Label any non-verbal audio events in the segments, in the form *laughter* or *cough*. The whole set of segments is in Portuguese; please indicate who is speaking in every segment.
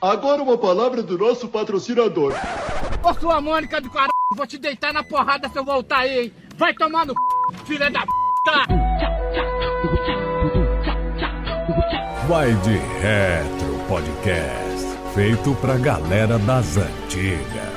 Speaker 1: Agora uma palavra do nosso patrocinador.
Speaker 2: Ô sua Mônica do caralho, vou te deitar na porrada se eu voltar aí, hein? Vai tomar no c... filha da p...
Speaker 3: Vai de Retro Podcast, feito pra galera das antigas.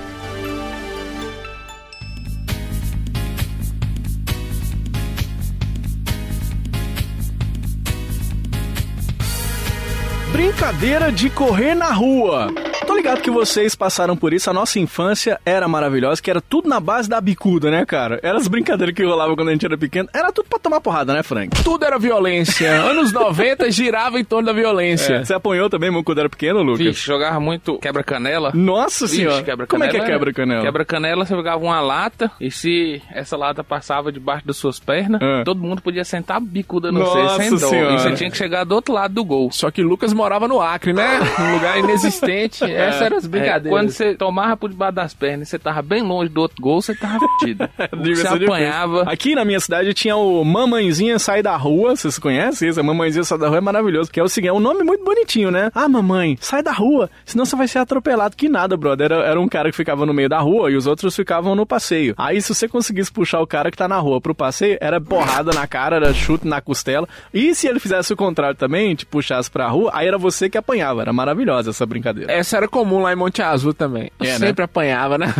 Speaker 4: Brincadeira de correr na rua. Tô ligado que vocês passaram por isso, a nossa infância era maravilhosa, que era tudo na base da bicuda, né, cara? Era as brincadeiras que rolavam quando a gente era pequeno, era tudo pra tomar porrada, né, Frank?
Speaker 5: Tudo era
Speaker 4: *laughs*
Speaker 5: violência. Anos 90 girava em torno da violência.
Speaker 4: É, Você apanhou também, mano, quando era pequeno, Lucas?
Speaker 5: Vixe, jogava muito quebra-canela.
Speaker 4: Nossa
Speaker 5: Vixe, né?
Speaker 4: senhora!
Speaker 5: quebra-canela
Speaker 4: Como é que é
Speaker 5: era-
Speaker 4: quebra-canela?
Speaker 5: Quebra-canela, você jogava uma lata e se essa lata passava debaixo das suas pernas,
Speaker 4: Ah.
Speaker 5: todo mundo podia sentar a bicuda no
Speaker 4: Nossa
Speaker 5: você, sem dó.
Speaker 4: Senhora.
Speaker 5: E você tinha que chegar do outro lado do gol.
Speaker 6: Só que Lucas morava no Acre, né? Num lugar inexistente. Essas eram as
Speaker 5: *laughs* É, quando
Speaker 6: brincadeiras.
Speaker 5: você tomava por debaixo das pernas e você tava bem longe do outro gol, você tava
Speaker 6: *laughs*
Speaker 5: fedido.
Speaker 4: Devia
Speaker 5: você
Speaker 4: ser difícil.
Speaker 5: apanhava.
Speaker 4: Aqui na minha cidade tinha o Mamãezinha Sai da Rua, vocês conhecem isso? A Mamãezinha Sai da Rua é maravilhoso, que é o seguinte, é um nome muito bonitinho, né? Ah, mamãe, sai da rua, senão você vai ser atropelado. Que nada, brother. Era, era um cara que ficava no meio da rua e os outros ficavam no passeio. Aí se você conseguisse puxar o cara que tá na rua pro passeio, era porrada na cara, era chute na costela. E se ele fizesse o contrário também, te puxasse pra rua, aí era você que apanhava. Era maravilhosa essa
Speaker 5: É.
Speaker 4: brincadeira.
Speaker 6: Essa era comum lá em Monte Azul também. Eu
Speaker 4: É, né?
Speaker 6: sempre apanhava, né?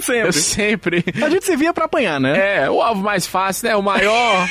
Speaker 4: Sempre.
Speaker 6: Eu *laughs* sempre.
Speaker 4: A gente se via pra apanhar, né?
Speaker 6: É, o alvo mais fácil, né? O maior.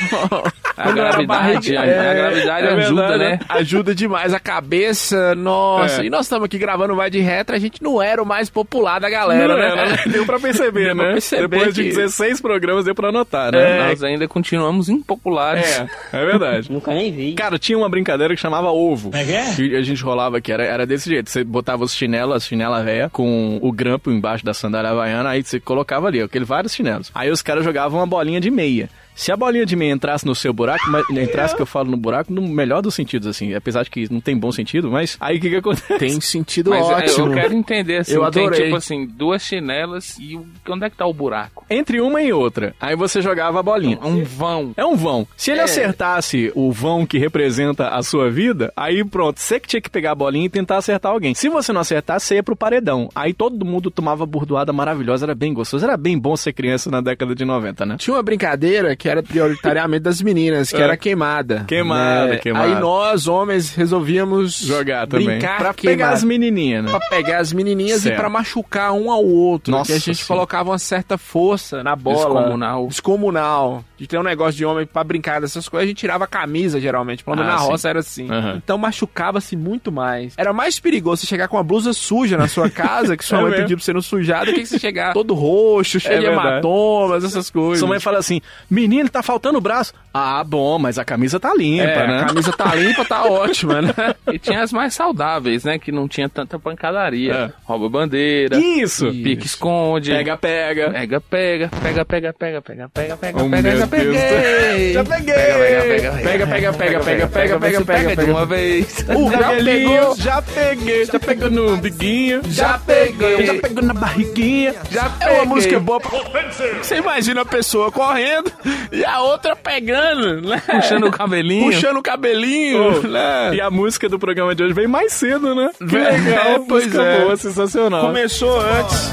Speaker 5: A gravidade, a, a gravidade ajuda, né?
Speaker 6: Ajuda demais a cabeça, nossa.
Speaker 4: É.
Speaker 6: E nós estamos aqui gravando Vai de Retro, a gente não era o mais popular da galera,
Speaker 4: Não
Speaker 6: né?
Speaker 4: era, né? *laughs* Deu pra perceber,
Speaker 6: *laughs* Deu
Speaker 4: né?
Speaker 6: pra perceber
Speaker 4: Depois de
Speaker 6: que- É,
Speaker 4: 16 programas deu pra anotar, né?
Speaker 5: Nós ainda continuamos impopulares.
Speaker 4: É, é verdade.
Speaker 7: Nunca nem vi.
Speaker 4: Cara, tinha uma brincadeira que chamava ovo.
Speaker 7: que é?
Speaker 4: Que a gente rolava que era, era desse jeito. Você botava os chinelos, as chinela véia, com o grampo embaixo da sandália havaiana, aí você colocava ali, aquele vários chinelos. Aí os caras jogavam uma bolinha de meia. Se a bolinha de meia entrasse no seu buraco, mas entrasse que eu falo no buraco, no melhor dos sentidos, assim, apesar de que não tem bom sentido, mas aí o que, que acontece?
Speaker 6: Tem sentido
Speaker 5: Mas é,
Speaker 6: ótimo.
Speaker 5: eu quero entender, assim,
Speaker 6: Eu
Speaker 5: tem
Speaker 6: adorei.
Speaker 5: tipo assim, duas chinelas e o- onde é que tá o buraco?
Speaker 4: Entre uma e outra. Aí você jogava a bolinha.
Speaker 5: Um vão.
Speaker 4: É um vão. Se ele acertasse o vão que representa a sua vida, aí pronto, você que tinha que pegar a bolinha e tentar acertar alguém. Se você não acertasse, você ia pro paredão. Aí todo mundo tomava burdoada maravilhosa, era bem gostoso, era bem bom ser criança na década de 90, né?
Speaker 6: Tinha uma brincadeira que era prioritariamente das meninas, que
Speaker 4: É.
Speaker 6: era queimada. né?
Speaker 4: Queimada, queimada.
Speaker 6: Aí nós, homens, resolvíamos
Speaker 4: Jogar também.
Speaker 6: Brincar
Speaker 4: pra
Speaker 6: queimada.
Speaker 4: pegar as menininhas, né?
Speaker 6: Pra pegar as menininhas
Speaker 4: Certo.
Speaker 6: e pra machucar um ao outro.
Speaker 4: Nossa
Speaker 6: que a gente
Speaker 4: Senhora.
Speaker 6: colocava uma certa força na bola.
Speaker 5: Descomunal.
Speaker 6: Descomunal. De ter um negócio de homem pra brincar dessas coisas, a gente tirava a camisa, geralmente. Pelo menos
Speaker 4: Ah,
Speaker 6: na
Speaker 4: sim.
Speaker 6: roça era assim.
Speaker 4: Aham.
Speaker 6: Então machucava-se muito mais. Era mais perigoso você chegar com uma blusa suja na sua *laughs* casa, que sua
Speaker 4: É
Speaker 6: mãe
Speaker 4: mesmo. É
Speaker 6: pediu pra você não sujar, do que você chegar todo roxo, é cheio de
Speaker 4: verdade.
Speaker 6: hematomas, essas coisas.
Speaker 4: Sua mãe fala assim: menino, tá faltando o braço. Ah, bom, mas a camisa tá limpa,
Speaker 6: É,
Speaker 4: né?
Speaker 6: a camisa tá limpa, tá ótima, né?
Speaker 5: *laughs* E tinha as mais saudáveis, né? Que não tinha tanta pancadaria.
Speaker 4: É.
Speaker 5: Rouba bandeira,
Speaker 4: Isso!
Speaker 5: pique esconde.
Speaker 4: Pega, pega.
Speaker 5: Pega, pega, pega, pega, pega, pega, pega, pega,
Speaker 4: Oh, meu
Speaker 5: pega, já
Speaker 4: Deus do
Speaker 5: peguei.
Speaker 4: Já peguei!
Speaker 5: Pega, pega, pega, pega, pega,
Speaker 6: Vai
Speaker 5: pega,
Speaker 6: se
Speaker 5: pega,
Speaker 6: pega
Speaker 5: de
Speaker 6: de
Speaker 4: *laughs*
Speaker 5: uma vez.
Speaker 4: O
Speaker 6: Já
Speaker 4: cabelinho,
Speaker 6: pegou.
Speaker 4: já peguei, já pegou no biguinho,
Speaker 6: Já peguei.
Speaker 4: já pegou na barriguinha,
Speaker 6: Já é uma música boa. pra- Você imagina a pessoa correndo e a outra pegando, né?
Speaker 5: Puxando o cabelinho.
Speaker 6: Puxando o cabelinho,
Speaker 4: Ô,
Speaker 6: né?
Speaker 4: E a música do programa de hoje veio mais cedo, né? Que
Speaker 6: É,
Speaker 4: legal,
Speaker 6: pois
Speaker 4: música
Speaker 6: é.
Speaker 4: boa, sensacional.
Speaker 6: Começou antes.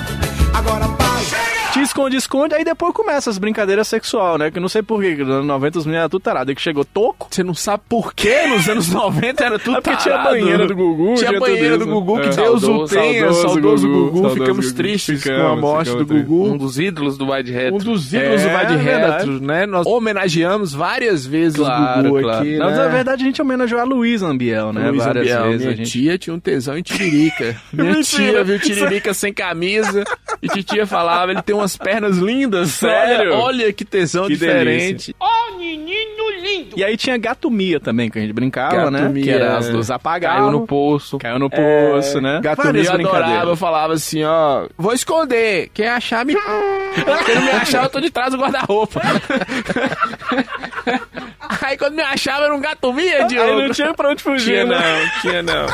Speaker 4: Te esconde, esconde, aí depois começa as brincadeiras sexual, né? Que eu não sei porquê, que nos anos 90 os meninos eram tudo tarado. Aí que chegou toco,
Speaker 6: Você não sabe por que nos anos 90 era tudo
Speaker 4: É porque tinha
Speaker 6: tarado.
Speaker 4: banheira do Gugu,
Speaker 6: Tinha,
Speaker 4: tinha tudo
Speaker 6: banheira
Speaker 4: isso,
Speaker 6: do Gugu,
Speaker 4: né?
Speaker 6: que
Speaker 4: É.
Speaker 6: Deus o
Speaker 4: Saudoso,
Speaker 6: tenha,
Speaker 4: saudoso
Speaker 6: saudoso
Speaker 4: Gugu,
Speaker 6: Gugu.
Speaker 4: saudoso
Speaker 6: ficamos
Speaker 4: Gugu.
Speaker 6: tristes com a
Speaker 4: Ficamos,
Speaker 6: morte do
Speaker 4: ficamos
Speaker 6: Gugu.
Speaker 5: Um dos ídolos do Wide Retro.
Speaker 6: Um dos ídolos
Speaker 4: É,
Speaker 6: do Vai de
Speaker 4: verdade.
Speaker 6: Retro, né? Nós homenageamos várias vezes
Speaker 5: Claro,
Speaker 6: o Gugu
Speaker 5: claro.
Speaker 6: aqui,
Speaker 4: Mas,
Speaker 6: né?
Speaker 4: na verdade a gente homenageou a Luísa Ambiel, né?
Speaker 6: Luísa
Speaker 4: Várias
Speaker 6: Biel,
Speaker 4: vezes
Speaker 6: minha
Speaker 4: a gente...
Speaker 6: tia tinha um tesão em
Speaker 5: *laughs*
Speaker 6: tiririca. minha
Speaker 4: Mentira.
Speaker 6: tia viu tiririca sem camisa e titia falava, ele tem umas pernas lindas.
Speaker 4: Sério?
Speaker 6: Olha, olha que tesão
Speaker 4: Que
Speaker 6: diferente.
Speaker 4: E aí tinha Gato Mia também, que a gente brincava,
Speaker 6: Gato
Speaker 4: né? Que
Speaker 6: Mia.
Speaker 4: era as
Speaker 6: é.
Speaker 4: duas apagavam.
Speaker 5: Caiu no poço.
Speaker 4: Caiu no poço, né?
Speaker 6: Gatomia
Speaker 4: Várias
Speaker 6: eu adorava, eu
Speaker 4: brincadeiras.
Speaker 6: falava assim, ó, vou esconder, quem achar me... *laughs* Quem não me achar, eu tô de trás do guarda-roupa. Aí quando me achava, era um gatomia, Diogo.
Speaker 4: Aí não tinha pra onde fugir,
Speaker 6: Tinha
Speaker 4: né?
Speaker 6: não, tinha não.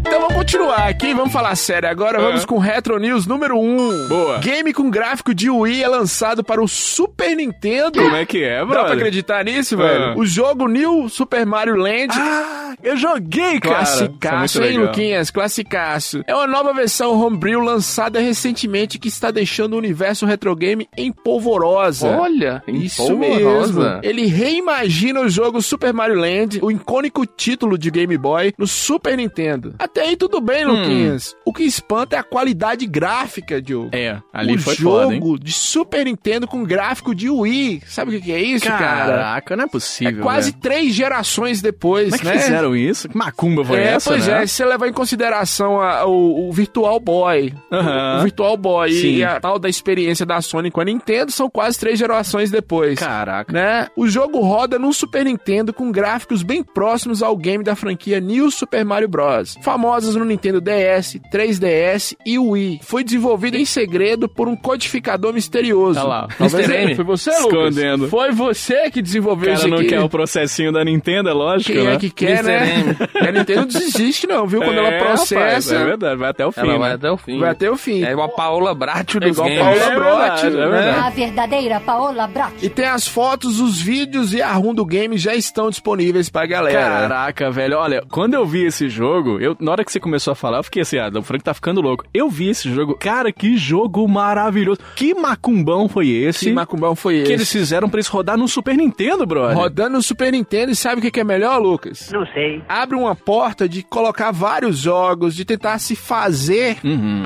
Speaker 6: Então vamos continuar aqui, vamos falar sério agora. Vamos com Retro News número 1.
Speaker 4: É. Boa.
Speaker 6: Game com gráfico de Wii é lançado para o Super Nintendo.
Speaker 4: Como é que é,
Speaker 6: Dá pra
Speaker 4: brother?
Speaker 6: acreditar nisso, velho? O jogo New Super Mario Land.
Speaker 4: Ah, eu joguei, cara.
Speaker 6: Classicaço,
Speaker 4: Isso é muito
Speaker 6: hein,
Speaker 4: legal.
Speaker 6: Luquinhas? Classicaço. É uma nova versão homebrew lançada recentemente que está deixando o universo retrogame em polvorosa.
Speaker 5: Olha,
Speaker 6: Isso mesmo. Ele reimagina o jogo Super Mario Land, o icônico título de Game Boy, no Super Nintendo. Até aí tudo bem,
Speaker 4: Hum.
Speaker 6: Luquinhas. O que espanta é a qualidade gráfica, Diogo.
Speaker 4: É, ali
Speaker 6: o
Speaker 4: foi
Speaker 6: jogo
Speaker 4: foda, hein?
Speaker 6: de Super Nintendo com gráfico de Wii. Sabe o que que é isso, cara?
Speaker 4: Caraca, não é
Speaker 6: É
Speaker 4: possível.
Speaker 6: quase
Speaker 4: velho.
Speaker 6: três gerações depois,
Speaker 4: Como é que
Speaker 6: né?
Speaker 4: fizeram isso? Que macumba foi
Speaker 6: é,
Speaker 4: essa?
Speaker 6: pois
Speaker 4: né?
Speaker 6: é, se você levar em consideração a- o, o Virtual Boy,
Speaker 4: Aham.
Speaker 6: o Virtual Boy
Speaker 4: Sim.
Speaker 6: e a tal da experiência da Sony com a Nintendo, são quase três gerações depois.
Speaker 4: Caraca.
Speaker 6: Né? O jogo roda num Super Nintendo com gráficos bem próximos ao game da franquia New Super Mario Bros. Famosas no Nintendo DS, 3DS e Wii. Foi desenvolvido em segredo por um codificador misterioso.
Speaker 5: Tá lá,
Speaker 6: Talvez
Speaker 5: Mr. M.
Speaker 6: foi você,
Speaker 4: Escondendo.
Speaker 6: Lucas? Foi você que
Speaker 4: O
Speaker 6: desenvolveu
Speaker 4: cara
Speaker 6: isso
Speaker 4: não
Speaker 6: aqui.
Speaker 4: quer o processinho da Nintendo, é lógico,
Speaker 6: Quem
Speaker 4: né?
Speaker 6: é que quer, né? A Nintendo desiste não, viu?
Speaker 4: É,
Speaker 6: Quando ela
Speaker 4: rapaz,
Speaker 6: processa,
Speaker 4: é verdade, vai até o fim,
Speaker 5: Ela vai
Speaker 4: né?
Speaker 5: até o fim.
Speaker 6: vai até o fim.
Speaker 5: É igual a Paola Bracho dos
Speaker 6: igual a
Speaker 5: games.
Speaker 6: Paola
Speaker 5: É.
Speaker 6: Brat,
Speaker 4: verdade, é
Speaker 6: né?
Speaker 4: verdade.
Speaker 7: A verdadeira Paola Brat.
Speaker 6: E tem as fotos, os vídeos e a ROM do game já estão disponíveis pra galera.
Speaker 4: Caraca, velho. Olha, quando eu vi esse jogo, eu, na hora que você começou a falar, eu fiquei assim, ah, o Frank tá ficando louco. Eu vi esse jogo. Cara, que jogo maravilhoso. Que macumbão foi esse?
Speaker 6: Que macumbão foi esse?
Speaker 4: que eles fizeram pra isso rodar no Super Nintendo, brother.
Speaker 6: Rodando no Super Nintendo e sabe o que que é melhor, Lucas?
Speaker 8: Não sei.
Speaker 6: Abre uma porta de colocar vários jogos, de tentar se fazer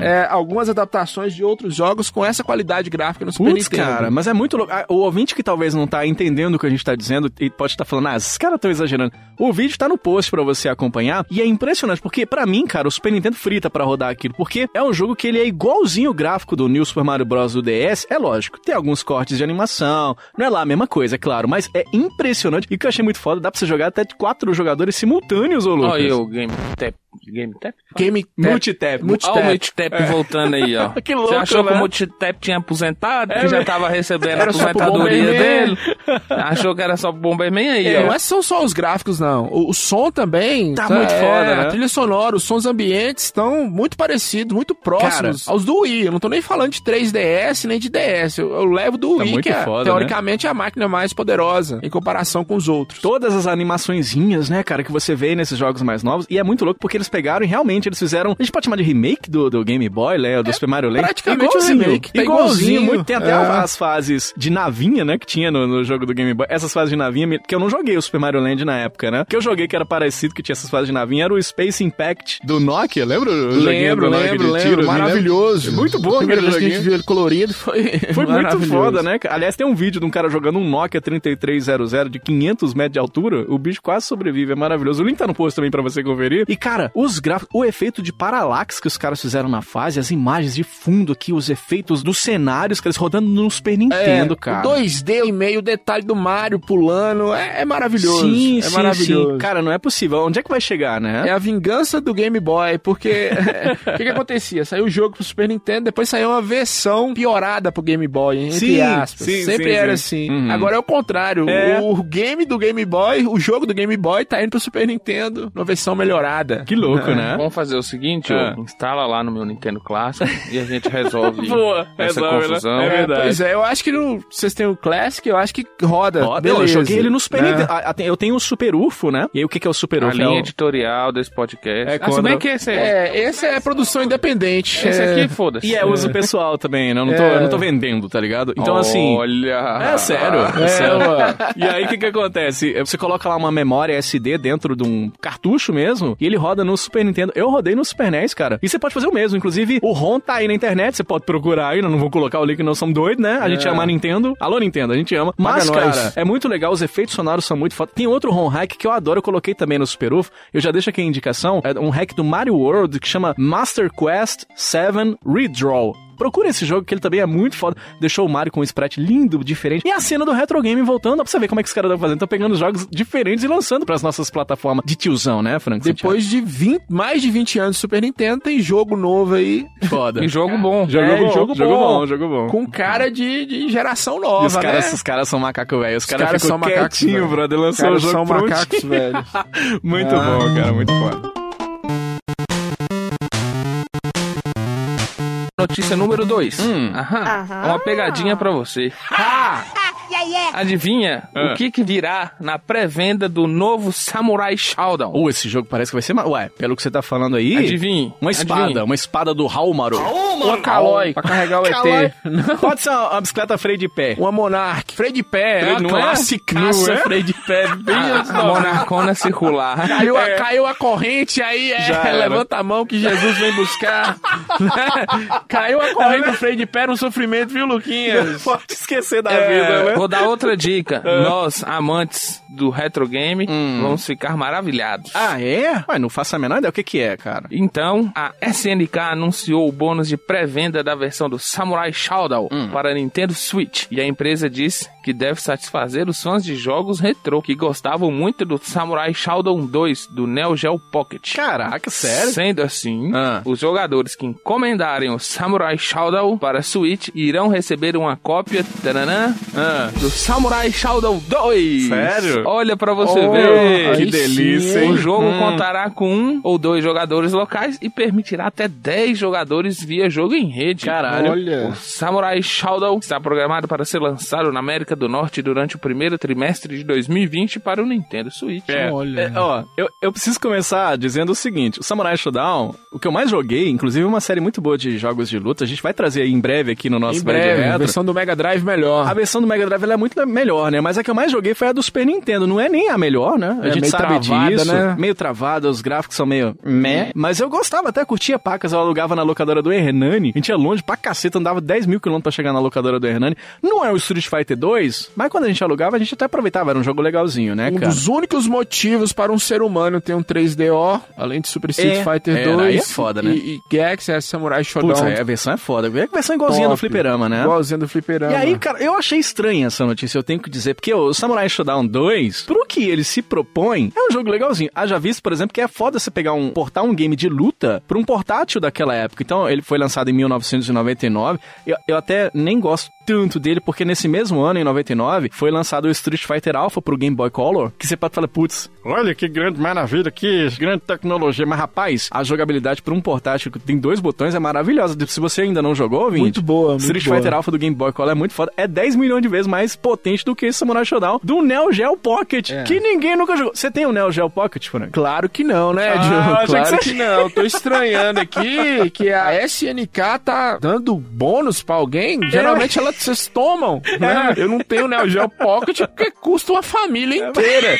Speaker 6: é, algumas adaptações de outros jogos com essa qualidade gráfica no Super
Speaker 4: Putz,
Speaker 6: Nintendo.
Speaker 4: cara, mas é muito louco. Ah, O ouvinte que talvez não tá entendendo o que a gente tá dizendo e pode estar falando, ah, esses caras estão exagerando. O vídeo tá no post pra você acompanhar e é impressionante, porque pra mim, cara, o Super Nintendo frita pra rodar aquilo, porque é um jogo que ele é igualzinho o gráfico do New Super Mario Bros. do DS, é lógico, tem alguns cortes de animação, não é lá a mesma coisa, é claro, mas é impressionante e o que eu achei muito foda, dá pra você jogar até de quatro jogadores simultâneos, ô Lucas.
Speaker 5: Olha aí o Game Tap. Game Tap?
Speaker 6: Game Tap.
Speaker 4: Multitap. É.
Speaker 5: Olha o Multitap voltando aí, ó.
Speaker 4: *laughs* Que louco,
Speaker 5: Você achou que
Speaker 4: né? É,
Speaker 5: o Multitap tinha aposentado? que
Speaker 4: velho.
Speaker 5: já tava recebendo a
Speaker 6: Era só pro
Speaker 5: aposentadoria
Speaker 6: Bomberman.
Speaker 5: dele? Achou que era só pro Bomberman aí,
Speaker 6: É,
Speaker 5: ó.
Speaker 6: não é só, só os gráficos, não. O, o som também.
Speaker 4: Tá muito
Speaker 6: é,
Speaker 4: foda, né?
Speaker 6: A trilha sonora, os sons ambientes estão muito parecidos, muito próximos aos do Wii. Eu não tô nem falando de 3DS nem de DS. Eu, eu levo do
Speaker 4: Tá
Speaker 6: Wii,
Speaker 4: muito
Speaker 6: que é,
Speaker 4: foda,
Speaker 6: teoricamente, é a máquina mais poderosa em comparação com os outros.
Speaker 4: todas as animaçõezinhas, né, cara, que você vê nesses jogos mais novos. E é muito louco porque eles pegaram e realmente eles fizeram. A gente pode chamar de remake do, do Game Boy, né? Do Super Mario Land.
Speaker 6: É, praticamente
Speaker 4: igualzinho,
Speaker 6: um remake, tá
Speaker 4: igualzinho.
Speaker 6: igualzinho.
Speaker 4: muito. Tem até
Speaker 6: É.
Speaker 4: as fases de navinha, né, que tinha no, no jogo do Game Boy. Essas fases de navinha, me- que eu não joguei o Super Mario Land na época, né? Que eu joguei que era parecido, que tinha essas fases de navinha, era o Space Impact do Nokia. Lembra? o joguinho do
Speaker 6: Lembro,
Speaker 4: Nokia
Speaker 6: lembro,
Speaker 4: de tiro,
Speaker 6: lembro.
Speaker 4: assim, né?
Speaker 6: Maravilhoso.
Speaker 4: Muito bom
Speaker 6: A primeira
Speaker 4: aquele
Speaker 6: vez que a gente
Speaker 4: joguinho.
Speaker 6: viu ele colorido foi.
Speaker 4: *laughs* Foi muito
Speaker 6: maravilhoso.
Speaker 4: foda, né? cara? Aliás, tem um vídeo de um cara jogando um Nokia 3300 de 500 metros de altura. O bicho quase sobrevive, é maravilhoso. O link tá no post também pra você conferir. E, cara, os gráficos, o efeito de paralaxe que os caras fizeram na fase, as imagens de fundo aqui, os efeitos dos cenários, que eles rodando no Super Nintendo,
Speaker 6: É,
Speaker 4: cara.
Speaker 6: o 2D e meio, o detalhe do Mario pulando. É, é maravilhoso.
Speaker 4: Sim,
Speaker 6: é
Speaker 4: sim,
Speaker 6: maravilhoso.
Speaker 4: sim. Cara, não é possível. Onde é que vai chegar, né?
Speaker 6: É a vingança do Game Boy, porque *laughs* é, o que, que acontecia? Saiu o jogo pro Super Nintendo, depois saiu uma versão piorada pro Game Boy, entre
Speaker 4: Sim,
Speaker 6: aspas.
Speaker 4: sim,
Speaker 6: Sempre
Speaker 4: sim,
Speaker 6: era
Speaker 4: sim.
Speaker 6: assim.
Speaker 4: Uhum.
Speaker 6: Agora é o contrário.
Speaker 4: É.
Speaker 6: O game do Game Boy, o jogo do Game Boy tá indo pro Super Nintendo, numa versão melhorada.
Speaker 4: Que louco,
Speaker 6: É.
Speaker 4: né?
Speaker 5: Vamos fazer o seguinte,
Speaker 4: Ah.
Speaker 5: ó, instala lá no meu Nintendo Clássico e a gente
Speaker 4: *laughs*
Speaker 5: resolve
Speaker 4: Boa,
Speaker 5: essa
Speaker 4: resolve, né?
Speaker 5: confusão.
Speaker 4: É verdade.
Speaker 6: Pois é, eu acho que no- vocês têm o Classic, eu acho que roda.
Speaker 4: Ó,
Speaker 6: beleza,
Speaker 4: eu joguei ele no Super
Speaker 6: né?
Speaker 4: Nintendo. Ah, ah, tem- Eu tenho o Super UFO, né? E aí, o que que é o Super
Speaker 5: A
Speaker 4: UFO?
Speaker 5: linha
Speaker 4: É o-
Speaker 5: editorial desse podcast.
Speaker 4: É
Speaker 5: Ah, se
Speaker 4: quando-
Speaker 5: bem que esse, é,
Speaker 6: É, esse é produção independente.
Speaker 5: esse
Speaker 6: É.
Speaker 5: aqui, foda-se.
Speaker 4: E é uso pessoal também, né? Eu não tô,
Speaker 6: É.
Speaker 4: eu não tô vendendo, tá ligado? Então, assim.
Speaker 5: Olha.
Speaker 4: É sério, é
Speaker 6: É,
Speaker 4: sério.
Speaker 6: ué.
Speaker 4: E aí o que que acontece? É, Você coloca lá uma memória SD dentro de um cartucho mesmo e ele roda no Super Nintendo. Eu rodei no Super NES, cara. E você pode fazer o mesmo. Inclusive, o ROM tá aí na internet, você pode procurar aí, né? não vou colocar o link, não somos doidos, né? A gente ama a Nintendo. Alô, Nintendo, a gente ama. Mas,
Speaker 6: É. Paga nós.
Speaker 4: cara, é muito legal, os efeitos sonoros são muito foda. Tem outro ROM hack que eu adoro, eu coloquei também no Super UFO. Eu já deixo aqui a indicação, é um hack do Mario World que chama Master Quest 7 Redraw. Procura esse jogo que ele também é muito foda. Deixou o Mario com um sprite lindo, diferente. E a cena do retro game voltando, ó, pra você ver como é que os caras estão fazendo. Estão pegando jogos diferentes e lançando pras nossas plataformas de tiozão, né, Frank?
Speaker 6: Depois de 20 mais de 20 anos de Super Nintendo, tem jogo novo aí.
Speaker 4: Santiago? *laughs* foda.
Speaker 5: E jogo bom.
Speaker 4: Jogo
Speaker 6: É,
Speaker 4: bom,
Speaker 6: jogo
Speaker 4: jogo
Speaker 6: bom.
Speaker 4: bom, jogo bom.
Speaker 6: com cara de, de geração nova,
Speaker 4: E os caras,
Speaker 6: né?
Speaker 4: os caras são macaco velho. Os caras
Speaker 6: caras
Speaker 4: ficam
Speaker 6: são macacos,
Speaker 4: quietinho,
Speaker 6: velho.
Speaker 4: brother.
Speaker 6: Os
Speaker 4: Lançou o
Speaker 6: caras
Speaker 4: jogo
Speaker 6: são *laughs* Ah.
Speaker 4: prontinho. *laughs*
Speaker 6: macacos, velho.
Speaker 4: Muito bom, cara, muito foda.
Speaker 5: Notícia número 2.
Speaker 4: Hum.
Speaker 5: Aham.
Speaker 8: Aham.
Speaker 5: É uma pegadinha pra você. Adivinha
Speaker 4: Ah.
Speaker 5: o que, que virá na pré-venda do novo Samurai Shodown?
Speaker 4: Ou esse jogo parece que vai ser. ma- Ué, pelo que você tá falando aí.
Speaker 5: Adivinha.
Speaker 4: Uma espada,
Speaker 5: Adivinha.
Speaker 4: uma espada do Halmaru.
Speaker 6: Uma Calói.
Speaker 5: Pra carregar o
Speaker 4: Calói.
Speaker 5: ET.
Speaker 4: Pode ser uma, uma bicicleta freio de pé.
Speaker 6: Uma Monark. Freio de pé.
Speaker 4: Freio-
Speaker 6: uma
Speaker 4: não é?
Speaker 6: classicaça,
Speaker 4: Não é? Ah,
Speaker 6: freio de pé. Bem
Speaker 4: assim.
Speaker 6: anos
Speaker 5: A
Speaker 6: 90.
Speaker 5: monarcona circular.
Speaker 6: Caiu
Speaker 4: É,
Speaker 6: a, caiu a corrente aí, é,
Speaker 4: Já era.
Speaker 6: levanta a mão que Jesus vem
Speaker 4: *laughs*
Speaker 6: buscar.
Speaker 4: Né?
Speaker 6: caiu a corrente do freio de pé era um sofrimento, viu, Luquinhas?
Speaker 4: Pode esquecer da
Speaker 6: É.
Speaker 4: vida, né?
Speaker 5: Vou dar outra dica.
Speaker 4: Ah.
Speaker 5: Nós, amantes do retro game, vamos ficar maravilhados.
Speaker 4: Hum. Ah, é? Ué, não faço a menor ideia o que que é, cara.
Speaker 5: Então, a SNK anunciou o bônus de pré-venda da versão do Samurai Shodown
Speaker 4: Hum.
Speaker 5: para Nintendo Switch. E a empresa diz que deve satisfazer os fãs de jogos retrô que gostavam muito do Samurai Shodown 2 do Neo Geo Pocket.
Speaker 4: Caraca, sério?
Speaker 5: Sendo assim,
Speaker 4: Ah.
Speaker 5: os jogadores que encomendarem o Samurai Shodown para Switch irão receber uma cópia taranã,
Speaker 4: Ah.
Speaker 5: do Samurai Shodown 2.
Speaker 4: Sério?
Speaker 5: Olha pra você
Speaker 4: Oh,
Speaker 5: ver.
Speaker 4: que delícia, hein?
Speaker 5: O jogo
Speaker 4: Hum.
Speaker 5: contará com um ou dois jogadores locais e permitirá até 10 jogadores via jogo em rede.
Speaker 4: Caralho.
Speaker 1: Olha.
Speaker 5: O Samurai Shodown está programado para ser lançado na América do Norte durante o primeiro trimestre de 2020 para o Nintendo Switch.
Speaker 4: É, é, ó, eu, eu preciso começar dizendo o seguinte: o Samurai Shodown, o que eu mais joguei, inclusive é uma série muito boa de jogos de luta, a gente vai trazer aí em breve aqui no nosso
Speaker 6: em breve,
Speaker 4: Band
Speaker 6: a
Speaker 4: Retro.
Speaker 6: versão do Mega Drive melhor.
Speaker 4: A versão do Mega Drive ela é muito le- melhor, né? Mas a que eu mais joguei foi a do Super Nintendo. Não é nem a melhor, né? A
Speaker 6: É,
Speaker 4: gente
Speaker 6: meio
Speaker 4: sabe
Speaker 6: travada,
Speaker 4: disso.
Speaker 6: né? Hum.
Speaker 4: Meio travada, os gráficos são meio meh. Mas eu gostava, até curtia pacas. Eu alugava na locadora do Hernani. A gente ia longe pra caceta, andava 10 mil quilômetros pra chegar na locadora do Hernani. Não é o Street Fighter 2, mas quando a gente alugava, a gente até aproveitava. Era um jogo legalzinho, né,
Speaker 6: um
Speaker 4: cara?
Speaker 6: dos únicos motivos para um ser humano ter um 3DO, além de Super Street
Speaker 4: É,
Speaker 6: Fighter
Speaker 4: era,
Speaker 6: 2.
Speaker 4: aí é foda, né?
Speaker 6: E, e Gex é Samurai Shodown.
Speaker 4: Putz, aí a versão é foda. É a versão igualzinha do
Speaker 6: Top.
Speaker 4: fliperama, né?
Speaker 6: Igualzinho do fliperama.
Speaker 4: E aí, cara, eu achei estranha essa notícia, eu tenho que dizer, porque o Samurai Shodown 2, pro que ele se propõe, é um jogo legalzinho. Haja visto, por exemplo, que é foda você pegar um portar um game de luta pra um portátil daquela época. Então, ele foi lançado em 1999. Eu, eu até nem gosto tanto dele, porque nesse mesmo ano, em 99, foi lançado o Street Fighter Alpha pro Game Boy Color, que você pode falar, putz, olha que grande maravilha, que grande tecnologia. Mas, rapaz, a jogabilidade pra um portátil que tem dois botões é maravilhosa. Se você ainda não jogou, Vini,
Speaker 6: Muito boa, muito
Speaker 4: Street
Speaker 6: boa.
Speaker 4: Fighter Alpha do Game Boy Color é muito foda. É 10 milhões de vezes mais potente do que esse Samurai Shodown do Neo Geo Pocket, que ninguém nunca jogou. Você tem o Neo Geo Pocket, Frank?
Speaker 6: Claro que não, né,
Speaker 4: Ah, achei
Speaker 6: Diogo?
Speaker 4: que
Speaker 6: Claro
Speaker 4: você-
Speaker 6: que, não. Tô estranhando aqui que a SNK tá dando bônus pra alguém.
Speaker 4: É.
Speaker 6: Geralmente elas vocês tomam, né? Eu não tenho Neo Geo Pocket porque custa uma
Speaker 4: É
Speaker 6: família inteira.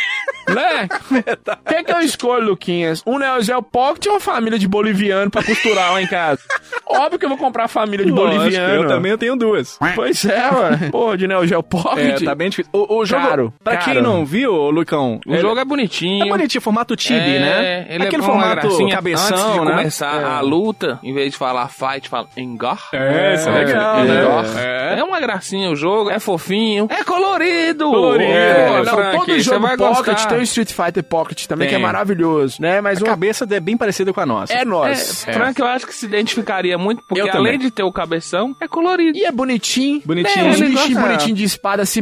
Speaker 6: Né? O que, que eu escolho, Luquinhas? Um Neo Geo Pocket ou uma família de boliviano pra costurar lá em casa? Óbvio que eu vou comprar a família de boliviano.
Speaker 4: eu também tenho duas.
Speaker 6: Pois é, ué. Porra, de Neo Geo
Speaker 4: É,
Speaker 6: Pocket.
Speaker 4: tá bem difícil. O, o jogo,
Speaker 6: Caro,
Speaker 4: pra
Speaker 6: caro.
Speaker 4: quem não viu, ô, Lucão,
Speaker 5: O jogo é bonitinho.
Speaker 4: É bonitinho, formato Tibi,
Speaker 5: É,
Speaker 4: né?
Speaker 5: Ele
Speaker 4: Aquele
Speaker 5: é uma
Speaker 4: formato
Speaker 5: gracinha.
Speaker 4: cabeção,
Speaker 5: Antes de
Speaker 4: né?
Speaker 5: começar a luta, em vez de falar fight, fala engar.
Speaker 4: É, isso é legal,
Speaker 5: Engar.
Speaker 4: né?
Speaker 5: É. uma gracinha o jogo, é fofinho, é colorido.
Speaker 4: Colorido.
Speaker 5: É,
Speaker 6: Pô, não,
Speaker 5: Frank,
Speaker 6: todo
Speaker 5: você
Speaker 6: jogo
Speaker 5: vai
Speaker 6: Pocket
Speaker 5: gostar.
Speaker 4: um
Speaker 6: tem o Street Fighter Pocket também,
Speaker 4: Tem.
Speaker 6: que é maravilhoso, né? Mas
Speaker 4: A
Speaker 6: uma...
Speaker 4: cabeça é bem parecida com a nossa.
Speaker 6: é
Speaker 5: É,
Speaker 6: nós.
Speaker 5: Frank, eu acho que se identificaria muito, porque
Speaker 4: Eu também.
Speaker 5: além de ter o cabeção, é colorido.
Speaker 6: E é bonitinho.
Speaker 4: Bonitinho. É,
Speaker 6: Né? Os
Speaker 5: Ele
Speaker 6: bichinhos
Speaker 5: gosta.
Speaker 6: bonitinhos de espada se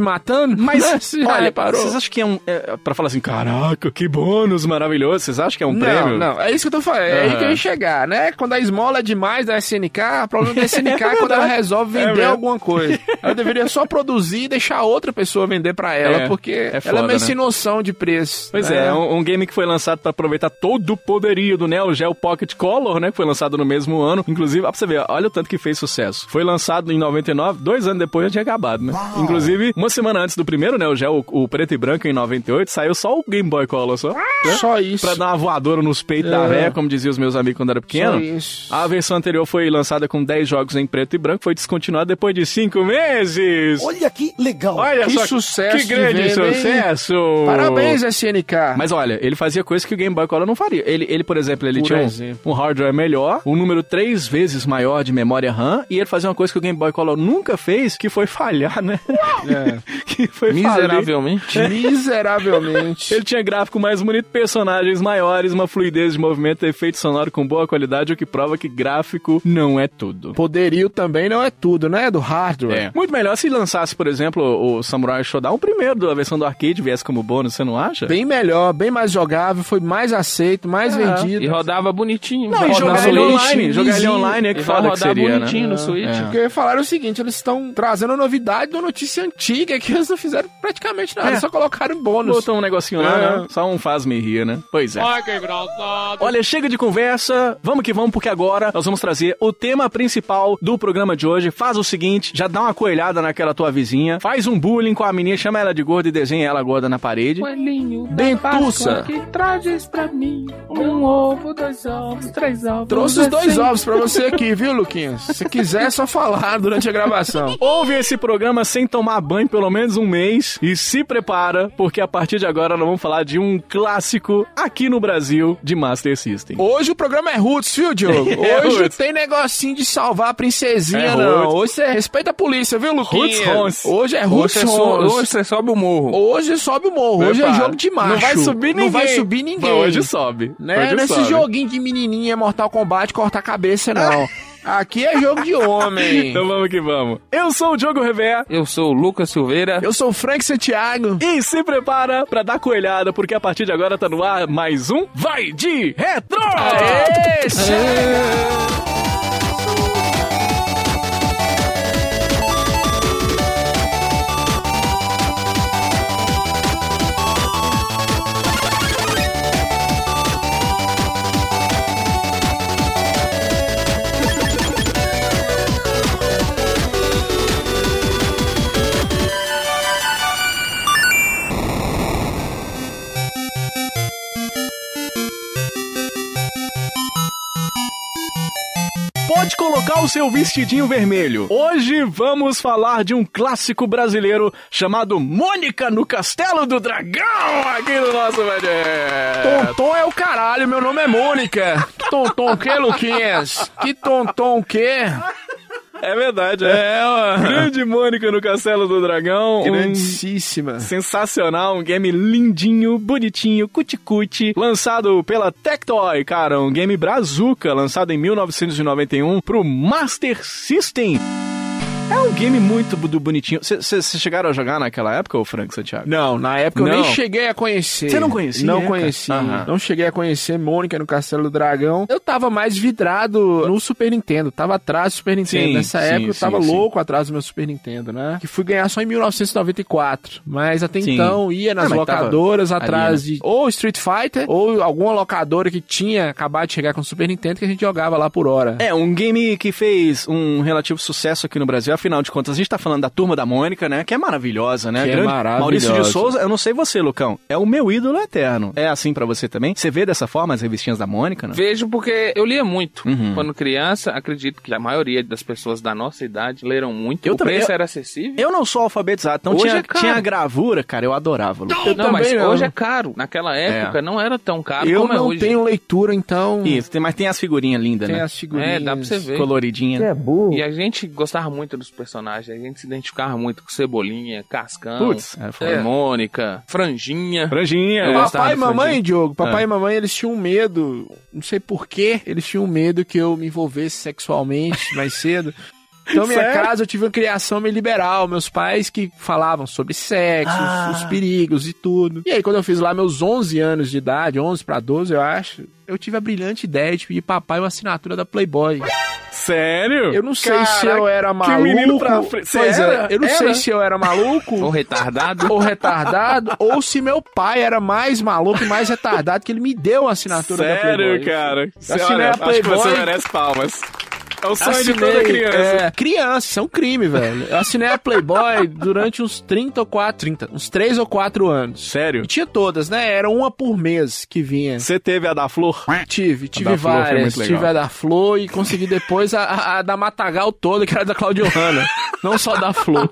Speaker 4: *laughs*
Speaker 6: matando.
Speaker 4: Mas,
Speaker 6: Né?
Speaker 4: olha,
Speaker 6: parou.
Speaker 4: vocês acham que é um... É, pra falar assim, caraca, que bônus maravilhoso. Vocês acham que é um
Speaker 6: Não,
Speaker 4: prêmio?
Speaker 6: não, é isso que eu tô falando. É aí
Speaker 4: Aham.
Speaker 6: que eu ia chegar, né? Quando a esmola é demais da SNK,
Speaker 4: *laughs*
Speaker 6: o problema da SNK é quando ela resolve vender
Speaker 4: mesmo.
Speaker 6: alguma coisa. Ela deveria só produzir e deixar outra pessoa vender pra ela,
Speaker 4: É,
Speaker 6: porque
Speaker 4: é
Speaker 6: ela
Speaker 4: foda,
Speaker 6: é meio
Speaker 4: né?
Speaker 6: sem noção de preço.
Speaker 4: Pois
Speaker 6: né?
Speaker 4: é, um, um game que foi lançado pra aproveitar todo o poderio do Neo Geo Pocket Color, né? Que foi lançado no mesmo ano. Inclusive, ó, pra você ver, olha o tanto que fez sucesso. Foi lançado em 99, dois anos depois já tinha acabado, né? Inclusive, uma semana antes do primeiro Neo Geo, o, o preto e branco, em 98, saiu só o Game Boy Color, só.
Speaker 6: Só isso.
Speaker 4: um Pra dar uma voadora nos peitos da véia, como diziam os meus amigos quando era
Speaker 6: Só
Speaker 4: pequeno.
Speaker 6: É.
Speaker 4: Ah,
Speaker 6: isso.
Speaker 4: A versão anterior foi lançada com 10 jogos em preto e branco, foi descontinuada depois de 5 meses.
Speaker 1: Olha que legal.
Speaker 4: Olha
Speaker 6: que
Speaker 4: só,
Speaker 6: sucesso
Speaker 4: que
Speaker 6: de
Speaker 4: grande
Speaker 6: venda, hein?
Speaker 4: sucesso!
Speaker 6: Parabéns, SNK.
Speaker 4: Mas olha, ele fazia coisa que o Game Boy Color não faria. Ele, ele por exemplo, ele
Speaker 6: Por
Speaker 4: tinha um-
Speaker 6: exemplo.
Speaker 4: Um, hardware melhor, um número três vezes maior de memória RAM, e ele fazia uma coisa que o Game Boy Color nunca fez, que foi falhar, né?
Speaker 6: É.
Speaker 4: *laughs* que foi falir.
Speaker 5: Miseravelmente. *laughs*
Speaker 6: Miseravelmente. *laughs*
Speaker 4: Ele tinha gráfico mais bonito, personagens maiores, uma fluidez de movimento, efeito sonoro com boa qualidade, o que prova que gráfico não é tudo.
Speaker 6: Poderio também não é tudo, né? É do hardware.
Speaker 4: É. Muito melhor se lançasse, por exemplo, o Samurai Shodown o primeiro da versão do arcade viesse como bônus, você não acha? acha?
Speaker 6: É Bem melhor, bem mais jogável, foi mais aceito, mais vendido.
Speaker 5: E rodava bonitinho.
Speaker 4: Não, e
Speaker 5: Roda
Speaker 4: jogar
Speaker 5: na
Speaker 4: ele
Speaker 5: Switch.
Speaker 4: online, jogar ele
Speaker 6: lisinho.
Speaker 4: online é
Speaker 5: E
Speaker 4: que
Speaker 5: vai
Speaker 4: foda que
Speaker 5: rodar
Speaker 4: seria, né?
Speaker 5: bonitinho no Switch.
Speaker 6: Porque falaram o seguinte, eles estão trazendo novidade de uma notícia antiga que eles não fizeram praticamente nada,
Speaker 4: É.
Speaker 6: só colocaram bônus.
Speaker 4: Botou um negocinho lá,
Speaker 6: É.
Speaker 4: né? Só um faz me rir, né? Pois é. Olha, chega de conversa, vamos que vamos, porque agora nós vamos trazer o tema principal do programa de hoje. Faz o seguinte, já dá uma coelhada naquela tua vizinha, faz um bullying com a menina, chama ela de gorda e desenha ela gorda na parede.
Speaker 5: Coelhinho da
Speaker 6: Dentuça.
Speaker 5: Páscoa, que trazes pra mim um ovo, dois ovos, três ovos.
Speaker 6: Trouxe os dois
Speaker 5: assim.
Speaker 6: ovos pra você aqui, viu, Luquinhas? Se quiser, é só falar durante a gravação.
Speaker 4: Ouve esse programa sem tomar banho pelo menos um mês e se prepara, porque a partir de agora nós vamos falar de um clássico aqui no Brasil de Master System.
Speaker 6: Hoje o programa é Roots, viu, Diogo?
Speaker 4: *laughs* É,
Speaker 6: Hoje
Speaker 4: Roots.
Speaker 6: tem negocinho de salvar a princesinha,
Speaker 4: É,
Speaker 6: não.
Speaker 4: Roots.
Speaker 6: Hoje você respeita a polícia, viu, Luquinhas?
Speaker 4: Roots Rons.
Speaker 6: Hoje é
Speaker 5: Hoje
Speaker 6: Roots
Speaker 5: você, so-
Speaker 6: Rons.
Speaker 5: hoje você sobe o morro.
Speaker 6: Hoje sobe o morro. Hoje é
Speaker 4: Prepara.
Speaker 6: jogo de macho.
Speaker 4: Não vai subir ninguém.
Speaker 6: Não vai subir ninguém.
Speaker 4: Mas hoje sobe.
Speaker 6: Né?
Speaker 4: Hoje
Speaker 6: Não é esse
Speaker 4: sobe.
Speaker 6: joguinho de menininha Mortal Kombat cortar a
Speaker 4: *laughs*
Speaker 6: cabeça, não. Aqui é jogo de homem.
Speaker 4: Então vamos que vamos. Eu sou o Diogo Revé.
Speaker 5: Eu sou o Lucas Silveira.
Speaker 6: Eu sou o Frank Santiago.
Speaker 4: E se prepara pra dar coelhada, porque a partir de agora tá no ar mais um Vai de Retro!
Speaker 6: Esse
Speaker 4: Pode colocar o seu vestidinho vermelho. Hoje vamos falar de um clássico brasileiro chamado Mônica no Castelo do Dragão, aqui no nosso Vai de Retro.
Speaker 6: Tonton é o caralho, meu nome é Mônica. Que Tonton o quê, Luquinhas? Que tonton o quê?
Speaker 4: É verdade, é. Grande Mônica no Castelo do Dragão. um
Speaker 6: Grandíssima.
Speaker 4: Sensacional, um game lindinho, bonitinho, cuticute, lançado pela Tectoy, cara, um game brazuca, lançado em 1991 pro Master System. É um game muito bu- bonitinho. Vocês chegaram a jogar naquela época, ô Frank Santiago?
Speaker 6: Não, na época É eu
Speaker 4: Não.
Speaker 6: nem cheguei a conhecer.
Speaker 4: Você não conhecia,
Speaker 6: Não
Speaker 4: cara?
Speaker 6: conheci.
Speaker 4: Aham.
Speaker 6: Não cheguei a conhecer Mônica no Castelo do Dragão. Eu tava mais vidrado no Super Nintendo. Tava atrás do Super Nintendo.
Speaker 4: Sim,
Speaker 6: Nessa
Speaker 4: sim,
Speaker 6: época eu
Speaker 4: sim,
Speaker 6: tava
Speaker 4: sim.
Speaker 6: louco atrás do meu Super Nintendo, né? Que fui ganhar só em 1994. Mas até
Speaker 4: Sim.
Speaker 6: então ia nas
Speaker 4: Ah, mas
Speaker 6: locadoras
Speaker 4: tava
Speaker 6: atrás
Speaker 4: ali, né?
Speaker 6: de ou Street Fighter ou alguma locadora que tinha acabado de chegar com o Super Nintendo que a gente jogava lá por hora.
Speaker 4: É, um game que fez um relativo sucesso aqui no Brasil. Afinal de contas, a gente tá falando da Turma da Mônica, né? Que é maravilhosa, né?
Speaker 6: Que é maravilhosa.
Speaker 4: Maurício de Souza, eu não sei você, Lucão. É o meu ídolo eterno. É assim pra você também? Você vê dessa forma as revistinhas da Mônica, né?
Speaker 5: Vejo porque eu lia muito. Quando criança, acredito que a maioria das pessoas da nossa idade leram muito.
Speaker 4: Eu
Speaker 5: o
Speaker 4: também-
Speaker 5: preço
Speaker 4: eu-
Speaker 5: era acessível.
Speaker 4: Eu não sou alfabetizado, então
Speaker 5: Hoje
Speaker 4: tinha,
Speaker 5: é caro.
Speaker 4: tinha a gravura, cara, eu adorava. Lu.
Speaker 5: não, mas
Speaker 6: também não.
Speaker 5: hoje é caro. Naquela época não era tão caro
Speaker 6: eu
Speaker 5: como é
Speaker 6: não
Speaker 5: hoje.
Speaker 6: tenho leitura, então.
Speaker 4: Isso, tem- mas tem as figurinhas lindas,
Speaker 6: Tem
Speaker 4: né?
Speaker 6: as figurinhas.
Speaker 5: É, dá pra você ver.
Speaker 4: Coloridinha.
Speaker 6: É,
Speaker 5: E a gente gostava muito dos personagens, a gente se identificava muito com Cebolinha, Cascão,
Speaker 4: Putz, é foda.
Speaker 5: é, Mônica, Franjinha.
Speaker 4: Franjinha.
Speaker 5: Eu gostava
Speaker 6: Papai e
Speaker 5: do Franjinha.
Speaker 6: mamãe, Diogo,
Speaker 4: Ah.
Speaker 6: papai e mamãe, eles tinham um medo, não sei porquê, eles tinham um medo que eu me
Speaker 4: *laughs*
Speaker 6: envolvesse sexualmente mais cedo. Então, minha
Speaker 4: Sério?
Speaker 6: casa, eu tive uma criação meio liberal. Meus pais que falavam sobre sexo, os-
Speaker 4: Ah.
Speaker 6: os perigos e tudo. E aí, quando eu fiz lá meus 11 anos de idade, 11 pra 12, eu acho, eu tive a brilhante ideia de pedir papai uma assinatura da Playboy.
Speaker 4: Sério?
Speaker 6: Eu não sei se
Speaker 4: Caraca,
Speaker 6: eu era maluco.
Speaker 4: menino pra frente. Você
Speaker 6: Pois
Speaker 4: era?
Speaker 6: é, eu não
Speaker 4: Era?
Speaker 6: sei se eu
Speaker 4: *laughs*
Speaker 6: era maluco *laughs*
Speaker 5: Ou retardado.
Speaker 6: ou retardado, *laughs* ou se meu pai era mais maluco e mais retardado que ele me deu a assinatura da Playboy.
Speaker 4: Sério, cara. Você,
Speaker 6: Assinei
Speaker 4: olha,
Speaker 6: a
Speaker 4: acho que você
Speaker 6: Playboy.
Speaker 4: merece palmas. É o sonho de
Speaker 6: Assinei,
Speaker 4: toda criança.
Speaker 6: É, criança, isso é um crime, velho. Eu assinei a Playboy durante uns 30 ou 4, 30, uns 3 ou 4 anos.
Speaker 4: Sério?
Speaker 6: E tinha todas, né? Era uma por mês que vinha.
Speaker 4: Você teve a da Flor?
Speaker 6: Tive,
Speaker 4: A
Speaker 6: tive
Speaker 4: da Flor foi
Speaker 6: várias.
Speaker 4: muito legal.
Speaker 6: Tive a da Flor e consegui depois a, a- a da Matagal toda, que era da Claudio
Speaker 4: *laughs*
Speaker 6: Hanna. Não só da Flor.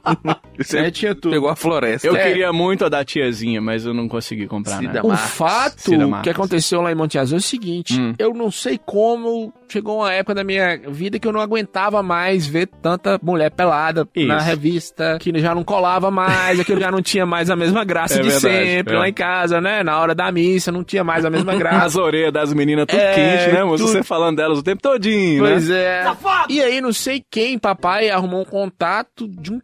Speaker 6: Né, tinha tudo.
Speaker 5: Pegou a floresta.
Speaker 4: Eu
Speaker 5: É,
Speaker 4: queria muito a da tiazinha, mas eu não consegui comprar,
Speaker 5: Cida
Speaker 4: né?
Speaker 6: O
Speaker 5: Marques.
Speaker 6: fato
Speaker 4: Cira Marques.
Speaker 6: que aconteceu lá em Monte Azul é o seguinte:
Speaker 4: Hum.
Speaker 6: eu não sei como chegou uma época da minha vida que eu não aguentava mais ver tanta mulher pelada
Speaker 4: Isso.
Speaker 6: na revista, que já não colava mais, aquilo já não tinha mais a mesma graça
Speaker 4: *laughs* É
Speaker 6: de
Speaker 4: verdade,
Speaker 6: sempre
Speaker 4: é. Né?
Speaker 6: lá em casa, né? Na hora da missa não tinha mais a mesma
Speaker 4: *laughs*
Speaker 6: graça.
Speaker 4: As orelhas das meninas tudo
Speaker 6: É,
Speaker 4: quente, né, moço?
Speaker 6: tudo-
Speaker 4: Você falando delas o tempo todinho, né?
Speaker 6: Pois é. E aí, não sei quem, papai arrumou um contato de um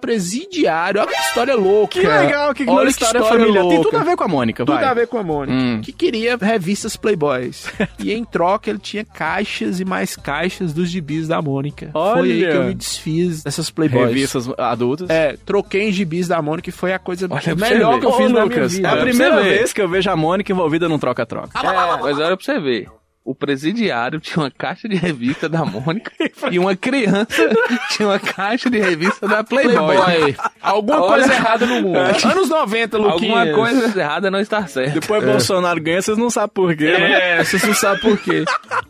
Speaker 6: Otário. Olha que história louca.
Speaker 4: Que legal, que
Speaker 6: Olha
Speaker 4: glória história familiar. Tem tudo a ver com a Mônica,
Speaker 6: Tudo
Speaker 4: vai. Hum.
Speaker 6: a ver com a Mônica. Que queria
Speaker 4: *laughs*
Speaker 6: revistas Playboys. e em troca ele tinha caixas e mais caixas dos gibis da Mônica. Foi aí
Speaker 4: Olha.
Speaker 6: que eu me desfiz dessas Playboys.
Speaker 4: Revistas adultas.
Speaker 6: É, troquei em gibis da Mônica e foi a coisa
Speaker 5: Olha pra
Speaker 6: melhor
Speaker 5: você
Speaker 6: que eu
Speaker 5: ver.
Speaker 6: fiz
Speaker 4: Ô,
Speaker 6: na
Speaker 4: Lucas,
Speaker 6: minha
Speaker 4: é
Speaker 6: vida.
Speaker 4: a
Speaker 5: Olha pra
Speaker 4: primeira
Speaker 5: você ver.
Speaker 4: vez que eu vejo a Mônica envolvida num troca-troca.
Speaker 5: É, Mas olha pra você ver. O presidiário tinha uma caixa de revista da Mônica e uma criança tinha uma caixa de revista da Playboy.
Speaker 6: Playboy. Alguma
Speaker 5: Olha.
Speaker 6: coisa errada
Speaker 4: *laughs*
Speaker 6: no mundo. Anos 90, Luquinhas.
Speaker 5: Alguma coisa errada não está certa.
Speaker 4: Depois Bolsonaro ganha, vocês não sabem por quê, né?
Speaker 6: É, vocês não sabem por quê.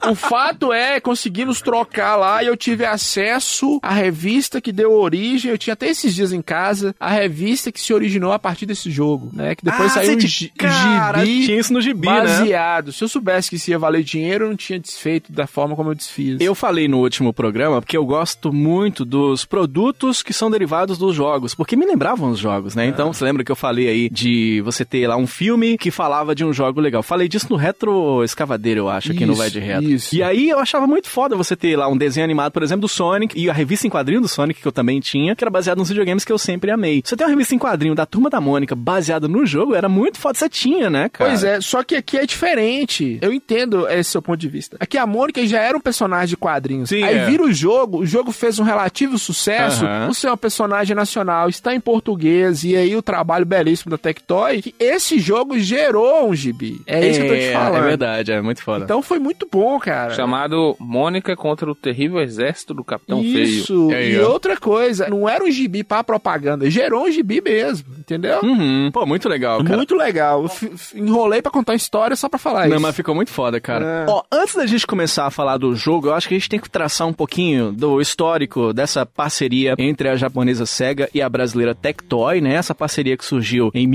Speaker 6: O fato é, conseguimos trocar lá e eu tive acesso à revista que deu origem, eu tinha até esses dias em casa, a revista que se originou a partir desse jogo, né? Que depois
Speaker 4: Ah,
Speaker 6: saiu
Speaker 4: você
Speaker 6: um
Speaker 4: te-
Speaker 6: gi-
Speaker 4: Cara, tinha isso no gibi, né?
Speaker 6: baseado. Se eu soubesse que isso ia valer dinheiro, eu não tinha desfeito da forma como eu desfiz.
Speaker 4: Eu falei no último programa porque eu gosto muito dos produtos que são derivados dos jogos, porque me lembravam os jogos, né?
Speaker 6: É.
Speaker 4: Então, você lembra que eu falei aí de você ter lá um filme que falava de um jogo legal. Falei disso no Retro Escavadeiro, eu acho, aqui no
Speaker 6: Isso,
Speaker 4: Vai de Retro.
Speaker 6: isso.
Speaker 4: E aí eu achava muito foda você ter lá um desenho animado, por exemplo, do Sonic e a revista em quadrinho do Sonic que eu também tinha, que era baseado nos videogames que eu sempre amei. Você ter uma revista em quadrinho da Turma da Mônica baseada no jogo era muito foda, você tinha, né, cara?
Speaker 6: Pois é, só que aqui é diferente. Eu entendo esse seu ponto de vista. Aqui a Mônica já era um personagem de quadrinhos.
Speaker 4: Sim,
Speaker 6: Aí
Speaker 4: é.
Speaker 6: vira o jogo, o jogo fez um relativo sucesso.
Speaker 4: Aham.
Speaker 6: Você é um personagem nacional, está em português, e aí o trabalho belíssimo da Tectoy, que esse jogo gerou um gibi. É isso que eu tô te falando.
Speaker 4: É verdade, é muito foda.
Speaker 6: Então foi muito bom, cara.
Speaker 5: Chamado Mônica contra o terrível exército do Capitão Feio.
Speaker 6: isso.
Speaker 4: E É aí,
Speaker 6: E
Speaker 4: ó.
Speaker 6: outra coisa, não era um gibi pra propaganda, gerou um gibi mesmo, entendeu?
Speaker 4: Uhum. Pô, muito legal, cara.
Speaker 6: Muito legal. Eu f- f- enrolei pra contar história só pra falar
Speaker 4: Não,
Speaker 6: isso.
Speaker 4: mas ficou muito foda, cara.
Speaker 6: É.
Speaker 4: Ó, antes da gente começar a falar do jogo, eu acho que a gente tem que traçar um pouquinho do histórico dessa parceria entre a japonesa SEGA e a brasileira Tectoy, né? Essa parceria que surgiu em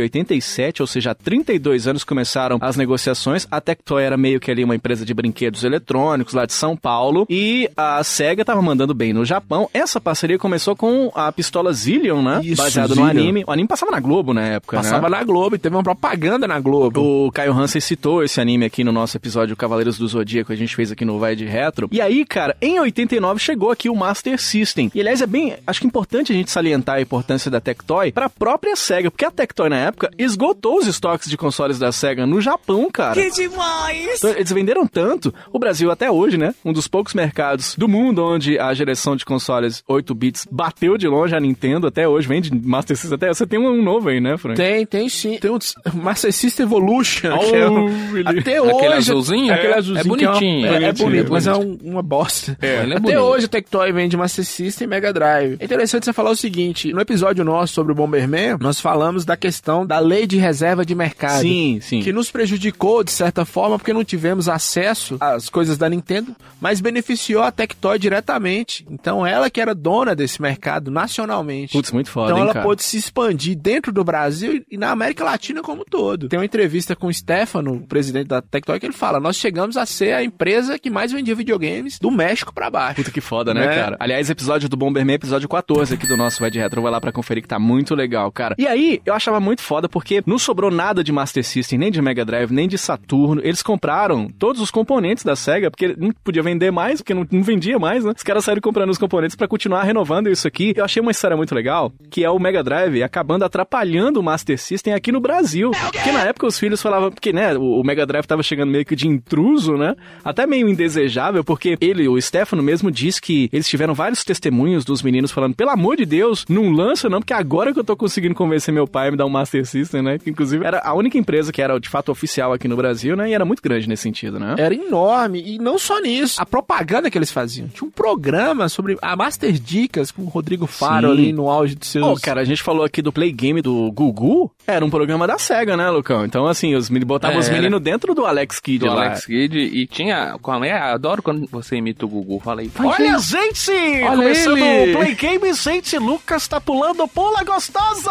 Speaker 4: 1987, ou seja, há 32 anos começaram as negociações. A Tectoy era meio que ali uma empresa de brinquedos eletrônicos lá de São Paulo e a SEGA tava mandando bem no Japão. Essa parceria começou com a pistola Zillion, né?
Speaker 6: Isso,
Speaker 4: Baseado no
Speaker 6: Zillion.
Speaker 4: anime. O anime passava na Globo na época, né?
Speaker 6: Passava na Globo e teve uma propaganda na Globo.
Speaker 4: O Caio Hansen citou esse anime aqui no nosso episódio Cavaleiros do Zodíaco, que a gente fez aqui no Vai de Retro. E aí, cara, em 89 chegou aqui o Master System. E aliás, é bem, acho que é importante a gente salientar a importância da Tectoy pra própria SEGA, porque a Tectoy na época esgotou os estoques de consoles da SEGA no Japão, cara. Que demais! eles venderam tanto, o Brasil até hoje, né? Um dos poucos mercados do mundo onde a geração de consoles 8 bits bateu de longe a Nintendo até hoje, vende Master System até. Você tem um novo aí, né, Frank?
Speaker 6: Tem, tem sim. Tem o des- Master System Evolution.
Speaker 4: Oh,
Speaker 6: *laughs* que é um-
Speaker 4: ele-
Speaker 6: Até
Speaker 5: Aquele
Speaker 6: hoje.
Speaker 5: azulzinho?
Speaker 6: Aquele
Speaker 5: É
Speaker 6: azulzinho.
Speaker 5: bonitinho.
Speaker 6: que É, um- é- é
Speaker 4: Bonitinho,
Speaker 6: bonito,
Speaker 4: é
Speaker 6: mas é um- uma bosta.
Speaker 5: ele é
Speaker 6: Até
Speaker 5: bonito.
Speaker 6: hoje o Tectoy vende Master System e Mega Drive. É interessante você falar o seguinte: no episódio nosso sobre o Bomberman, nós falamos da questão da lei de reserva de mercado.
Speaker 4: Sim, sim.
Speaker 6: Que nos prejudicou de certa forma porque não tivemos acesso às coisas da Nintendo, mas beneficiou a Tectoy diretamente. Então ela que era dona desse mercado nacionalmente.
Speaker 4: Putz, muito foda,
Speaker 6: Então
Speaker 4: hein,
Speaker 6: ela
Speaker 4: cara?
Speaker 6: pôde se expandir dentro do Brasil e na América Latina como um todo. Tem uma entrevista com o Stefano, o presidente da Tectoy, que ele fala: "Nós chegamos a ser a empresa que mais vendia videogames do México pra baixo".
Speaker 4: Puta que foda, né,
Speaker 6: Né?
Speaker 4: cara? Aliás, episódio do Bomberman, episódio 14 aqui do nosso Vai de Retro. Vai lá pra conferir que tá muito legal, cara. E aí, eu achava muito foda porque não sobrou nada de Master System, nem de Mega Drive, nem de Saturno. Eles compraram todos os componentes da SEGA, porque não podia vender mais, porque não, não vendia mais, né? Os caras saíram comprando os componentes pra continuar renovando isso aqui. Eu achei uma história muito legal, que é o Mega Drive acabando atrapalhando o Master System aqui no Brasil. Porque na época os filhos falavam, porque, né, o o Mega Drive tava chegando meio que de intruso, né? Até meio indesejável, porque ele, o Stefano mesmo, diz que eles tiveram vários testemunhos dos meninos falando, pelo amor de Deus, não lança não, porque agora que eu tô conseguindo convencer meu pai a me dar um Master System, né? Que inclusive era a única empresa que era de fato oficial aqui no Brasil, né? E era muito grande nesse sentido,
Speaker 5: É,
Speaker 4: né?
Speaker 6: Era enorme. E não só nisso. A propaganda que eles faziam. Tinha um programa sobre a Master Dicas com o Rodrigo Faro
Speaker 4: Sim.
Speaker 6: ali no auge dos seus.
Speaker 4: Ô, cara, a gente falou aqui do Play Game do Gugu, era um programa da SEGA, né, Lucão? Então, assim, os meni- botavam os
Speaker 5: Era.
Speaker 4: meninos dentro do Alex Kidd
Speaker 5: É. Do
Speaker 4: lá.
Speaker 5: Alex Kidd e tinha. Como é? Adoro quando você imita o Gugu. Falei,
Speaker 4: Olha, gente!
Speaker 5: Olha
Speaker 4: começando
Speaker 5: ele!
Speaker 4: o Play Game, gente, Lucas tá pulando pula gostoso!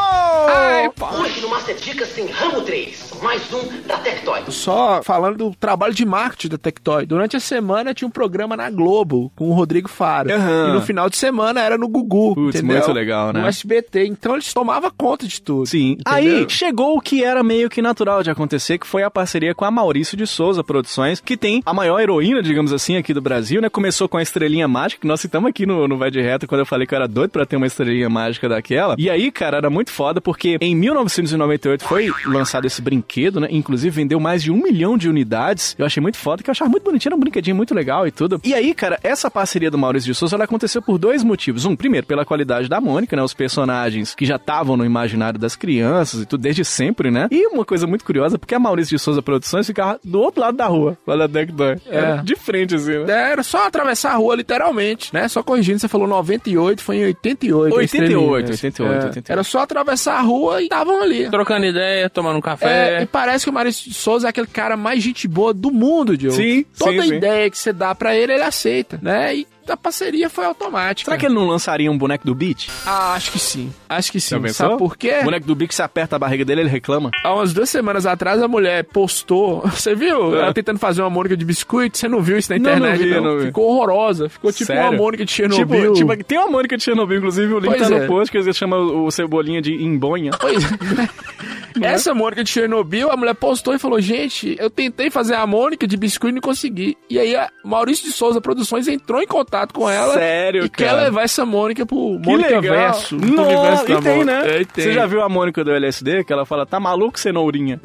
Speaker 8: Hoje no Master Dicas tem Rambo 3, mais um da Tectoy.
Speaker 6: Só falando do trabalho de marketing da Tectoy. Durante a semana tinha um programa na Globo com o Rodrigo Faro.
Speaker 4: Aham.
Speaker 6: E no final de semana era no Gugu.
Speaker 4: Putz,
Speaker 6: entendeu?
Speaker 4: muito legal, né?
Speaker 6: No SBT. Então eles tomava conta de tudo.
Speaker 4: Sim.
Speaker 6: entendeu?
Speaker 4: Aí chegou o que era meio que natural de acontecer, que foi a parceria com a Maurício de Souza Produções, que tem a maior heroína, digamos assim, aqui do Brasil, né? Começou com a estrelinha mágica, que nós citamos aqui no, no Vai de Reto, quando eu falei que eu era doido pra ter uma estrelinha mágica daquela. E aí, cara, era muito foda, porque em 1998 foi lançado esse brinquedo, né? Inclusive vendeu mais de um milhão de unidades. Eu achei muito foda, que eu achava muito bonitinho, era um brinquedinho muito legal e tudo. E aí, cara, essa parceria do Maurício de Souza, ela aconteceu por dois motivos. Um, primeiro, pela qualidade da Mônica, né? Os personagens que já estavam no imaginário das crianças e tudo, desde sempre, né? E uma coisa muito curiosa, porque a Maurício de Souza Produções ficava do outro lado da rua, lá da Deck Dan. Era de frente, assim, né?
Speaker 6: é, Era só atravessar a rua, literalmente, né? Só corrigindo, você falou 98, foi em 88. a
Speaker 4: 88,
Speaker 6: estrelinha.
Speaker 4: 88,
Speaker 6: É,
Speaker 4: 88.
Speaker 6: Era só atravessar a rua e estavam ali.
Speaker 5: Trocando ideia, tomando um
Speaker 6: É,
Speaker 5: café.
Speaker 6: e parece que o Maurício de Souza é aquele cara mais gente boa do mundo, Diogo.
Speaker 4: Sim,
Speaker 6: Toda
Speaker 4: sim, sim.
Speaker 6: ideia que você dá pra ele, ele aceita, né? E a parceria foi automática.
Speaker 4: Será que ele não lançaria um boneco do Beat?
Speaker 6: Ah, acho que sim. Acho que sim.
Speaker 4: Já pensou?
Speaker 6: Sabe por quê?
Speaker 4: O boneco do Beat que se aperta a barriga dele, ele reclama.
Speaker 6: Há umas duas semanas atrás, a mulher postou. *laughs* Você viu? Ela tentando fazer uma mônica de biscoito. Você não viu isso na
Speaker 4: É. Não,
Speaker 6: internet?
Speaker 4: não vi, não vi.
Speaker 6: Ficou horrorosa. Ficou tipo uma
Speaker 4: Sério?
Speaker 6: mônica de Chernobyl.
Speaker 4: Tipo, tipo, tem uma Mônica de Chernobyl, inclusive, o link
Speaker 6: Pois
Speaker 4: tá
Speaker 6: é.
Speaker 4: no post, que eles chamam o Cebolinha de Imbonha. *laughs*
Speaker 6: Pois é.
Speaker 4: Né?
Speaker 6: Essa Mônica de Chernobyl, a mulher postou e falou: Gente, eu tentei fazer a Mônica de biscoito e não consegui. E aí, a Maurício de Souza Produções entrou em contato com ela.
Speaker 4: Sério,
Speaker 6: E
Speaker 4: cara.
Speaker 6: quer levar essa Mônica pro
Speaker 4: Que
Speaker 6: Mônica
Speaker 4: legal.
Speaker 6: Verso. pro
Speaker 4: Nossa,
Speaker 6: universo da
Speaker 4: e tem,
Speaker 6: Mônica.
Speaker 4: né?
Speaker 6: É, e tem.
Speaker 4: Você já viu a Mônica do LSD? Que ela fala, tá maluco, *laughs* cenourinha?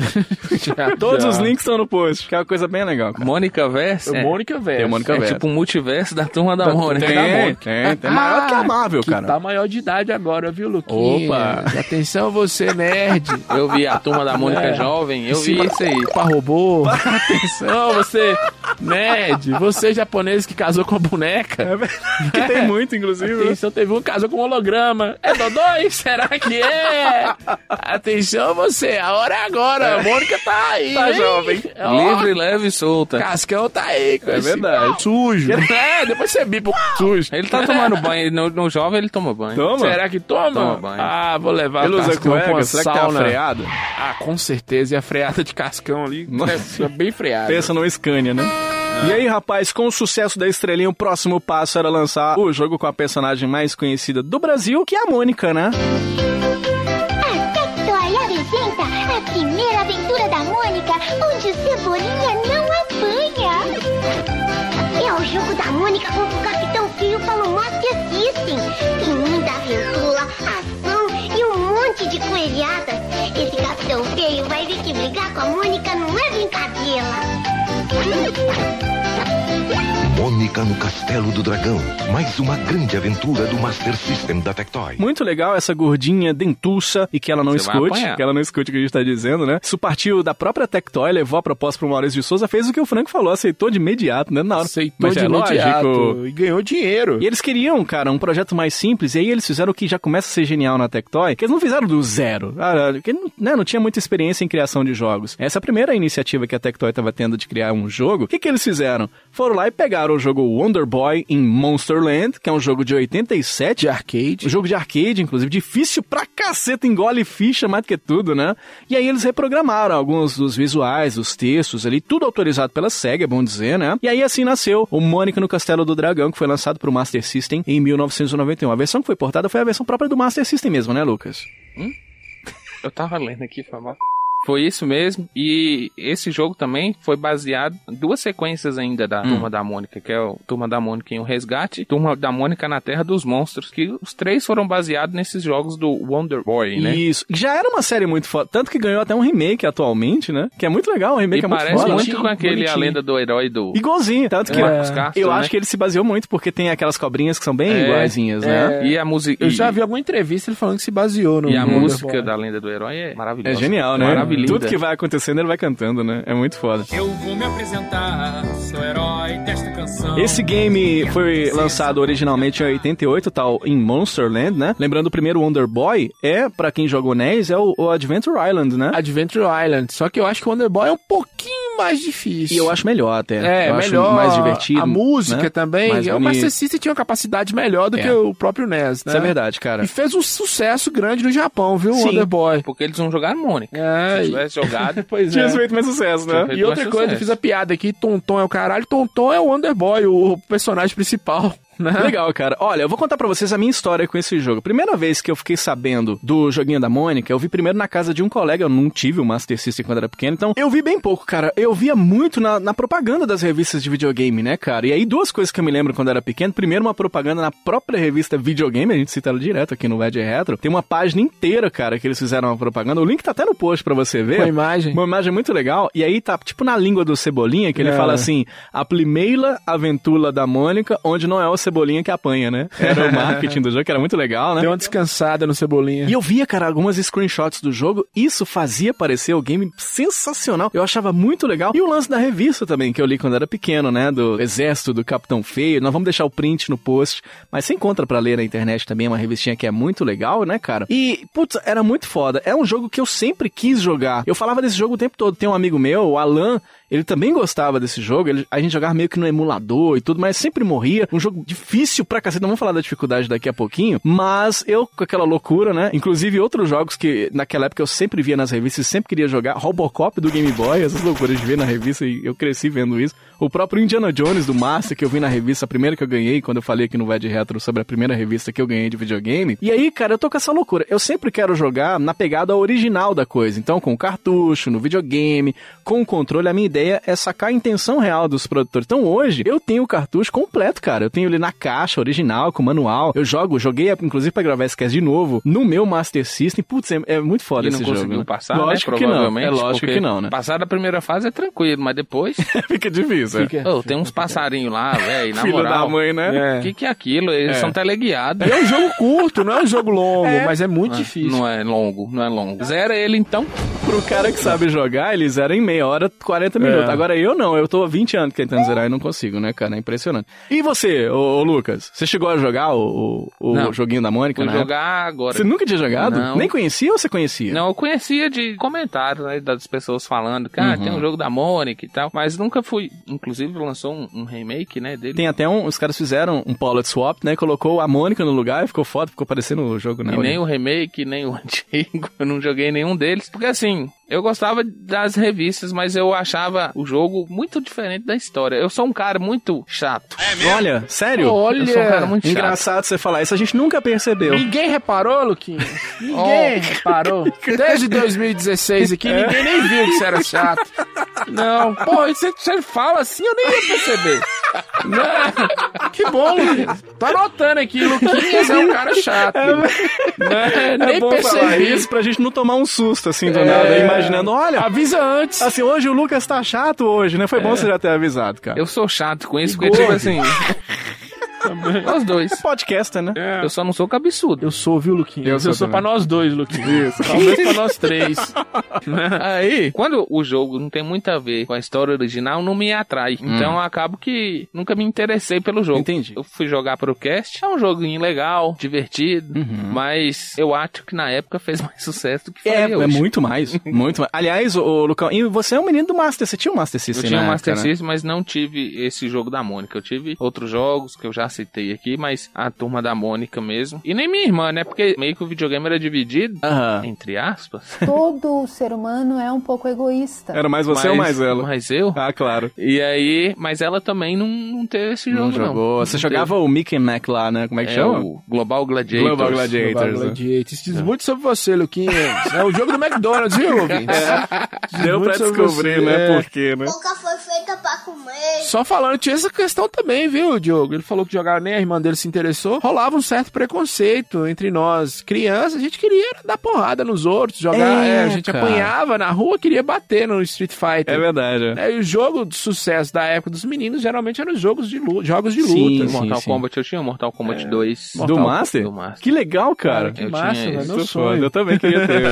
Speaker 6: Já,
Speaker 4: Todos
Speaker 6: já.
Speaker 4: os links estão no post, que é uma coisa bem legal, cara.
Speaker 5: Mônica Versa?
Speaker 6: É. Mônica Verso.
Speaker 4: Tem a Mônica
Speaker 5: é
Speaker 4: Verso.
Speaker 5: tipo um multiverso da turma da, Mônica.
Speaker 4: tem,
Speaker 5: Da
Speaker 4: tem,
Speaker 5: Mônica.
Speaker 4: tem, É maior que a Marvel,
Speaker 6: Ah, que
Speaker 4: cara.
Speaker 6: tá maior de idade agora, viu, Luquinha?
Speaker 4: Opa.
Speaker 6: Atenção você,
Speaker 4: *laughs*
Speaker 6: nerd.
Speaker 5: Eu vi a turma da Mônica
Speaker 6: É.
Speaker 5: jovem, eu vi isso aí.
Speaker 4: *laughs*
Speaker 6: Pra robô. Atenção você, nerd. Você japonês que casou com a
Speaker 4: *laughs*
Speaker 6: boneca.
Speaker 4: É verdade, que tem muito, inclusive. né?
Speaker 6: Atenção, teve um que casou com um holograma. É Dodói? *laughs* Será que é? Atenção você, a hora é agora. A Mônica tá aí.
Speaker 4: Tá
Speaker 6: hein?
Speaker 4: jovem.
Speaker 6: É, Ó,
Speaker 5: Livre, leve e solta.
Speaker 6: Cascão tá aí. com
Speaker 4: É
Speaker 6: esse
Speaker 4: verdade.
Speaker 6: Sujo. É, depois você bipa o sujo.
Speaker 5: Ele tá tomando banho, ele no, no jovem ele toma banho.
Speaker 4: Toma.
Speaker 6: Será que toma?
Speaker 5: Toma banho.
Speaker 6: Ah, vou levar
Speaker 4: Ele
Speaker 6: o
Speaker 4: usa
Speaker 6: Cascão pra
Speaker 4: cueca,
Speaker 6: uma
Speaker 4: será que tá
Speaker 6: sauna.
Speaker 4: freado?
Speaker 6: ah, com certeza. E a freada de Cascão ali.
Speaker 4: Nossa.
Speaker 6: é bem freada.
Speaker 4: Pensa no Scania, né? E aí, rapaz, com o sucesso da estrelinha, o próximo passo era lançar o jogo com a personagem mais conhecida do Brasil, que é a Mônica, né?
Speaker 9: Tectoy apresenta a primeira aventura da Mônica, onde o Cebolinha não apanha. É o jogo da Mônica contra o Capitão Frio para o Master System. Tem muita aventura, ação e um monte de coelhadas. Esse Capitão Feio vai ver que brigar com a Mônica não é brincadeira.
Speaker 10: Mônica no Castelo do Dragão. Mais uma grande aventura do Master System da Tectoy.
Speaker 4: Muito legal essa gordinha dentuça e que ela não
Speaker 5: Você vai
Speaker 4: escute,
Speaker 5: apanhar.
Speaker 4: que ela não escute o que a gente tá dizendo, né? Isso partiu da própria Tectoy, levou a proposta pro Maurício de Souza, fez o que o Franco falou, aceitou de imediato, né? Na hora.
Speaker 6: Aceitou
Speaker 4: Mas
Speaker 6: de
Speaker 4: é
Speaker 6: imediato. E ganhou dinheiro.
Speaker 4: E eles queriam, cara, um projeto mais simples, e aí eles fizeram o que já começa a ser genial na Tectoy, que eles não fizeram do zero. Ah, Porque né, não tinha muita experiência em criação de jogos. Essa é a primeira iniciativa que a Tectoy estava tendo de criar um jogo. O que, que eles fizeram? Foram lá e pegaram o jogo Wonder Boy em Monsterland, que é um jogo de 87.
Speaker 6: De arcade.
Speaker 4: Um jogo de arcade, inclusive, difícil pra caceta, engole ficha mais do que tudo, né? E aí eles reprogramaram alguns dos visuais, dos textos ali, tudo autorizado pela SEGA, é bom dizer, né? E aí assim nasceu o Mônica no Castelo do Dragão, que foi lançado pro Master System em 1991. A versão que foi portada foi a versão própria do Master System mesmo, né, Lucas?
Speaker 5: Eu tava lendo aqui, foi mal. Foi isso mesmo. E esse jogo também foi baseado em duas sequências ainda da
Speaker 4: Hum.
Speaker 5: Turma da Mônica, que é o Turma da Mônica em O Resgate, Turma da Mônica na Terra dos Monstros, que os três foram baseados nesses jogos do Wonder Boy, né?
Speaker 4: Isso. Já era uma série muito foda, tanto que ganhou até um remake atualmente, né? Que é muito legal, o remake
Speaker 5: E
Speaker 4: é muito
Speaker 5: parece
Speaker 4: foda.
Speaker 5: muito, com aquele A
Speaker 4: Bonitinho.
Speaker 5: Lenda do Herói do
Speaker 4: Igualzinho, tanto que
Speaker 5: Marcos Castro,
Speaker 4: eu
Speaker 5: né?
Speaker 4: acho que ele se baseou muito, porque tem aquelas cobrinhas que são bem
Speaker 5: É,
Speaker 4: iguaizinhas, né?
Speaker 5: E a música.
Speaker 6: Eu já vi alguma entrevista ele falando que se baseou no.
Speaker 5: E a
Speaker 6: no-
Speaker 5: música da Lenda do Herói é maravilhosa.
Speaker 4: É genial, né?
Speaker 5: Maravilhosa.
Speaker 4: Tudo que vai acontecendo, ele vai cantando, né? É muito foda.
Speaker 2: Eu vou me apresentar, sou herói desta canção.
Speaker 4: Esse game foi lançado originalmente em 88, tal, em Monsterland, né? Lembrando, o primeiro Wonder Boy é, pra quem jogou NES, é o, o Adventure Island, né?
Speaker 6: Adventure Island. Só que eu acho que o Wonder Boy é um pouquinho mais difícil.
Speaker 4: E eu acho melhor até.
Speaker 6: é,
Speaker 4: eu acho
Speaker 6: melhor.
Speaker 4: mais divertido.
Speaker 6: A música
Speaker 4: né?
Speaker 6: também.
Speaker 4: Mais
Speaker 6: é, o
Speaker 4: bonito.
Speaker 6: Master System tinha uma capacidade melhor do
Speaker 4: É.
Speaker 6: que o próprio NES, né?
Speaker 4: Isso é verdade, cara.
Speaker 6: E fez um sucesso grande no Japão, viu,
Speaker 4: Sim.
Speaker 6: Wonder Boy?
Speaker 5: Porque eles não jogaram Mônica.
Speaker 6: É,
Speaker 5: Se
Speaker 4: *laughs*
Speaker 6: e-
Speaker 5: tivesse jogado,
Speaker 6: pois
Speaker 4: Tinha
Speaker 6: é.
Speaker 4: feito mais sucesso, né?
Speaker 5: feito
Speaker 6: E outra
Speaker 5: mais
Speaker 6: coisa, eu
Speaker 5: sucesso.
Speaker 6: fiz a piada aqui, Tonton é o caralho, Tonton é o Wonder Boy, o personagem principal. *laughs*
Speaker 4: Legal, cara. Olha, eu vou contar pra vocês a minha história com esse jogo. Primeira vez que eu fiquei sabendo do joguinho da Mônica, eu vi primeiro na casa de um colega. Eu não tive o Master System quando era pequeno, então eu vi bem pouco, cara. Eu via muito na, na propaganda das revistas de videogame, né, cara? E aí, duas coisas que eu me lembro quando era pequeno. Primeiro, uma propaganda na própria revista Videogame, a gente cita ela direto aqui no Bad Retro. Tem uma página inteira, cara, que eles fizeram uma propaganda. O link tá até no post pra você ver.
Speaker 6: Com a imagem.
Speaker 4: Uma imagem muito legal. E aí tá tipo na língua do Cebolinha, que ele
Speaker 6: É.
Speaker 4: fala assim: a primeira aventura da Mônica, onde não é o Cebolinha que apanha, né? Era o marketing do jogo, que era muito legal, né?
Speaker 6: Deu uma descansada no Cebolinha.
Speaker 4: E eu via, cara, algumas screenshots do jogo. Isso fazia parecer o game sensacional. Eu achava muito legal. E o lance da revista também, que eu li quando era pequeno, né? Do Exército, do Capitão Feio. Nós vamos deixar o print no post. Mas você encontra pra ler na internet também. É uma revistinha que é muito legal, né, cara? E, putz, era muito foda. É um jogo que eu sempre quis jogar. Eu falava desse jogo o tempo todo. Tem um amigo meu, o Alan. Ele também gostava desse jogo, ele- a gente jogava meio que no emulador e tudo, mas sempre morria. Um jogo difícil pra cacete, não vamos falar da dificuldade daqui a pouquinho, mas eu com aquela loucura, né? Inclusive outros jogos que naquela época eu sempre via nas revistas e sempre queria jogar, Robocop do Game Boy, essas loucuras de ver na revista e eu cresci vendo isso. O próprio Indiana Jones do Master que eu vi na revista, a primeira que eu ganhei, quando eu falei aqui no Vai de Retro sobre a primeira revista que eu ganhei de videogame. E aí, cara, eu tô com essa loucura. Eu sempre quero jogar na pegada original da coisa, então com cartucho, no videogame, com o controle, a minha ideia é sacar a intenção real dos produtores. Então hoje eu tenho o cartucho completo, cara. Eu tenho ele na caixa original, com manual. Eu jogo, joguei inclusive pra gravar esse cast de novo no meu Master System. Putz, é, é muito foda
Speaker 5: E não
Speaker 4: esse jogo.
Speaker 5: conseguiu
Speaker 4: né?
Speaker 5: passar,
Speaker 4: lógico
Speaker 5: né?
Speaker 4: que não.
Speaker 5: Provavelmente.
Speaker 4: É lógico
Speaker 5: porque
Speaker 4: que não, né?
Speaker 5: Passar da primeira fase é tranquilo, mas depois.
Speaker 4: *laughs* Fica difícil. é.
Speaker 5: Ô, tem *laughs* uns passarinhos lá, velho, na
Speaker 4: Filho
Speaker 5: moral.
Speaker 4: da mãe, né?
Speaker 5: O que, que é aquilo? Eles são teleguiados.
Speaker 6: É um jogo curto, não é um jogo longo, mas é
Speaker 4: Ah,
Speaker 6: muito difícil.
Speaker 5: Não é longo, não é longo. Zera ele então.
Speaker 4: É, Pro cara que sabe jogar, eles eram em meia hora, 40 minutos.
Speaker 6: É.
Speaker 4: Agora eu não, eu tô há 20 anos tentando zerar e não consigo, né, cara? É impressionante. E você, ô, ô, Lucas? Você chegou a jogar o, o- o
Speaker 5: Não.
Speaker 4: joguinho da Mônica,
Speaker 5: Vou
Speaker 4: na época?
Speaker 5: jogar agora.
Speaker 4: Você nunca tinha jogado?
Speaker 5: Não.
Speaker 4: Nem conhecia ou você conhecia?
Speaker 5: Não, eu conhecia de comentários né, das pessoas falando que ah, tem um jogo da Mônica e tal, mas nunca fui. Inclusive lançou um, um remake,
Speaker 4: *laughs*
Speaker 5: né, dele.
Speaker 4: Tem até um. Os caras fizeram um Pollet Swap, né? Colocou a Mônica no lugar e ficou foda, ficou parecendo o jogo, né?
Speaker 5: E nem o remake, nem o *laughs* antigo, eu não joguei nenhum deles. Porque assim, eu gostava das revistas, mas eu achava o jogo muito diferente da história. Eu sou um cara muito chato.
Speaker 4: É Olha, sério?
Speaker 5: Eu sou um cara muito chato.
Speaker 4: Engraçado você falar isso, a gente nunca percebeu.
Speaker 6: Ninguém reparou, Luquinha?
Speaker 5: *laughs*
Speaker 6: Ninguém reparou. Desde 2016 aqui,
Speaker 5: É.
Speaker 6: ninguém nem viu que você era chato. Não, pô, você, você fala assim, eu nem ia perceber. Não, que bom, Luquinha. Tô anotando aqui, Luquinhas é um cara chato.
Speaker 5: É,
Speaker 6: Não, nem
Speaker 4: falar
Speaker 6: percebi.
Speaker 4: isso pra gente não tomar um susto assim do nada, imaginando, olha,
Speaker 6: Avisa antes.
Speaker 4: Assim, hoje o Lucas tá chato hoje, né? Foi bom você já ter avisado, cara.
Speaker 5: É. Eu sou chato com isso, porque tipo assim. Os dois.
Speaker 4: podcaster, né?
Speaker 5: Eu só não sou cabeçudo.
Speaker 6: Eu sou, viu, Luquinha? Eu,
Speaker 4: sou
Speaker 6: sou,
Speaker 4: também.
Speaker 6: pra nós dois, Luquinha. Isso. Talvez pra nós
Speaker 4: *laughs*
Speaker 6: três.
Speaker 5: Aí, quando o jogo não tem muito a ver com a história original, não me atrai. Então eu acabo que nunca me interessei pelo jogo.
Speaker 4: Hum. Entendi.
Speaker 5: Eu fui jogar pro cast, é um joguinho legal, divertido, mas eu acho que na época fez *laughs* mais sucesso do que
Speaker 4: Uhum. É,
Speaker 5: faria
Speaker 4: é
Speaker 5: hoje.
Speaker 4: muito mais, muito mais. Aliás, ô, ô, Lucão, e você é um menino do Master, você tinha o Master
Speaker 5: Eu
Speaker 4: System,
Speaker 5: tinha
Speaker 4: na
Speaker 5: o
Speaker 4: época,
Speaker 5: Master
Speaker 4: né?
Speaker 5: System, mas não tive esse jogo da Mônica. Eu tive outros jogos que eu já citei aqui, mas a turma da Mônica mesmo. E nem minha irmã, né? Porque meio que o videogame era dividido,
Speaker 4: Aham.
Speaker 5: entre aspas.
Speaker 11: Todo ser humano é um pouco egoísta.
Speaker 4: Era mais *laughs* você ou
Speaker 5: Mas-
Speaker 4: mais ela?
Speaker 5: Mas eu.
Speaker 4: Ah, claro.
Speaker 5: E aí, mas ela também não, não teve esse jogo,
Speaker 4: Não
Speaker 5: não.
Speaker 4: jogou.
Speaker 5: Não
Speaker 4: você
Speaker 5: teve.
Speaker 4: jogava o Mickey Mac lá, né? Como é que
Speaker 5: é
Speaker 4: chama?
Speaker 5: o Global Gladiators.
Speaker 4: Global Gladiators. né?
Speaker 6: Gladiator. Isso diz muito sobre você, Luquinha. É o jogo do McDonald's, viu, ouvintes? Diz
Speaker 4: Deu
Speaker 6: muito
Speaker 4: pra
Speaker 6: sobre
Speaker 4: descobrir,
Speaker 6: você.
Speaker 4: né?
Speaker 6: É.
Speaker 4: Por quê, né?
Speaker 9: Boca foi feita pra comer.
Speaker 6: Só falando, tinha essa questão também, viu, Diogo? Ele falou que jogava nem a irmã dele se interessou. Rolava um certo preconceito entre nós. Criança, a gente queria dar porrada nos outros, jogar.
Speaker 4: É,
Speaker 6: é, a gente
Speaker 4: cara.
Speaker 6: apanhava na rua, queria bater no Street Fighter.
Speaker 4: É verdade. é.
Speaker 6: É, e o jogo de sucesso da época dos meninos geralmente eram jogos de luta, jogos de
Speaker 4: Sim,
Speaker 6: luta.
Speaker 4: sim. É.
Speaker 5: Mortal Kombat, eu tinha o Mortal Kombat 2.
Speaker 4: Do Master?
Speaker 5: É. Do Master.
Speaker 4: Que legal, cara.
Speaker 5: Eu um
Speaker 6: massa,
Speaker 5: tinha
Speaker 6: velho,
Speaker 5: isso.
Speaker 6: meu
Speaker 4: Sou
Speaker 6: sonho.
Speaker 4: foda, Eu também queria
Speaker 5: *laughs*
Speaker 4: ter.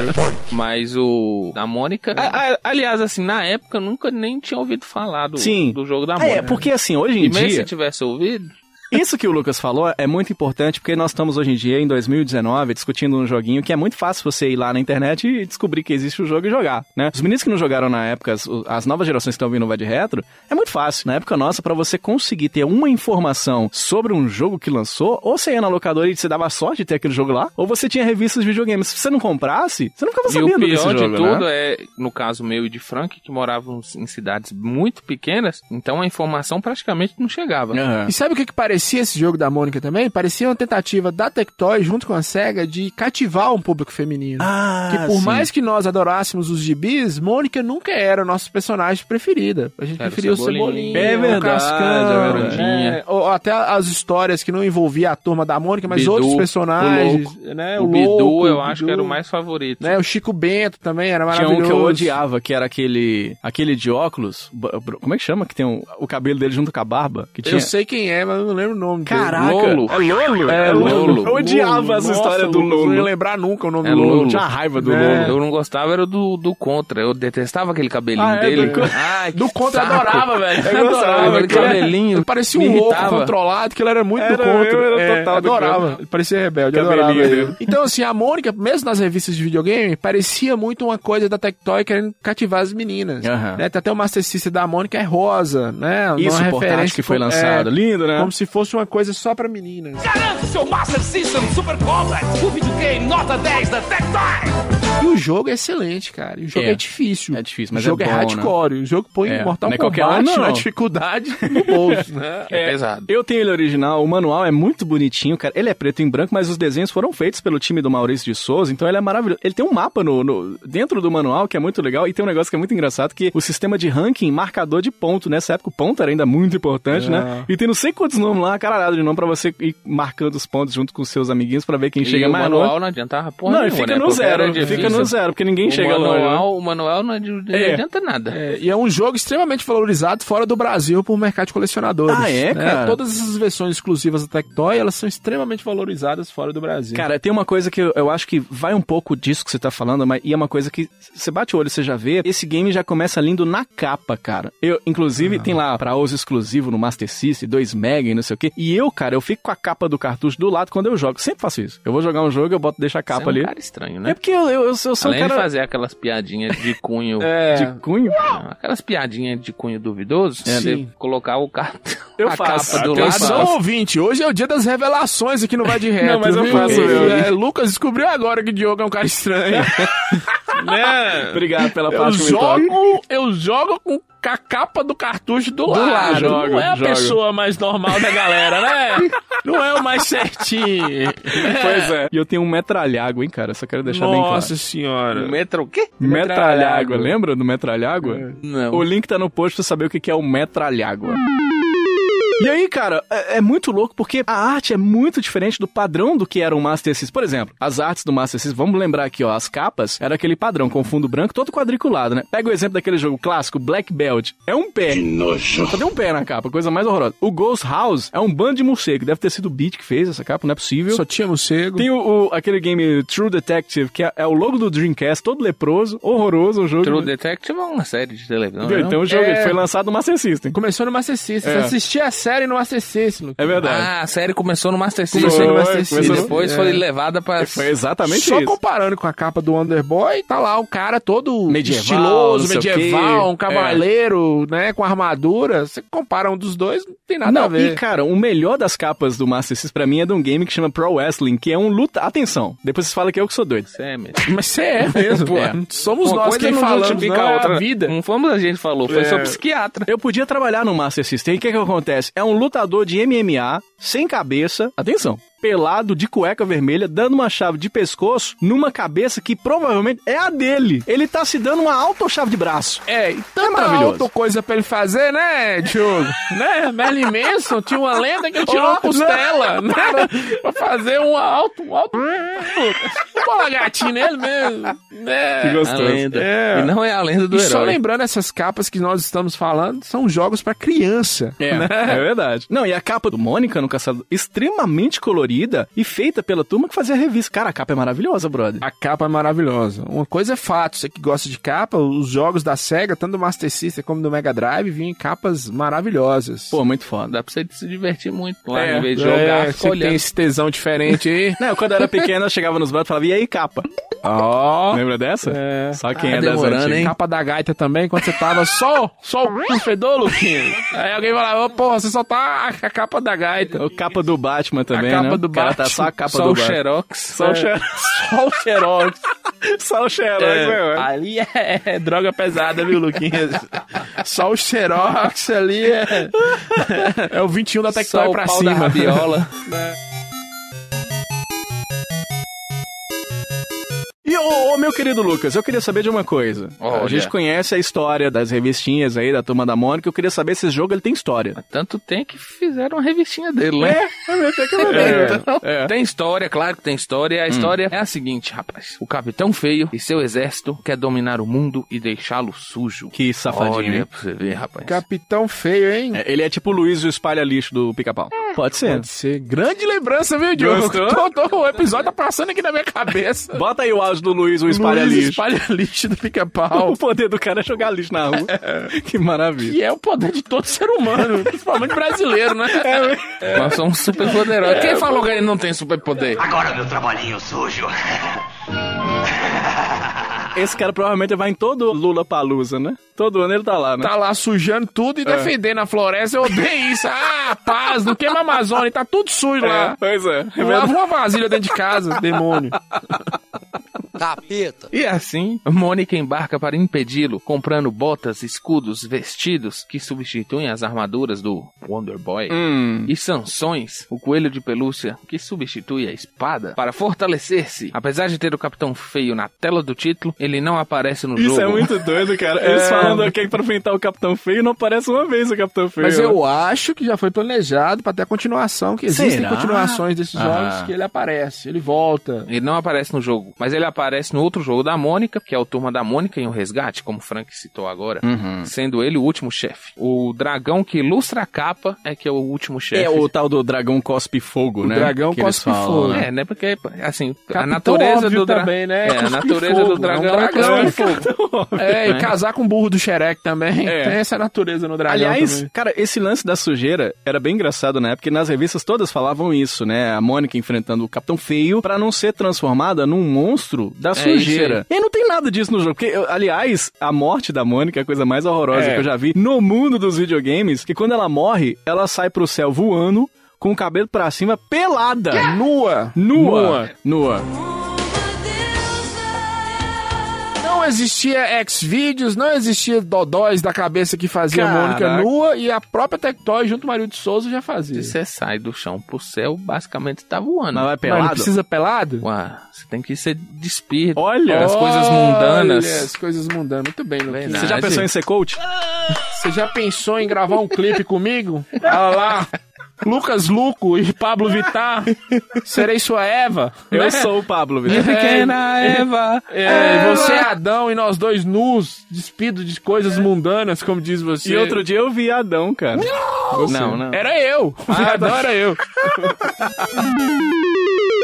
Speaker 5: Mas o da Mônica.
Speaker 4: É.
Speaker 5: a- a- aliás, assim, na época eu nunca nem tinha ouvido falar do,
Speaker 4: Sim.
Speaker 5: do jogo da
Speaker 4: Ah,
Speaker 5: Mônica.
Speaker 4: é, porque assim, hoje em
Speaker 5: E mesmo
Speaker 4: dia...
Speaker 5: se tivesse ouvido,
Speaker 4: Isso que o Lucas falou é muito importante porque nós estamos hoje em dia, em 2019, discutindo um joguinho que é muito fácil você ir lá na internet e descobrir que existe o jogo e jogar, né? Os meninos que não jogaram na época, as, o- as novas gerações que estão vindo vai de retro, é muito fácil. Na época nossa, pra você conseguir ter uma informação sobre um jogo que lançou, ou você ia na locadora e você dava sorte de ter aquele jogo lá, ou você tinha revistas de videogames. Se você não comprasse, você não ficava
Speaker 5: e o
Speaker 4: sabendo desse
Speaker 5: pior
Speaker 4: jogo,
Speaker 5: de tudo
Speaker 4: né?
Speaker 5: é, no caso meu e de Frank, que moravam em cidades muito pequenas, então a informação praticamente não chegava.
Speaker 4: Aham.
Speaker 6: E sabe o que, que parecia esse jogo da Mônica também, parecia uma tentativa da Tectoy junto com a SEGA de cativar um público feminino.
Speaker 4: Ah,
Speaker 6: que por
Speaker 4: sim.
Speaker 6: mais que nós adorássemos os gibis, Mônica nunca era o nosso personagem preferida. A gente
Speaker 5: Era o
Speaker 6: preferia o
Speaker 5: Cebolinha. É.
Speaker 6: Cebolinha,
Speaker 4: É
Speaker 6: o
Speaker 4: verdade, a
Speaker 6: Cascão,
Speaker 5: Verandinha.
Speaker 6: né? ou, ou até as histórias que não envolvia a turma da Mônica, mas
Speaker 5: Bidu,
Speaker 6: outros personagens,
Speaker 5: o
Speaker 6: né?
Speaker 5: o
Speaker 6: O,
Speaker 5: Bidu,
Speaker 6: Louco,
Speaker 5: eu
Speaker 6: o
Speaker 5: acho
Speaker 6: Bidu,
Speaker 5: que era o mais favorito.
Speaker 6: né? O Chico Bento também era
Speaker 4: Tinha
Speaker 6: maravilhoso.
Speaker 4: um que eu odiava, que era aquele aquele de óculos. b- b- Como é que chama? Que tem um- o cabelo dele junto com a barba. Que tinha...
Speaker 6: Eu sei quem é, mas eu não lembro o nome dele.
Speaker 4: Caraca!
Speaker 5: Lolo.
Speaker 4: É Lolo?
Speaker 5: É Lolo.
Speaker 4: Eu odiava essa
Speaker 6: Nossa,
Speaker 4: história do
Speaker 6: Não ia
Speaker 4: Lolo.
Speaker 6: lembrar nunca o nome
Speaker 5: É
Speaker 6: do
Speaker 5: Lolo.
Speaker 6: Lolo.
Speaker 4: Tinha raiva do
Speaker 6: É.
Speaker 4: Lolo.
Speaker 5: Eu não gostava, era do, do Contra. Eu detestava aquele cabelinho
Speaker 4: Ah, é,
Speaker 5: dele.
Speaker 4: do Contra.
Speaker 5: Ai, que
Speaker 6: Do Contra eu
Speaker 5: saco.
Speaker 6: adorava, velho.
Speaker 5: Eu adorava aquele
Speaker 6: cara.
Speaker 5: cabelinho.
Speaker 6: Ele parecia um
Speaker 5: Me
Speaker 6: louco
Speaker 5: irritava.
Speaker 6: controlado, que ele era muito do
Speaker 4: Era,
Speaker 6: contra.
Speaker 4: eu era
Speaker 6: É,
Speaker 4: total do
Speaker 6: adorava.
Speaker 4: contra.
Speaker 6: Ele parecia rebelde, eu
Speaker 4: Cabelinho
Speaker 6: adorava ele.
Speaker 4: dele.
Speaker 6: Então, assim, a Mônica, mesmo nas revistas de videogame, parecia muito uma coisa da Tectoy querendo cativar as meninas.
Speaker 4: Aham.
Speaker 6: Né? Tem até o Master System da Mônica é rosa, né? Uma
Speaker 4: Isso, o portátil
Speaker 6: referência
Speaker 4: que foi
Speaker 6: como-
Speaker 4: lançado.
Speaker 6: é,
Speaker 4: Lindo, né?
Speaker 6: Como se fosse uma coisa só pra meninas.
Speaker 2: Garanta seu Master System Super Complex, o videogame nota 10 da Tectoy.
Speaker 6: E o jogo é excelente, cara. E o jogo
Speaker 4: É.
Speaker 6: é, difícil.
Speaker 4: É difícil, mas
Speaker 6: o jogo
Speaker 4: é
Speaker 6: é,
Speaker 4: bom, né?
Speaker 6: hardcore. O jogo põe
Speaker 4: É.
Speaker 6: Mortal
Speaker 4: Não é
Speaker 6: Kombat
Speaker 4: qualquer um, não.
Speaker 6: na dificuldade no bolso, né?
Speaker 5: É, pesado.
Speaker 4: Eu tenho ele original, o manual é muito bonitinho, cara. Ele é preto e branco, mas os desenhos foram feitos pelo time do Maurício de Souza, então ele é maravilhoso. Ele tem um mapa no, no- dentro do manual que é muito legal e tem um negócio que é muito engraçado que o sistema de ranking marcador de ponto, nessa época o ponto era ainda muito importante, né?
Speaker 5: É.
Speaker 4: E tem não sei quantos nomes lá, caralhada de nome pra você ir marcando os pontos junto com os seus amiguinhos pra ver quem chega né?
Speaker 5: e o
Speaker 4: mais
Speaker 5: manual
Speaker 4: longe.
Speaker 5: não adiantava porra
Speaker 4: Não, ele
Speaker 5: nenhuma,
Speaker 4: fica
Speaker 5: né?
Speaker 4: no
Speaker 5: Porque era
Speaker 4: zero,
Speaker 5: difícil.
Speaker 4: fica no zero, porque ninguém
Speaker 5: o
Speaker 4: chega longe. né?
Speaker 5: manual, O manual não adi- não
Speaker 4: É.
Speaker 5: adianta nada.
Speaker 6: É, e é um jogo extremamente valorizado fora do Brasil por mercado de colecionadores.
Speaker 4: Ah, é,
Speaker 6: né?
Speaker 4: cara?
Speaker 6: Todas essas versões exclusivas da Tectoy, elas são extremamente valorizadas fora do Brasil.
Speaker 4: Cara, tem uma coisa que eu, eu acho que vai um pouco disso que você tá falando, mas e é uma coisa que você bate o olho, você já vê, esse game já começa lindo na capa, cara. Eu, inclusive,
Speaker 5: Ah.
Speaker 4: tem lá pra uso exclusivo no Master System, 2 Mega e não sei o quê. E eu, cara, eu fico com a capa do cartucho do lado quando eu jogo. Sempre faço isso. Eu vou jogar um jogo, eu boto, deixo a
Speaker 5: Você é
Speaker 4: capa
Speaker 5: um
Speaker 4: ali.
Speaker 5: cara estranho,
Speaker 4: É
Speaker 5: né?
Speaker 4: porque eu, eu, eu sou eu sou um
Speaker 5: Além
Speaker 4: cara
Speaker 5: de fazer aquelas piadinhas de
Speaker 4: *laughs*
Speaker 5: cunho...
Speaker 4: de cunho.
Speaker 5: Aquelas piadinhas de cunho duvidoso,
Speaker 6: É,
Speaker 5: você
Speaker 6: né?
Speaker 5: colocar o cartão,
Speaker 4: *laughs* Eu
Speaker 5: a
Speaker 4: faço.
Speaker 5: capa do
Speaker 4: Eu
Speaker 5: lado,
Speaker 4: faço.
Speaker 6: Atenção, ouvinte, hoje é o dia das revelações aqui no Vai de Reto.
Speaker 4: Não, mas eu
Speaker 6: viu?
Speaker 4: faço mesmo.
Speaker 6: É, Lucas descobriu agora que o Diogo é um
Speaker 4: *laughs*
Speaker 6: cara estranho.
Speaker 5: né?
Speaker 4: Obrigado pela
Speaker 6: Eu
Speaker 4: parte comentário.
Speaker 6: jogo, eu jogo com a capa do cartucho do, lado.
Speaker 4: lado,
Speaker 6: não é a
Speaker 4: jogo.
Speaker 6: pessoa mais normal da galera, né? não é o mais certinho.
Speaker 4: Pois é. E eu tenho um metralhago, hein, cara. Só quero deixar
Speaker 6: Nossa
Speaker 5: O
Speaker 6: senhora.
Speaker 5: Metro o quê?
Speaker 4: bem claro. Metralhago,
Speaker 6: metralhago.
Speaker 4: lembra do metralhago?
Speaker 5: Não.
Speaker 4: O link tá no post pra saber o que que é o metralhágua. E aí, cara, é, é muito louco porque a arte é muito diferente do padrão do que era o Master System. Por exemplo, as artes do Master System, vamos lembrar aqui, ó, as capas, era aquele padrão com fundo branco todo quadriculado, né? Pega o exemplo daquele jogo clássico, Black Belt. É um pé. Que nojo. Só tem um pé na capa, coisa mais horrorosa. O Ghost House é um bando de morcego. Deve ter sido o Beat que fez essa capa, não é possível.
Speaker 6: Só tinha morcego.
Speaker 4: Tem o, o- aquele game True Detective, que é, é o logo do Dreamcast, todo leproso, horroroso o jogo.
Speaker 5: True Detective é uma série de televisão,
Speaker 4: Entendeu?
Speaker 5: não?
Speaker 4: Então o jogo
Speaker 6: É.
Speaker 4: ele foi lançado no Master System.
Speaker 6: Começou no Master System.
Speaker 4: É.
Speaker 6: Você assistia a série no Master System. Lucas.
Speaker 4: É verdade.
Speaker 5: Ah, a série começou no Master System.
Speaker 4: Começou no Master
Speaker 5: E
Speaker 4: System.
Speaker 5: depois
Speaker 6: É.
Speaker 5: foi levada pra...
Speaker 4: Foi exatamente
Speaker 6: Só
Speaker 4: isso.
Speaker 6: comparando com a capa do Underboy, tá lá um cara todo
Speaker 4: Medieval,
Speaker 6: estiloso,
Speaker 4: não sei o
Speaker 6: medieval,
Speaker 4: quê.
Speaker 6: um cavaleiro, né, com armadura. Você compara um dos dois, não tem nada
Speaker 4: Não,
Speaker 6: a ver.
Speaker 4: e cara, o melhor das capas do Master System pra mim é de um game que chama Pro Wrestling, que é um luta. Atenção, depois vocês falam que eu que sou doido.
Speaker 5: Isso é, mesmo.
Speaker 6: Mas você *laughs* é mesmo.
Speaker 4: Pô,
Speaker 6: é. Somos
Speaker 5: Uma
Speaker 6: nós
Speaker 5: coisa
Speaker 6: quem
Speaker 5: não
Speaker 6: falamos,
Speaker 5: justifica
Speaker 6: não
Speaker 5: a
Speaker 6: é
Speaker 5: outra.
Speaker 6: a vida.
Speaker 5: Não fomos a gente que falou, foi
Speaker 6: É.
Speaker 5: seu psiquiatra.
Speaker 4: Eu podia trabalhar no Master System, e o que que acontece? É um lutador de MMA, sem cabeça, atenção, pelado, de cueca vermelha, dando uma chave de pescoço numa cabeça que provavelmente é a dele. Ele tá se dando uma auto-chave de braço.
Speaker 6: É, e tanta
Speaker 4: maravilhoso.
Speaker 6: outra coisa pra ele fazer, né, Diogo? *laughs* né? Merlin Manson tinha uma lenda que ele tirou
Speaker 4: Oh,
Speaker 6: uma costela, né? *laughs* Pra fazer um alto, um alto... Uma lagartinha nele mesmo, né?
Speaker 5: A lenda.
Speaker 6: É.
Speaker 5: E não é a lenda do
Speaker 6: E
Speaker 5: herói.
Speaker 6: só lembrando, essas capas que nós estamos falando são jogos pra criança.
Speaker 4: É, é verdade. Não, e a capa do Mônica no Caçador, extremamente colorida e feita pela turma que fazia a revista. Cara, a capa é maravilhosa, brother.
Speaker 6: A capa é maravilhosa. Uma coisa é fato, você que gosta de capa, os jogos da SEGA, tanto do Master System como do Mega Drive, vinham em capas maravilhosas.
Speaker 4: Pô, muito foda.
Speaker 5: Dá pra você se divertir muito lá,
Speaker 4: É.
Speaker 5: em vez de jogar,
Speaker 6: é,
Speaker 5: fica
Speaker 6: você tem
Speaker 5: olhando.
Speaker 6: esse tesão diferente aí.
Speaker 4: Não, quando eu era pequeno, eu chegava nos bancos e falava, e aí, capa?
Speaker 6: Ó.
Speaker 4: Lembra dessa?
Speaker 6: É.
Speaker 4: Só quem
Speaker 5: Ah,
Speaker 4: é das
Speaker 5: demorando,
Speaker 4: antigas.
Speaker 5: hein?
Speaker 6: Capa da gaita também, quando você tava só, só o cu fedor, Luquinhas. Aí alguém falava, ô, porra, você só tá a, a capa da gaita.
Speaker 4: O Então, capa do Batman também,
Speaker 6: capa
Speaker 4: né?
Speaker 6: do
Speaker 4: O cara tá
Speaker 6: Batman.
Speaker 4: só a capa
Speaker 5: Só
Speaker 6: É.
Speaker 4: do
Speaker 5: o
Speaker 4: Batman.
Speaker 5: Xerox.
Speaker 4: Só o Xerox.
Speaker 6: Só o xerox.
Speaker 4: Só o xerox, né,
Speaker 5: É,
Speaker 4: mano?
Speaker 5: ali é, é droga pesada,
Speaker 4: *laughs*
Speaker 5: viu, Luquinhas? Só o xerox ali é.
Speaker 6: É o 21 da
Speaker 5: Só
Speaker 6: Tectoy
Speaker 5: o
Speaker 6: pra
Speaker 5: pau
Speaker 6: cima.
Speaker 5: da rabiola.
Speaker 4: E ô, ô, meu querido Lucas, eu queria saber de uma coisa.
Speaker 5: Olha.
Speaker 4: A gente conhece a história das revistinhas aí da turma da Mônica, eu queria saber se esse jogo ele tem história.
Speaker 5: Tanto tem que fizeram uma revistinha dele, né?
Speaker 4: É,
Speaker 5: Então, Tem história, claro que tem história. A
Speaker 4: Hum.
Speaker 5: história é a seguinte, rapaz. O Capitão Feio e seu exército quer dominar o mundo e deixá-lo sujo.
Speaker 4: Que safadinho,
Speaker 5: Olha
Speaker 4: hein?
Speaker 5: pra você ver, rapaz.
Speaker 6: Capitão feio, hein?
Speaker 4: É, ele é tipo o Luiz o espalha lixo do pica-pau. Pode ser.
Speaker 6: Pode ser. é Grande lembrança, viu, Diogo?
Speaker 4: Gostou?
Speaker 6: Tô- tô- o episódio tá passando aqui na minha cabeça.
Speaker 4: Bota aí o áudio do Luiz o espalha
Speaker 6: Luiz
Speaker 4: lixo.
Speaker 6: espalha lixo do pica-pau.
Speaker 4: O poder do cara é jogar lixo na *laughs* rua. que maravilha.
Speaker 6: E é o poder de todo ser humano, principalmente brasileiro, né?
Speaker 5: Nós somos super poderosos. Quem falou que ele não tem super poder?
Speaker 6: Ah,
Speaker 8: Agora meu trabalhinho sujo.
Speaker 4: Esse cara provavelmente vai em todo Lula Palusa, né? Todo ano ele tá lá, né?
Speaker 6: Tá lá sujando
Speaker 5: É.
Speaker 6: tudo e defendendo a floresta. Eu odeio isso. Ah, paz, não queima a Amazônia, tá tudo sujo
Speaker 4: É,
Speaker 6: lá.
Speaker 4: pois é. É
Speaker 6: Não
Speaker 4: verdade.
Speaker 6: Lava uma vasilha dentro de casa, demônio.
Speaker 5: E assim, Mônica embarca para impedi-lo, comprando botas, escudos, vestidos que substituem as armaduras do Wonder Boy.
Speaker 6: Hum.
Speaker 4: Hum,
Speaker 5: E Sansões, o coelho de pelúcia, que substitui a espada para fortalecer-se. Apesar de ter o Capitão Feio na tela do título, ele não aparece no
Speaker 4: Isso
Speaker 5: jogo.
Speaker 4: é
Speaker 6: um
Speaker 4: muito doido, cara. Eles
Speaker 6: É.
Speaker 4: falando que é pra enfrentar o Capitão Feio não aparece uma vez o Capitão Feio.
Speaker 6: Mas
Speaker 4: né?
Speaker 6: eu acho que já foi planejado pra ter a continuação, que existem
Speaker 4: Será?
Speaker 6: continuações desses jogos
Speaker 4: Ah.
Speaker 6: que ele aparece, ele volta.
Speaker 5: Ele não aparece no jogo, mas ele aparece no outro jogo da Mônica, que é o Turma da Mônica em O Resgate, como o Frank citou agora,
Speaker 6: Uhum.
Speaker 5: sendo ele o último chefe. O dragão que ilustra a capa é que é o último chefe.
Speaker 4: É o tal do dragão cospe fogo, né?
Speaker 6: dragão
Speaker 4: Que eles
Speaker 6: cospe
Speaker 4: falam,
Speaker 6: fogo.
Speaker 4: né?
Speaker 5: É, né? Porque, assim, a
Speaker 6: Capitão
Speaker 5: natureza
Speaker 6: Óbvio
Speaker 5: do dragão.
Speaker 6: também, né?
Speaker 5: É, a
Speaker 6: Cuspe
Speaker 5: natureza
Speaker 6: fogo,
Speaker 5: do dragão,
Speaker 6: é um dragão,
Speaker 5: é
Speaker 6: né?
Speaker 5: fogo.
Speaker 4: *laughs*
Speaker 6: *laughs* É,
Speaker 5: né?
Speaker 6: e casar com o burro do Xerec também.
Speaker 4: É.
Speaker 6: Tem essa natureza no dragão.
Speaker 4: Aliás,
Speaker 6: Tá também.
Speaker 4: cara, esse lance da sujeira era bem engraçado, né? Porque nas revistas todas falavam isso, né? A Mônica enfrentando o Capitão Feio pra não ser transformada num monstro da sujeira. E aí não tem nada disso no jogo. Porque, eu- aliás, a morte da Mônica é a coisa mais horrorosa
Speaker 6: É.
Speaker 4: que eu já vi no mundo dos videogames. Que quando ela morre, ela sai pro céu voando, com o cabelo pra cima, pelada.
Speaker 6: ah, Nua.
Speaker 4: Nua. Nua.
Speaker 6: Não existia X-Videos, não existia Dodóis da cabeça que fazia a
Speaker 4: Caraca.
Speaker 6: Mônica nua e a própria Tectoy junto com o Mario de Souza já fazia.
Speaker 5: Você sai do chão pro céu, basicamente tá
Speaker 4: Mas
Speaker 5: voando.
Speaker 4: vai
Speaker 6: Mas não
Speaker 4: pelado?
Speaker 6: precisa pelado?
Speaker 5: Ué, você tem que ser despirro.
Speaker 4: Olha!
Speaker 5: As coisas
Speaker 6: Olha, as
Speaker 5: mundanas.
Speaker 6: coisas mundanas. Muito bem, Luquinha.
Speaker 5: Verdade.
Speaker 4: Você já pensou em ser coach?
Speaker 6: Você já pensou em gravar um clipe comigo? Olha lá. Lucas Luco e Pablo Vittar. Serei sua Eva. né?
Speaker 4: Eu sou o Pablo, velho. *laughs*
Speaker 5: Pequena Eva.
Speaker 6: É, você é Adão e nós dois nus, despido de coisas mundanas, como diz você.
Speaker 4: E outro dia eu vi Adão, cara.
Speaker 5: Não, não.
Speaker 6: Era eu. *laughs* Adão era eu.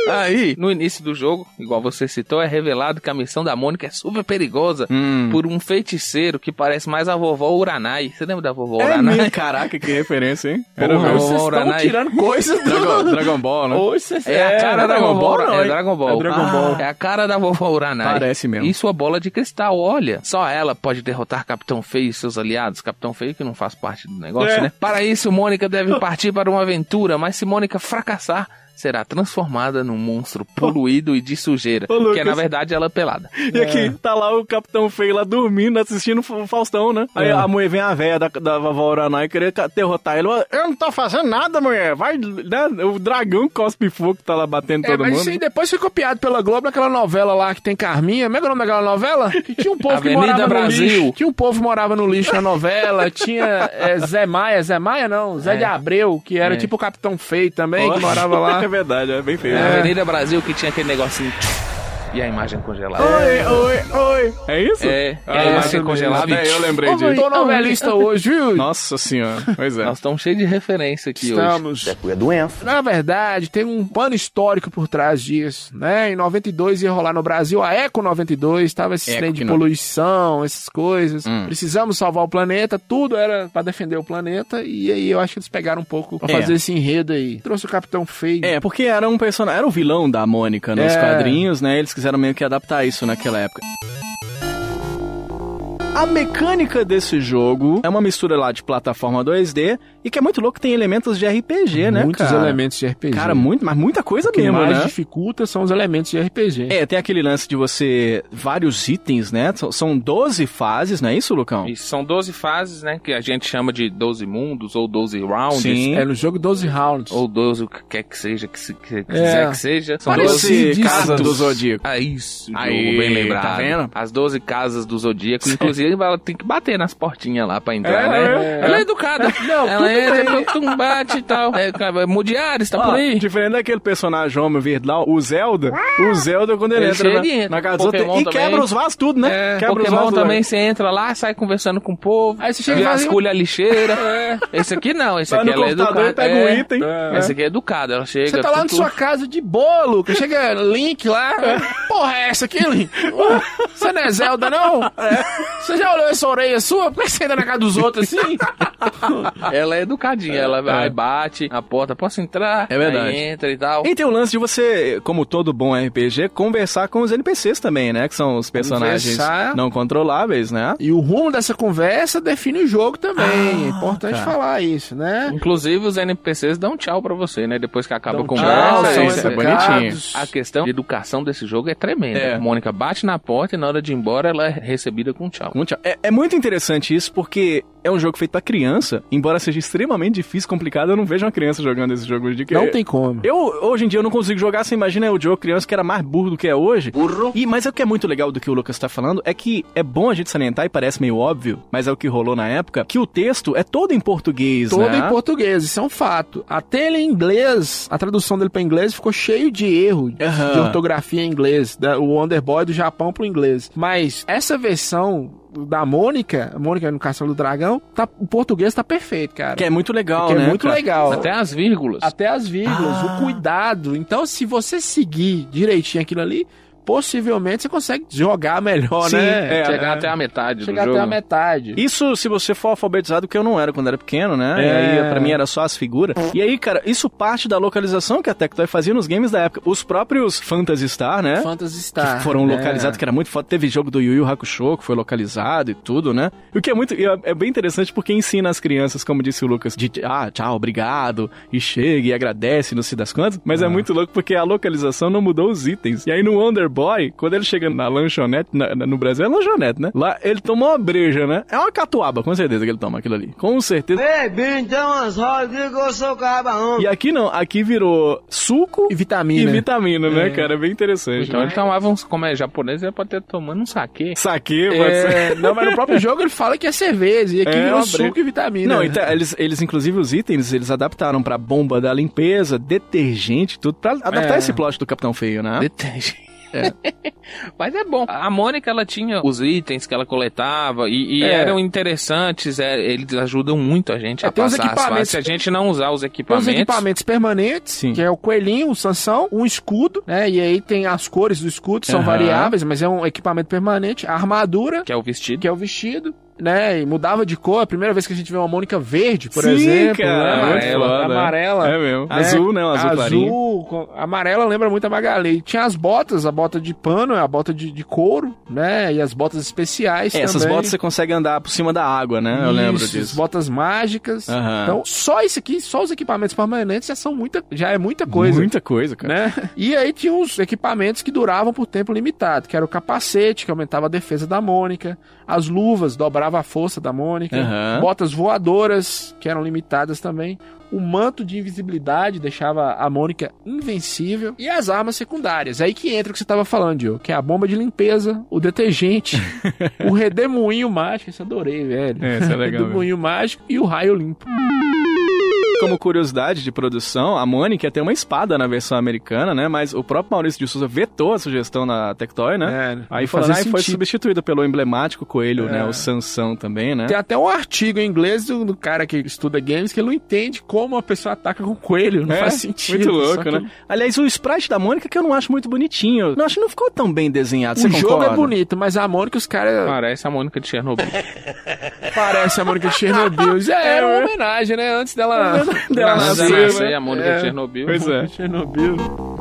Speaker 5: Aí, no início do jogo, igual você citou, é revelado que a missão da Mônica é super perigosa
Speaker 4: Hum.
Speaker 5: por um feiticeiro que parece mais a vovó Uranai. Você lembra da vovó
Speaker 4: É
Speaker 6: né?
Speaker 5: Uranai?
Speaker 4: mesmo? Caraca, que referência, hein? Era
Speaker 5: Porra,
Speaker 4: mesmo.
Speaker 5: vocês estão
Speaker 4: Uranai.
Speaker 5: tirando
Speaker 4: coisas do... Dragon, Dragon Ball, né?
Speaker 6: Hoje você
Speaker 5: É a cara da
Speaker 4: Dragon
Speaker 5: vovó.
Speaker 4: Ball, não,
Speaker 5: é
Speaker 4: hein?
Speaker 5: Dragon Ball.
Speaker 4: É Dragon
Speaker 5: Ah,
Speaker 4: Ball.
Speaker 5: é a cara da vovó Uranai.
Speaker 4: Parece mesmo.
Speaker 5: E sua bola de cristal, olha. Só ela pode derrotar Capitão Feio e seus aliados. Capitão Feio que não faz parte do negócio,
Speaker 4: É.
Speaker 5: né? Para isso, Mônica deve *laughs* partir para uma aventura, mas se Mônica fracassar, será transformada num monstro poluído e de sujeira.
Speaker 4: Ô, Lucas.
Speaker 5: que é, na verdade,
Speaker 4: *laughs*
Speaker 5: ela pelada.
Speaker 4: E aqui, tá lá o Capitão Feio lá dormindo, assistindo o Faustão, né?
Speaker 6: É.
Speaker 4: Aí a mulher vem a véia da, da vovó Uranai querer ca- derrotar ele. Eu não tô fazendo nada, mulher. Vai, né? O dragão cospe fogo que tá lá batendo
Speaker 6: É,
Speaker 4: todo
Speaker 6: mas
Speaker 4: mundo.
Speaker 6: isso aí depois foi copiado pela Globo naquela novela lá que tem Carminha. Como é que é o nome daquela novela? Que tinha um povo que
Speaker 5: Avenida
Speaker 6: morava
Speaker 5: Brasil.
Speaker 6: no lixo. Tinha um povo que morava no lixo na novela. Tinha é, Zé Maia. Zé Maia não. Zé de Abreu, que era tipo o Capitão Feio também, que morava
Speaker 4: *laughs*
Speaker 6: lá.
Speaker 4: É verdade, é bem feio.
Speaker 5: Na Avenida Brasil que tinha aquele negocinho. E a imagem congelada.
Speaker 4: Oi, oi, oi. É isso?
Speaker 5: É, é
Speaker 4: Ah,
Speaker 5: a
Speaker 4: isso
Speaker 5: imagem
Speaker 4: mesmo.
Speaker 5: congelada.
Speaker 4: Até
Speaker 6: é
Speaker 4: eu lembrei
Speaker 6: Eu
Speaker 4: disso.
Speaker 6: tô novelista hoje, viu?
Speaker 4: Nossa senhora. Pois é.
Speaker 5: Nós estamos cheios de referência aqui hoje.
Speaker 6: Estamos. Na verdade, tem um pano histórico por trás disso, né? Em 92 ia rolar no Brasil a Eco 92, tava esse
Speaker 4: Eco
Speaker 6: trem de
Speaker 4: que não- Hum.
Speaker 6: poluição, essas coisas. Precisamos salvar o planeta, tudo era pra defender o planeta e aí eu acho que eles pegaram um pouco pra
Speaker 4: É.
Speaker 6: fazer esse enredo aí. Trouxe o Capitão Feio.
Speaker 4: É, porque era um personagem, era o vilão da Mônica nos
Speaker 6: É.
Speaker 4: quadrinhos, né? Eles quiseram meio que adaptar isso naquela época. A mecânica desse jogo é uma mistura lá de plataforma 2D e que é muito louco, tem elementos de RPG, né,
Speaker 6: Muitos
Speaker 4: cara?
Speaker 6: elementos de RPG.
Speaker 4: Cara, muito, mas muita coisa
Speaker 6: o que
Speaker 4: mesmo,
Speaker 6: mais
Speaker 4: né?
Speaker 6: dificulta são os elementos de RPG.
Speaker 4: É, tem aquele lance de você. Vários itens, né? São- São 12 fases, não é isso, Lucão?
Speaker 5: E são 12 fases, né? Que a gente chama de 12 mundos ou 12 rounds.
Speaker 4: Sim.
Speaker 6: É no jogo 12 rounds.
Speaker 5: Ou 12, o que quer que seja, que, se, que quiser que seja. São
Speaker 4: É. Parece
Speaker 5: 12
Speaker 4: Casa
Speaker 5: casas
Speaker 4: do Zodíaco.
Speaker 5: Ah, isso, Diogo,
Speaker 4: Aí,
Speaker 5: bem lembrado.
Speaker 4: tá vendo?
Speaker 5: As 12 casas do Zodíaco. Inclusive, ela tem que bater nas portinhas lá pra entrar,
Speaker 4: É,
Speaker 5: né?
Speaker 4: é.
Speaker 5: Ela é educada.
Speaker 4: Não,
Speaker 5: ela
Speaker 4: tudo
Speaker 5: entra,
Speaker 4: bem.
Speaker 5: tum, bate e tal. É, cara, Mudiares, tá
Speaker 4: Ó,
Speaker 5: por aí?
Speaker 4: Diferente daquele personagem homem verde lá, o Zelda. O Zelda, quando ele,
Speaker 5: Ele é
Speaker 4: entra
Speaker 5: chega e
Speaker 4: na,
Speaker 5: entra.
Speaker 4: na casa dos outros,
Speaker 5: Pokémon
Speaker 4: E
Speaker 5: também.
Speaker 4: quebra os vasos tudo, né?
Speaker 5: É,
Speaker 4: quebra os
Speaker 5: Pokémon
Speaker 4: vasos
Speaker 5: também, você entra lá, sai conversando com o povo,
Speaker 6: Aí você chega e fala assim, É.
Speaker 5: vasculha a lixeira.
Speaker 6: *laughs*
Speaker 5: Esse aqui não, esse
Speaker 4: Vai
Speaker 5: aqui
Speaker 4: no
Speaker 5: ela é
Speaker 4: computador e
Speaker 5: educada.
Speaker 4: pega um item.
Speaker 5: É. Esse aqui é educado, ela chega...
Speaker 6: Você tá lá na
Speaker 5: tutu.
Speaker 6: sua casa de boa, Lucas. Chega Link lá. Porra, é essa aqui, Link? Ué, Você não é Zelda, não? Você já olhou essa orelha sua? Por que você entra na casa dos outros assim?
Speaker 5: *laughs* Ela é educadinha, ela
Speaker 6: é.
Speaker 5: vai, bate a porta, posso entrar?
Speaker 4: É verdade.
Speaker 5: Aí entra e tal.
Speaker 4: E tem o lance de você, como todo bom RPG, conversar com os NPCs também, né? Que são os personagens
Speaker 6: Conversar.
Speaker 4: não controláveis, né?
Speaker 6: E o rumo dessa conversa define o jogo também. é importante falar isso, né?
Speaker 5: Inclusive, os NPCs dão tchau pra você, né? Depois que acaba a
Speaker 6: tchau,
Speaker 5: conversa.
Speaker 6: são
Speaker 5: isso é
Speaker 6: educados.
Speaker 5: bonitinho. A questão de educação desse jogo é tremenda.
Speaker 4: É.
Speaker 5: Mônica bate na porta e na hora de ir embora ela é recebida com tchau.
Speaker 4: Muito- É, é muito interessante isso porque é um jogo feito pra criança, embora seja extremamente difícil, complicado, eu não vejo uma criança jogando esse jogo hoje de que
Speaker 6: Não tem como.
Speaker 4: Eu, hoje em dia, eu não consigo jogar. Você imagina eu, Joe, criança, que era mais burro do que é hoje. Burro. E, mas é o que é muito legal do que o Lucas tá falando é que é bom a gente salientar, e parece meio óbvio, mas é o que rolou na época, que o texto é todo em português,
Speaker 6: Todo
Speaker 4: né?
Speaker 6: em português, isso é um fato. Até ele em inglês, a tradução dele pra inglês ficou cheio de erro
Speaker 4: Aham.
Speaker 6: de ortografia em inglês, da- o Wonderboy do Japão pro inglês. Mas essa versão da Mônica, a Mônica no Castelo do Dragão, tá, o português tá perfeito, cara.
Speaker 4: Que é muito legal,
Speaker 6: Que é
Speaker 4: né?
Speaker 6: muito
Speaker 4: cara? Ah.
Speaker 6: legal.
Speaker 5: Até as vírgulas.
Speaker 6: Até as vírgulas, o cuidado. Então, se você seguir direitinho aquilo ali, possivelmente você consegue jogar melhor,
Speaker 4: Sim,
Speaker 6: né?
Speaker 4: é,
Speaker 5: Chegar
Speaker 4: é.
Speaker 5: até a metade
Speaker 6: Chegar
Speaker 5: do jogo.
Speaker 6: até a metade.
Speaker 4: Isso se você for alfabetizado, que eu não era quando era pequeno, né?
Speaker 6: É.
Speaker 4: E aí, pra mim, era só as figuras. E aí, cara, isso parte da localização que a Tectoy fazia nos games da época. Os próprios Phantasy Star, né?
Speaker 6: Phantasy
Speaker 4: que
Speaker 6: Star.
Speaker 4: foram
Speaker 6: né?
Speaker 4: localizados, que era muito foda. Teve jogo do Yu Yu Hakusho, que foi localizado e tudo, né? E O que é muito. e É é bem interessante porque ensina as crianças, como disse o Lucas, de ah, tchau, obrigado, e chega, e agradece, não sei das quantas. Mas é muito louco porque a localização não mudou os itens. E aí no Wonder Boy, quando ele chega na lanchonete, na- na- no Brasil é lanchonete, né? Lá ele toma uma breja, né? É uma catuaba, com certeza que ele toma aquilo ali. Com certeza. E aqui não, aqui virou suco
Speaker 6: E
Speaker 4: e
Speaker 6: vitamina.
Speaker 4: vitamina, né, cara? É bem interessante.
Speaker 5: Então ele tomava uns, como é japonês, ele pode ter tomando um saque.
Speaker 4: Saque, pode ser.
Speaker 6: É, *laughs* não, mas no próprio jogo ele fala que é cerveja. E aqui
Speaker 4: É,
Speaker 6: virou
Speaker 4: uma
Speaker 6: suco
Speaker 4: breja.
Speaker 6: e vitamina.
Speaker 4: Não, então, eles, eles, inclusive, os itens, eles adaptaram pra bomba da limpeza, detergente, tudo, pra adaptar
Speaker 6: É.
Speaker 4: esse plot do Capitão Feio, né?
Speaker 5: Detergente. Mas Ah. é bom. A Mônica, ela tinha os itens que ela coletava e, e
Speaker 6: É.
Speaker 5: eram interessantes. é, eles ajudam muito a gente
Speaker 6: É,
Speaker 5: a
Speaker 6: tem os
Speaker 5: passar as
Speaker 6: equipamentos.
Speaker 5: fases. Se a gente não usar os
Speaker 6: Tem os
Speaker 5: equipamentos...
Speaker 6: equipamentos permanentes,
Speaker 4: Sim.
Speaker 6: que é o coelhinho, o Sansão, um escudo, né? E aí tem as cores do escudo, são
Speaker 4: Aham.
Speaker 6: variáveis, mas é um equipamento permanente. A armadura,
Speaker 5: Que é o vestido.
Speaker 6: que é o vestido, né? E mudava de cor. A primeira vez que a gente vê uma Mônica verde, por
Speaker 4: Sim,
Speaker 6: exemplo.
Speaker 4: cara,
Speaker 6: né?
Speaker 4: muito
Speaker 6: amarela.
Speaker 4: foda.
Speaker 6: amarela.
Speaker 4: É mesmo.
Speaker 6: né?
Speaker 4: Azul, né? Um azul, clarinho.
Speaker 6: azul com- amarela lembra muito a Magali. Tinha as botas, a bota de pano, a bota de, de couro, né? E as botas especiais
Speaker 4: É,
Speaker 6: também.
Speaker 4: essas botas você consegue andar por cima da água, né? Eu lembro
Speaker 6: Isso,
Speaker 4: disso.
Speaker 6: Botas mágicas.
Speaker 4: Aham.
Speaker 6: Então, só isso aqui, só os equipamentos permanentes já são muita, já é muita coisa.
Speaker 4: Muita coisa, cara.
Speaker 6: Né? E aí tinha os equipamentos que duravam por tempo limitado, que era o capacete, que aumentava a defesa da Mônica, as luvas, dobrava a força da Mônica,
Speaker 4: Aham.
Speaker 6: botas voadoras, que eram limitadas também, o manto de invisibilidade deixava a Mônica invencível, e as armas secundárias. É Aí que entra o que você tava falando, Diogo, que é a bomba de limpeza,
Speaker 4: *laughs*
Speaker 6: o detergente, o redemoinho mágico, isso eu adorei, velho.
Speaker 4: É, isso é legal. mesmo.
Speaker 6: redemoinho mágico e o raio limpo.
Speaker 4: Como curiosidade de produção, a Mônica tem uma espada na versão americana, né? Mas o próprio Maurício de Souza vetou a sugestão na Tectoy, né?
Speaker 6: É, né?
Speaker 4: Aí
Speaker 6: Não
Speaker 4: falando,
Speaker 6: fazia
Speaker 4: aí foi
Speaker 6: sentido.
Speaker 4: substituído pelo emblemático coelho,
Speaker 6: É.
Speaker 4: né? O Sansão também, né?
Speaker 6: Tem até um artigo em inglês do, do cara que estuda games que ele não entende como a pessoa ataca com coelho. Não
Speaker 4: É,
Speaker 6: faz sentido.
Speaker 4: Muito
Speaker 6: Só
Speaker 4: louco,
Speaker 6: que
Speaker 4: né? Aliás, o sprite da Mônica que eu não acho muito bonitinho. Não acho que não ficou tão bem desenhado.
Speaker 6: O
Speaker 4: Você
Speaker 6: jogo
Speaker 4: concorda?
Speaker 6: é bonito, mas a Mônica, os caras.
Speaker 5: Parece a Mônica de Chernobyl.
Speaker 6: Parece a Mônica de *laughs* Chernobyl.
Speaker 4: *laughs*
Speaker 6: Já era é uma homenagem, né? Antes dela.
Speaker 4: É,
Speaker 6: Ah, né?
Speaker 4: Dela
Speaker 5: Mas eu
Speaker 4: nascer,
Speaker 5: nasci,
Speaker 4: né?
Speaker 5: a Mônica
Speaker 6: É.
Speaker 5: de Chernobyl.
Speaker 4: Pois é.
Speaker 6: Chernobyl.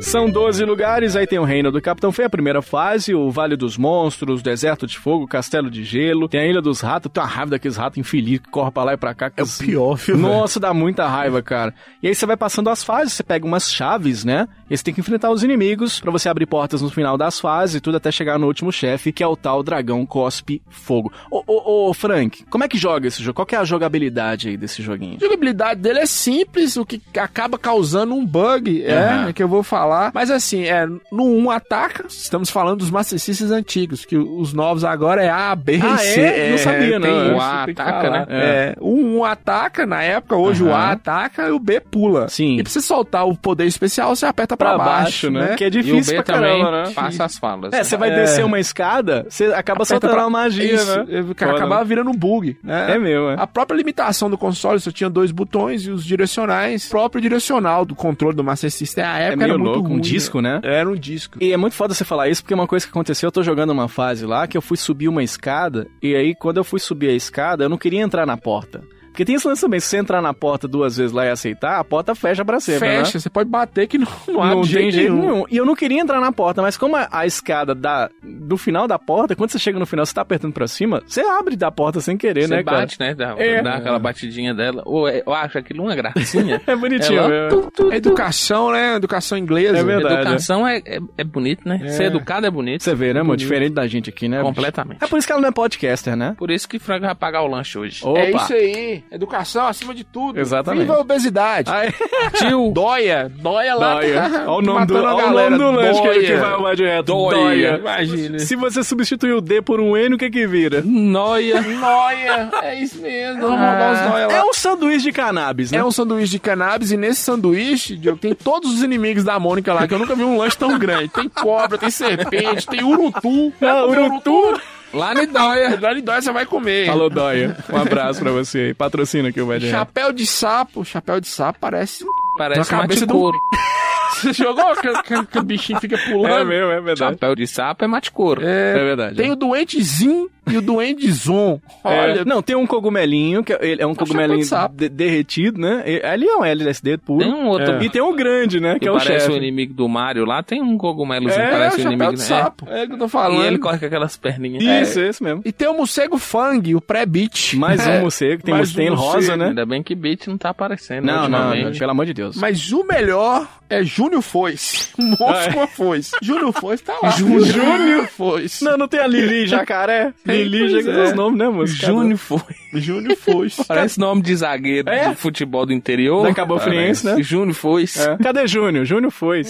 Speaker 4: São 12 lugares, aí tem o Reino do Capitão Feio, a primeira fase, o Vale dos Monstros, Deserto de Fogo, Castelo de Gelo, tem a Ilha dos Ratos, tem uma raiva daqueles ratos infelizes que correm pra lá e pra cá. que
Speaker 6: É o
Speaker 4: os-
Speaker 6: pior, viu, velho?
Speaker 4: Nossa, dá muita raiva, cara. E aí você vai passando as fases, você pega umas chaves, né? E você tem que enfrentar os inimigos pra você abrir portas no final das fases e tudo até chegar no último chefe, que é o tal Dragão Cospe Fogo. Ô, ô, ô, Frank, como é que joga esse jogo? Qual que é a jogabilidade aí desse joguinho?
Speaker 6: A jogabilidade dele é simples, o que acaba causando um bug,
Speaker 4: Aham.
Speaker 6: é, é que eu vou falar. Mas assim, é, no 1 ataca, estamos falando dos Master Systems antigos, que os novos agora é A, B
Speaker 4: Ah,
Speaker 6: e C.
Speaker 4: é? Não sabia, não.
Speaker 6: tem um
Speaker 4: O
Speaker 6: isso,
Speaker 5: A
Speaker 6: tem que
Speaker 5: ataca,
Speaker 6: falar.
Speaker 5: né?
Speaker 6: É. o 1 ataca na época, hoje o
Speaker 4: Aham.
Speaker 6: A ataca e o B pula.
Speaker 4: Sim.
Speaker 6: E pra você soltar o poder especial, você aperta pra, baixo, né?
Speaker 4: Que é
Speaker 5: E o
Speaker 4: difícil
Speaker 5: B
Speaker 4: pra
Speaker 5: também
Speaker 4: caramba, né?
Speaker 5: passa as falas.
Speaker 4: É, você vai
Speaker 6: É.
Speaker 4: descer uma escada, você acaba
Speaker 6: Aperta
Speaker 4: soltando
Speaker 6: pra-
Speaker 4: uma magia,
Speaker 6: Isso,
Speaker 4: né?
Speaker 6: é,
Speaker 4: Foda,
Speaker 6: cara, acabava
Speaker 4: né?
Speaker 6: virando um bug, né?
Speaker 4: É meu, é.
Speaker 6: A própria limitação do console só tinha dois botões e os direcionais. O próprio direcional do controle do Master System à época
Speaker 4: meio
Speaker 6: era muito
Speaker 4: louco, um
Speaker 6: ruim,
Speaker 4: disco, né?
Speaker 6: Era um disco.
Speaker 4: E é muito foda você falar isso, porque uma coisa que aconteceu, eu tô jogando uma fase lá, que eu fui subir uma escada, e aí quando eu fui subir a escada, eu não queria entrar na porta. Porque tem esse lance também, se você entrar na porta duas vezes lá e aceitar, a porta fecha pra sempre, né?
Speaker 6: Fecha, você pode bater que não, não abre
Speaker 4: não
Speaker 6: de
Speaker 4: tem
Speaker 6: jeito
Speaker 4: jeito
Speaker 6: nenhum.
Speaker 4: nenhum. E eu não queria entrar na porta, mas como a, a escada da, do final da porta, quando você chega no final, você tá apertando pra cima, você abre da porta sem querer,
Speaker 5: Você
Speaker 4: né,
Speaker 5: bate, né? Dá,
Speaker 4: É.
Speaker 5: dá aquela batidinha dela. Ou é- eu acho aquilo uma gracinha.
Speaker 4: cara? É bonitinho,
Speaker 5: Ela-
Speaker 4: mesmo.
Speaker 6: É educação, né? Educação inglesa.
Speaker 4: É verdade.
Speaker 5: Educação é, é, é bonito, né? Ser educado é bonito.
Speaker 4: Você vê, né, amor? Diferente da gente aqui, né? bicho?
Speaker 5: Completamente.
Speaker 4: É por isso que ela não é podcaster, né?
Speaker 5: Por isso que o Frank vai pagar o lanche hoje.
Speaker 4: Opa!
Speaker 6: É isso aí. Educação acima de tudo.
Speaker 4: Exatamente.
Speaker 6: Viva a obesidade.
Speaker 4: Aí,
Speaker 5: Tio,
Speaker 6: Dóia. Dóia lá.
Speaker 4: Dóia.
Speaker 6: *laughs*
Speaker 4: Olha o nome do,
Speaker 6: matando
Speaker 4: olha
Speaker 6: a
Speaker 4: o
Speaker 6: galera.
Speaker 4: nome do lanche que,
Speaker 6: Dóia.
Speaker 4: que vai arrumar direto.
Speaker 5: Dóia.
Speaker 6: Imagina.
Speaker 4: Se você substituir o D por um N, o que que vira?
Speaker 5: noia.
Speaker 6: Nóia. É isso mesmo. Vamos mandar uns nóia lá.
Speaker 4: É um sanduíche de cannabis, né?
Speaker 6: É um sanduíche de cannabis e nesse sanduíche Diogo, tem todos os inimigos da Mônica lá, que eu nunca vi um lanche tão grande. Tem cobra, tem serpente, tem urutu.
Speaker 4: Ah,
Speaker 6: Vai comer
Speaker 4: urutu.
Speaker 5: Lá me dóia.
Speaker 6: Lá de dói você vai comer.
Speaker 4: Alô, Dóia. Um abraço pra você aí. Patrocina aqui o Vai de Reto.
Speaker 6: Chapéu de sapo. Chapéu de sapo parece...
Speaker 5: Parece
Speaker 6: Na
Speaker 5: um
Speaker 6: cabeça do-
Speaker 5: mate couro.
Speaker 6: *laughs* Você jogou que, que- que o bichinho fica
Speaker 4: É
Speaker 6: pulando?
Speaker 4: meu, é verdade.
Speaker 5: Chapéu de sapo é mate couro.
Speaker 4: É verdade.
Speaker 6: Tem o duendezinho e o duendezon.
Speaker 4: É.
Speaker 6: Olha,
Speaker 4: Não, tem um cogumelinho, que é- ele é um cogumelinho
Speaker 6: chapéu de sapo.
Speaker 4: de- derretido, né? E- Ali é um LSD puro.
Speaker 5: Tem um outro
Speaker 4: E tem um grande, né? Que,
Speaker 5: que
Speaker 4: é o
Speaker 5: parece
Speaker 4: chefe.
Speaker 5: o inimigo do Mario lá. Tem um cogumelozinho que
Speaker 6: é,
Speaker 5: parece
Speaker 6: o
Speaker 5: o
Speaker 6: chapéu
Speaker 5: inimigo,
Speaker 6: de
Speaker 5: né?
Speaker 6: sapo. É o que eu tô
Speaker 5: E
Speaker 6: falando.
Speaker 5: ele corre com aquelas perninhas.
Speaker 4: Isso,
Speaker 6: É.
Speaker 4: esse mesmo.
Speaker 6: E tem o morcego fang, o pré-beat.
Speaker 4: Mais um morcego, tem
Speaker 6: Mais um
Speaker 4: Mustang rosa,
Speaker 6: morcego.
Speaker 5: É.
Speaker 4: né?
Speaker 5: Ainda bem que Beat não tá aparecendo.
Speaker 4: Não, não,
Speaker 5: ultimamente.
Speaker 4: não, pelo amor de Deus.
Speaker 6: Mas o melhor é Júnior Foice. *laughs* O
Speaker 4: Ah,
Speaker 6: Monstro
Speaker 4: é?
Speaker 6: com a Foice. Júnior Foice tá lá. Júnior Foice.
Speaker 4: Não, não tem a
Speaker 6: *laughs*
Speaker 4: Lili Jacaré? Lili
Speaker 6: pois
Speaker 4: Jacaré,
Speaker 6: é.
Speaker 4: os nomes, né, moço?
Speaker 5: Júnior foi.
Speaker 6: Júnior Foice.
Speaker 5: um Parece nome de zagueiro
Speaker 4: É?
Speaker 5: de futebol do interior.
Speaker 4: Da Cabo Friense, né?
Speaker 5: Júnior foi.
Speaker 4: Cadê, é. Cadê Júnior? Júnior foi.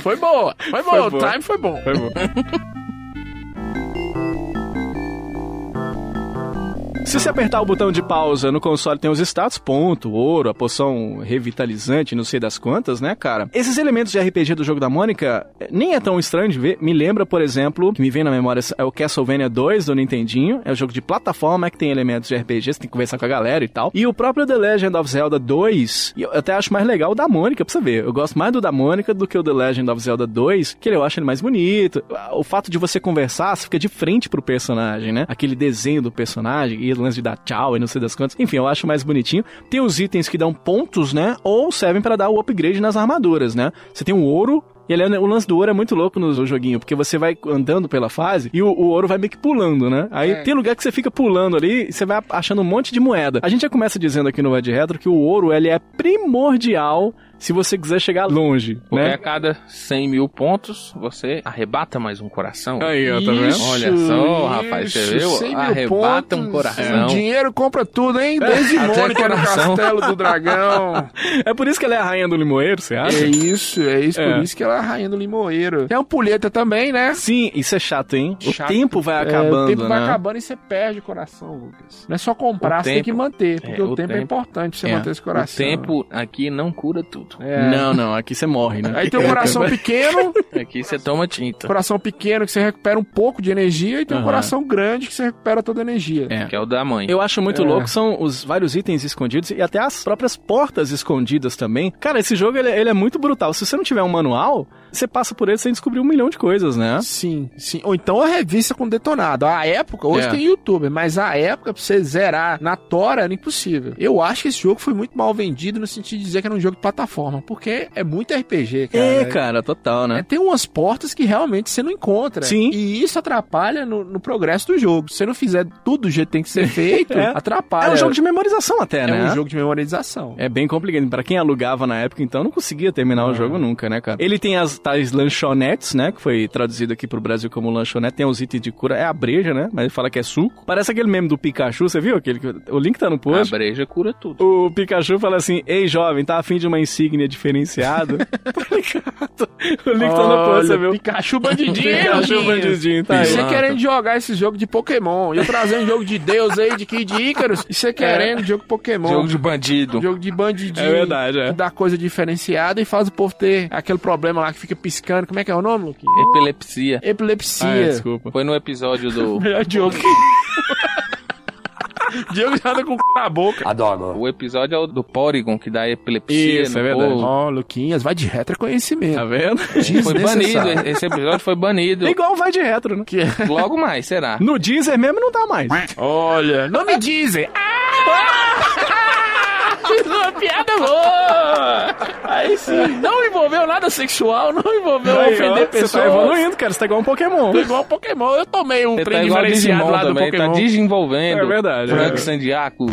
Speaker 6: Foi boa. Foi boa.
Speaker 4: Foi
Speaker 6: o
Speaker 4: boa.
Speaker 6: time foi bom.
Speaker 4: Foi bom. Se você apertar o botão de pausa no console, tem os status, ponto, ouro, a poção revitalizante, não sei das quantas, né, cara? Esses elementos de RPG do jogo da Mônica eh, nem é tão estranho de ver. Me lembra, por exemplo, que me vem na memória é o Castlevania 2 do Nintendinho. É um jogo de plataforma que tem elementos de RPG, você tem que conversar com a galera e tal. E o próprio The Legend of Zelda 2, e eu até acho mais legal o da Mônica, pra você ver. Eu gosto mais do da Mônica do que o The Legend of Zelda 2, que ele- eu acho ele mais bonito. O fato de você conversar, você fica de frente pro personagem, né? Aquele desenho do personagem, e o lance de dar tchau e não sei das quantas. Enfim, eu acho mais bonitinho. Tem os itens que dão pontos, né? Ou servem pra dar o upgrade nas armaduras, né? Você tem o ouro. E ele é- o lance do ouro é muito louco no joguinho, porque você vai andando pela fase e o, o ouro vai meio que pulando, né? Aí tem lugar que você fica pulando ali e você vai achando um monte de moeda. A gente já começa dizendo aqui no Vai de Retro que o ouro ele é primordial se você quiser chegar longe,
Speaker 5: Porque
Speaker 4: né?
Speaker 5: a cada 100 mil pontos, você arrebata mais um coração.
Speaker 4: Aí, ó, tá vendo?
Speaker 5: Olha só, rapaz, você viu?
Speaker 6: 100 mil
Speaker 5: Arrebata
Speaker 6: pontos.
Speaker 5: um
Speaker 4: é,
Speaker 5: coração.
Speaker 6: O dinheiro compra tudo, hein? Desde
Speaker 5: *laughs* Até
Speaker 6: Mônica no
Speaker 5: coração.
Speaker 6: Castelo do
Speaker 5: *laughs*
Speaker 6: Dragão.
Speaker 4: É por isso que ela é a rainha do limoeiro, você acha?
Speaker 6: É isso, é isso.
Speaker 4: É.
Speaker 6: Por isso que ela é a rainha do limoeiro. Tem um pulheta também, né?
Speaker 4: Sim, isso é chato, hein?
Speaker 6: Chato.
Speaker 4: O tempo
Speaker 5: Tá
Speaker 4: vai
Speaker 6: É,
Speaker 4: acabando,
Speaker 6: o tempo
Speaker 4: né?
Speaker 6: vai acabando e você perde o coração, Lucas. Não é só comprar,
Speaker 5: O
Speaker 6: você tem
Speaker 5: tempo.
Speaker 6: que manter. Porque
Speaker 5: É,
Speaker 6: o,
Speaker 5: o
Speaker 6: tempo, é
Speaker 5: tempo.
Speaker 6: importante pra você
Speaker 4: É.
Speaker 6: manter esse
Speaker 5: O
Speaker 6: coração.
Speaker 5: tempo aqui não cura tudo.
Speaker 6: É.
Speaker 4: Não, não, aqui você morre, né?
Speaker 6: Aí
Speaker 4: *laughs*
Speaker 6: tem o
Speaker 5: *laughs*
Speaker 6: coração pequeno,
Speaker 5: Aqui você toma tinta.
Speaker 6: coração pequeno que você recupera um pouco de energia, e tem
Speaker 4: Aham.
Speaker 6: um coração grande que você recupera toda a energia.
Speaker 4: É.
Speaker 5: Que é o da mãe.
Speaker 4: Eu acho muito
Speaker 6: É.
Speaker 4: louco, são os vários itens escondidos e é até as próprias portas escondidas também. Cara, esse jogo ele, ele é muito brutal. Se você não tiver um manual, você passa por ele sem descobrir um milhão de coisas, né?
Speaker 6: Sim, sim. Ou então a revista com detonado. A época, hoje
Speaker 4: É.
Speaker 6: tem YouTube, mas a época, pra você zerar na Tora, era impossível. Eu acho que esse jogo foi muito mal vendido no sentido de dizer que era um jogo de plataforma, porque é muito RPG, cara.
Speaker 4: É, cara, total, né?
Speaker 6: É, tem umas portas que realmente você não encontra.
Speaker 4: Sim.
Speaker 6: E isso atrapalha no, no progresso do jogo. Se você não fizer tudo do jeito que tem
Speaker 4: *laughs*
Speaker 6: que ser feito,
Speaker 4: É.
Speaker 6: atrapalha.
Speaker 4: É um jogo de memorização até,
Speaker 6: É
Speaker 4: né?
Speaker 6: um jogo de memorização.
Speaker 4: É bem complicado. Pra quem alugava na época, então, não conseguia terminar o jogo nunca, né, cara? Ele tem as tais lanchonetes, né? Que foi traduzido aqui pro Brasil como lanchonete. Tem os itens de cura. É a breja, né? Mas ele fala que é suco. Parece aquele meme do Pikachu, você viu? Aquele, que- o link tá no
Speaker 5: A
Speaker 4: post.
Speaker 5: breja cura tudo.
Speaker 4: O Pikachu fala assim, ei jovem, tá afim de uma insígnia diferenciada? Tá ligado? o link tá no post, você
Speaker 6: Olha,
Speaker 4: viu? Um
Speaker 6: Pikachu bandidinho.
Speaker 4: Pikachu
Speaker 6: Pikachu
Speaker 4: bandidinho, tá
Speaker 6: E
Speaker 4: aí.
Speaker 6: você
Speaker 5: Exato.
Speaker 6: querendo jogar esse jogo de Pokémon. E eu trazendo jogo de Deus aí, de Kid Icarus. E você querendo jogo Pokémon.
Speaker 5: Jogo de bandido.
Speaker 6: Jogo de bandidinho.
Speaker 4: É verdade, é.
Speaker 6: Que dá coisa diferenciada e faz o povo ter aquele problema lá que fica piscando. Como é que é o nome, Luquinha?
Speaker 5: Epilepsia.
Speaker 6: Epilepsia.
Speaker 4: Ah, é, desculpa.
Speaker 5: Foi no
Speaker 4: *laughs*
Speaker 5: episódio do.
Speaker 6: Melhor Diogo. Diogo já anda com o c na boca.
Speaker 5: o episódio é o do Porygon, que dá epilepsia
Speaker 4: Isso,
Speaker 5: no
Speaker 4: é verdade.
Speaker 5: povo.
Speaker 6: Ó, Luquinhas, vai de retro
Speaker 4: Tá
Speaker 6: é conhecimento.
Speaker 4: vendo?
Speaker 5: Foi
Speaker 4: é
Speaker 5: banido, esse episódio foi banido.
Speaker 4: Igual vai de retro, né?
Speaker 5: Logo mais, será?
Speaker 4: No Deezer mesmo não dá mais.
Speaker 6: Olha, não me dizem. Ah!
Speaker 5: *laughs* Fiz uma piada boa! Aí sim, não envolveu nada sexual, não envolveu
Speaker 4: Aí, ó, Você tá evoluindo, cara. Você tá igual um Pokémon.
Speaker 6: Tô igual Pokémon, eu tomei um
Speaker 5: Você
Speaker 6: trem
Speaker 5: tá igual
Speaker 6: diferenciado
Speaker 5: Digimon
Speaker 6: lá do
Speaker 5: também, tá
Speaker 6: Pokémon.
Speaker 5: desenvolvendo.
Speaker 4: É verdade, é
Speaker 5: Frank
Speaker 4: verdade.
Speaker 5: Sandiaco.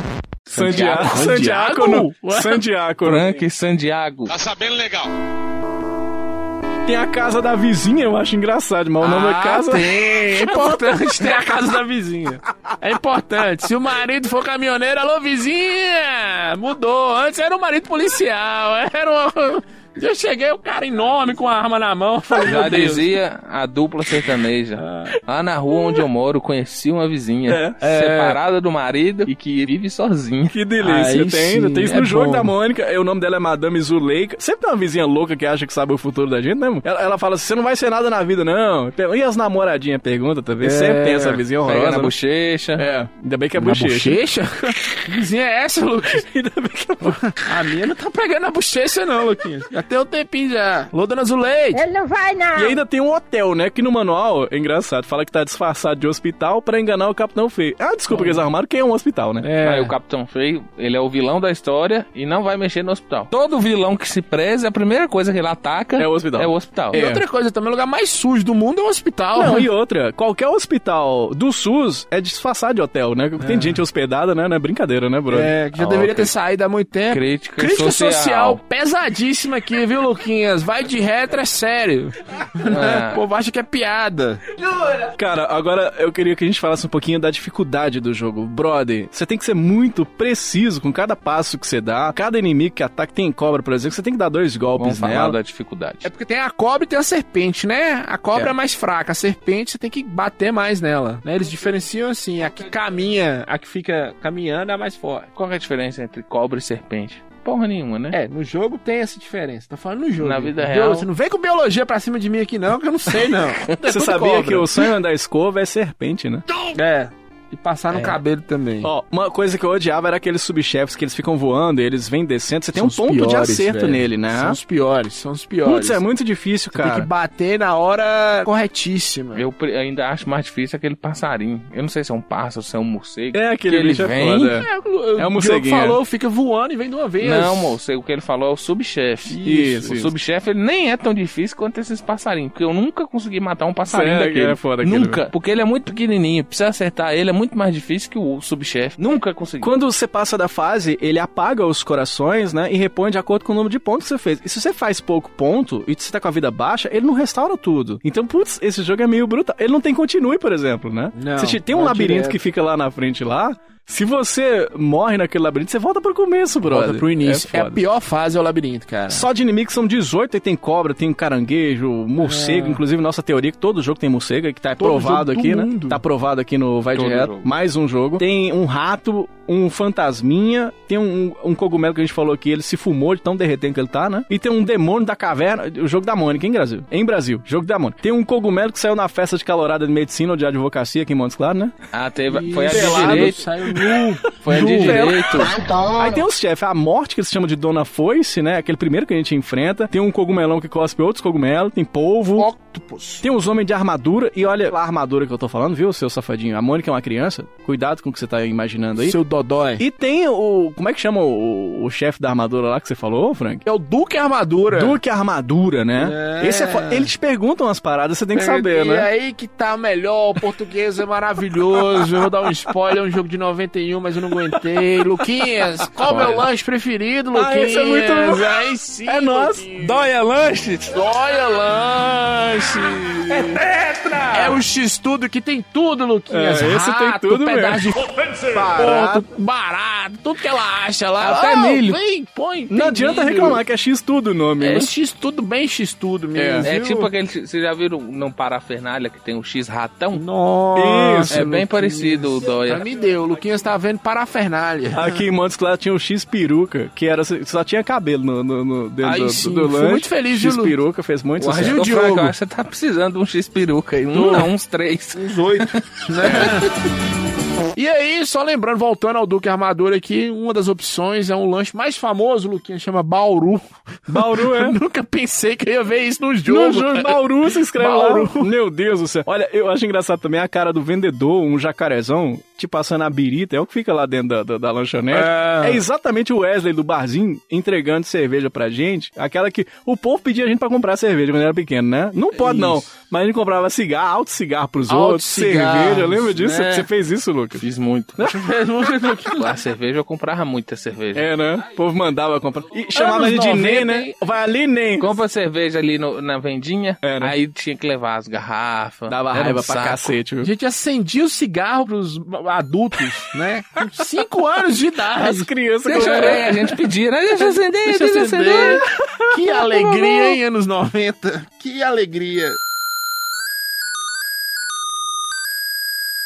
Speaker 4: Sandiaco. Sandiaco.
Speaker 6: Ué?
Speaker 4: Sandiaco.
Speaker 5: Frank Sandiago.
Speaker 4: Tem a casa da vizinha, eu acho engraçado, mas o nome
Speaker 6: Ah,
Speaker 4: é casa.
Speaker 5: *laughs*
Speaker 6: tem. É importante ter a casa da vizinha. É importante. Se o marido for caminhoneiro, alô, vizinha! Mudou. Antes era um marido policial. Era um... Eu cheguei, o cara enorme com a arma na mão. *laughs* Falei,
Speaker 5: Já
Speaker 6: meu Deus.
Speaker 5: dizia a dupla sertaneja. Lá na rua onde eu moro, conheci uma vizinha separada do marido É. e que vive
Speaker 4: *laughs*
Speaker 5: sozinha.
Speaker 4: Que delícia,
Speaker 6: Aí
Speaker 4: tem, ainda,
Speaker 6: sim,
Speaker 4: tem isso
Speaker 6: é
Speaker 4: no jogo
Speaker 6: bom.
Speaker 4: da Mônica, é, o nome dela é Madame Zuleika. Sempre tem uma vizinha louca que acha que sabe o futuro da gente, né? amor? Ela, ela fala assim, você não vai ser nada na vida, não. E as namoradinhas pergunta também, sempre tem essa vizinha
Speaker 5: Pega na
Speaker 4: horrorosa. né?
Speaker 5: bochecha.
Speaker 4: É, ainda bem que é
Speaker 6: Na
Speaker 4: bochecha.
Speaker 6: bochecha? que *laughs* vizinha é essa, Luquinhas?
Speaker 4: *laughs* Ainda bem que é bochecha.
Speaker 6: A minha não tá pegando a bochecha, não, Luquinhas. Já tem um tempinho já. Lô, dona Zuleide.
Speaker 9: Ele não vai, não.
Speaker 4: E ainda tem um hotel, né? Que no manual, é engraçado, fala que tá disfarçado de hospital pra enganar o Capitão Feio. Ah, desculpa que eles arrumaram, que é um hospital, né?
Speaker 6: Ah,
Speaker 5: Aí o Capitão Feio, ele é o vilão da história e não vai mexer no hospital. Todo vilão que se preza, a primeira coisa que ele ataca
Speaker 4: É o hospital.
Speaker 5: É o hospital.
Speaker 6: E outra coisa também, é o lugar mais sujo do mundo é o hospital.
Speaker 4: Não, e outra, qualquer hospital do SUS é disfarçado de hotel, né? Porque tem gente hospedada, né? Não é brincadeira, né, Bruno?
Speaker 6: É, que já deveria ter saído há muito tempo.
Speaker 5: Crítica,
Speaker 6: Crítica social.
Speaker 5: social.
Speaker 6: pesadíssima aqui, viu, Luquinhas? Vai de retro, é sério.
Speaker 5: Ah.
Speaker 6: *laughs* O povo acha que é piada.
Speaker 4: Cara, agora eu queria que a gente falasse um pouquinho da dificuldade do jogo. Brother, você tem que ser muito preciso com cada passo que você dá. Cada inimigo que ataca tem cobra, por exemplo, você tem que dar dois
Speaker 5: Vamos
Speaker 4: golpes
Speaker 5: falar
Speaker 4: nela.
Speaker 5: da dificuldade.
Speaker 6: É porque tem a cobra e tem a serpente, né? A cobra é, mais fraca, a serpente você tem que bater mais nela. Né? Eles diferenciam assim, a que caminha, a que fica caminhando é a mais forte.
Speaker 5: Qual que é a diferença entre cobra e serpente? Porra nenhuma, né?
Speaker 6: É, no jogo tem essa diferença. Tá falando no jogo.
Speaker 5: Na vida
Speaker 6: entendeu?
Speaker 5: real.
Speaker 6: Você não vem com biologia pra cima de mim aqui, não, que eu não sei, não.
Speaker 4: *laughs* Você sabia que o sonho da escova é serpente, né?
Speaker 6: *laughs* É. E passar no cabelo também.
Speaker 4: Ó, uma coisa que eu odiava era aqueles subchefes que eles ficam voando e eles vêm descendo. Você tem
Speaker 6: São
Speaker 4: um
Speaker 6: os
Speaker 4: ponto de
Speaker 6: piores,
Speaker 4: acerto
Speaker 6: velho.
Speaker 4: nele, né?
Speaker 6: São os piores, são os piores.
Speaker 4: Putz, é muito difícil, cara. É.
Speaker 6: Tem que bater na hora corretíssima.
Speaker 5: Eu pre- ainda acho mais difícil aquele passarinho. Eu não sei se é um pássaro, se é um morcego.
Speaker 4: É, aquele
Speaker 5: que ele
Speaker 4: bicho é
Speaker 5: vem.
Speaker 4: foda.
Speaker 6: É,
Speaker 4: É um
Speaker 6: o, o Diogo
Speaker 4: morceguinho,
Speaker 6: falou, fica voando e vem de uma vez.
Speaker 5: Não, moço, o que ele falou é o subchefe.
Speaker 4: Isso,
Speaker 5: O
Speaker 4: isso.
Speaker 5: subchefe ele nem é tão difícil quanto esses passarinhos, porque eu nunca consegui matar um passarinho
Speaker 4: Sério,
Speaker 5: daquele.
Speaker 4: é foda aquele,
Speaker 5: nunca,
Speaker 4: velho.
Speaker 5: porque ele é muito pequenininho, precisa acertar ele é muito mais difícil que o subchefe. Nunca consegui.
Speaker 4: Quando você passa da fase, ele apaga os corações, né? E repõe de acordo com o número de pontos que você fez. E se você faz pouco ponto e você tá com a vida baixa, ele não restaura tudo. Então, putz, esse jogo é meio brutal. Ele não tem continue, por exemplo, né?
Speaker 6: Não,
Speaker 4: você te- tem um
Speaker 6: vai
Speaker 4: labirinto
Speaker 6: direto.
Speaker 4: que fica lá na frente lá. Se você morre naquele labirinto, você volta pro começo, brother.
Speaker 6: Volta pro início. É,
Speaker 4: É
Speaker 6: a
Speaker 4: foda.
Speaker 6: pior fase é o labirinto, cara.
Speaker 4: Só de inimigos são 18, aí tem cobra, tem caranguejo, morcego, inclusive nossa teoria é que todo jogo tem morcego, que tá
Speaker 6: Todo
Speaker 4: aprovado
Speaker 6: jogo do
Speaker 4: aqui, né?
Speaker 6: mundo.
Speaker 4: Tá aprovado aqui no Vai
Speaker 5: Todo
Speaker 4: Direto,
Speaker 5: jogo.
Speaker 4: mais um jogo. Tem um rato, um fantasminha, tem um, um cogumelo que a gente falou aqui, ele se fumou de tão derretendo que ele tá, né? E tem um demônio da caverna, o jogo da Mônica, em Brasil. Em Brasil, jogo da Mônica. Tem um cogumelo que saiu na festa de calorada de medicina ou de advocacia aqui em Montes Claros, né?
Speaker 5: Ah, teve, foi a de
Speaker 4: Pelado,
Speaker 5: direito.
Speaker 4: saiu nu.
Speaker 5: Foi a de direito.
Speaker 4: Aí tem os chefes, a morte que eles chamam de Dona Foice, né? Aquele primeiro que a gente enfrenta. Tem um cogumelão que cospe outros cogumelos, tem polvo. Octopus. Tem os homens de armadura. E olha a armadura que eu tô falando, viu, seu safadinho? A Mônica é uma criança. Cuidado com o que você tá imaginando aí.
Speaker 6: Seu dodói.
Speaker 4: E tem o. Como é que chama o, o chefe da armadura lá que você falou, Frank?
Speaker 6: É o Duque Armadura.
Speaker 4: Duque Armadura, né?
Speaker 6: É.
Speaker 4: Esse é fo- Eles perguntam as paradas, você tem que saber,
Speaker 6: e
Speaker 4: né?
Speaker 6: aí que tá melhor, o português é maravilhoso. Eu vou dar um spoiler, é um jogo de 91, mas eu não aguentei. Luquinhas, qual é o meu lanche preferido, Luquinhas?
Speaker 4: Ah, esse é muito bom.
Speaker 6: Aí sim,
Speaker 4: É nosso.
Speaker 6: Luquinhas.
Speaker 5: Dóia lanches.
Speaker 6: Dóia lanche. É o X-Tudo que tem tudo, Luquinhas.
Speaker 4: É, esse tem
Speaker 6: Rato,
Speaker 4: tudo
Speaker 6: pedaço
Speaker 4: mesmo.
Speaker 6: de barato, barato, tudo que ela acha lá.
Speaker 4: Até
Speaker 6: Ah,
Speaker 4: milho.
Speaker 6: Vem, põe, tem
Speaker 4: Não adianta
Speaker 6: milho.
Speaker 4: reclamar que é X tudo o nome, né?
Speaker 6: É X-Tudo, bem X-Tudo mesmo.
Speaker 5: É
Speaker 6: viu?
Speaker 5: tipo aquele. Vocês já viram não parafernália que tem um X ratão?
Speaker 6: Nossa,
Speaker 5: É bem
Speaker 6: Luquinhas.
Speaker 5: parecido o
Speaker 6: Pra
Speaker 5: Dóia.
Speaker 6: mim deu, o Luquinhas tá vendo parafernália.
Speaker 4: Aqui em Montes Claros tinha o X peruca, que era só tinha cabelo no, no- no- dentro
Speaker 6: Aí
Speaker 4: do,
Speaker 6: sim,
Speaker 4: do
Speaker 6: fui
Speaker 4: lanche.
Speaker 6: muito feliz, viu,
Speaker 4: X
Speaker 6: Lu?
Speaker 4: peruca fez muito
Speaker 5: Ô,
Speaker 4: sucesso.
Speaker 6: Gil
Speaker 5: Franco,
Speaker 6: Diogo.
Speaker 5: eu acho que você tá precisando de um X peruca aí. Um não, uns três.
Speaker 6: Uns oito, né? E aí, só lembrando, voltando ao Duque Armadura aqui, uma das opções é um lanche mais famoso, Luquinha, chama Bauru. *laughs*
Speaker 4: Bauru é.
Speaker 6: Eu nunca pensei que eu ia ver isso no jogo.
Speaker 4: No jogo, Bauru se inscreve lá.
Speaker 6: Bauru.
Speaker 4: Meu Deus do céu. Olha, eu acho engraçado também a cara do vendedor, um jacarezão, te passando a birita, é o que fica lá dentro da, da, da lanchonete. É. exatamente o Wesley do barzinho entregando cerveja pra gente. Aquela que o povo pedia a gente pra comprar cerveja quando era pequeno, né? Não pode não. Mas a gente comprava cigarro, alto cigarro pros
Speaker 6: Alto
Speaker 4: outros,
Speaker 6: cigarros,
Speaker 4: cerveja. Lembra disso?
Speaker 5: né?
Speaker 4: Você fez isso, Lucas?
Speaker 5: Fiz *laughs* muito. a cerveja, eu comprava muita cerveja.
Speaker 4: É, né? O povo mandava comprar. E chamava
Speaker 5: Anos
Speaker 4: a gente de
Speaker 5: 90,
Speaker 4: Nen, né?
Speaker 5: hein?
Speaker 4: Vai ali, Nen.
Speaker 5: Compra cerveja ali no- na vendinha,
Speaker 4: Era.
Speaker 5: aí tinha que levar as garrafas.
Speaker 4: Dava
Speaker 5: Era um
Speaker 4: raiva pra
Speaker 5: saco.
Speaker 4: cacete,
Speaker 6: A
Speaker 4: viu?
Speaker 6: gente acendia o cigarro pros adultos, né? Com cinco anos de
Speaker 4: As
Speaker 5: *laughs*
Speaker 6: idade.
Speaker 4: crianças
Speaker 5: Deixa eu
Speaker 4: comeram.
Speaker 5: ver, a gente pedia, né? Deixa eu acender, deixa, eu acender.
Speaker 6: Que
Speaker 5: *laughs*
Speaker 6: alegria, hein, anos 90. Que alegria.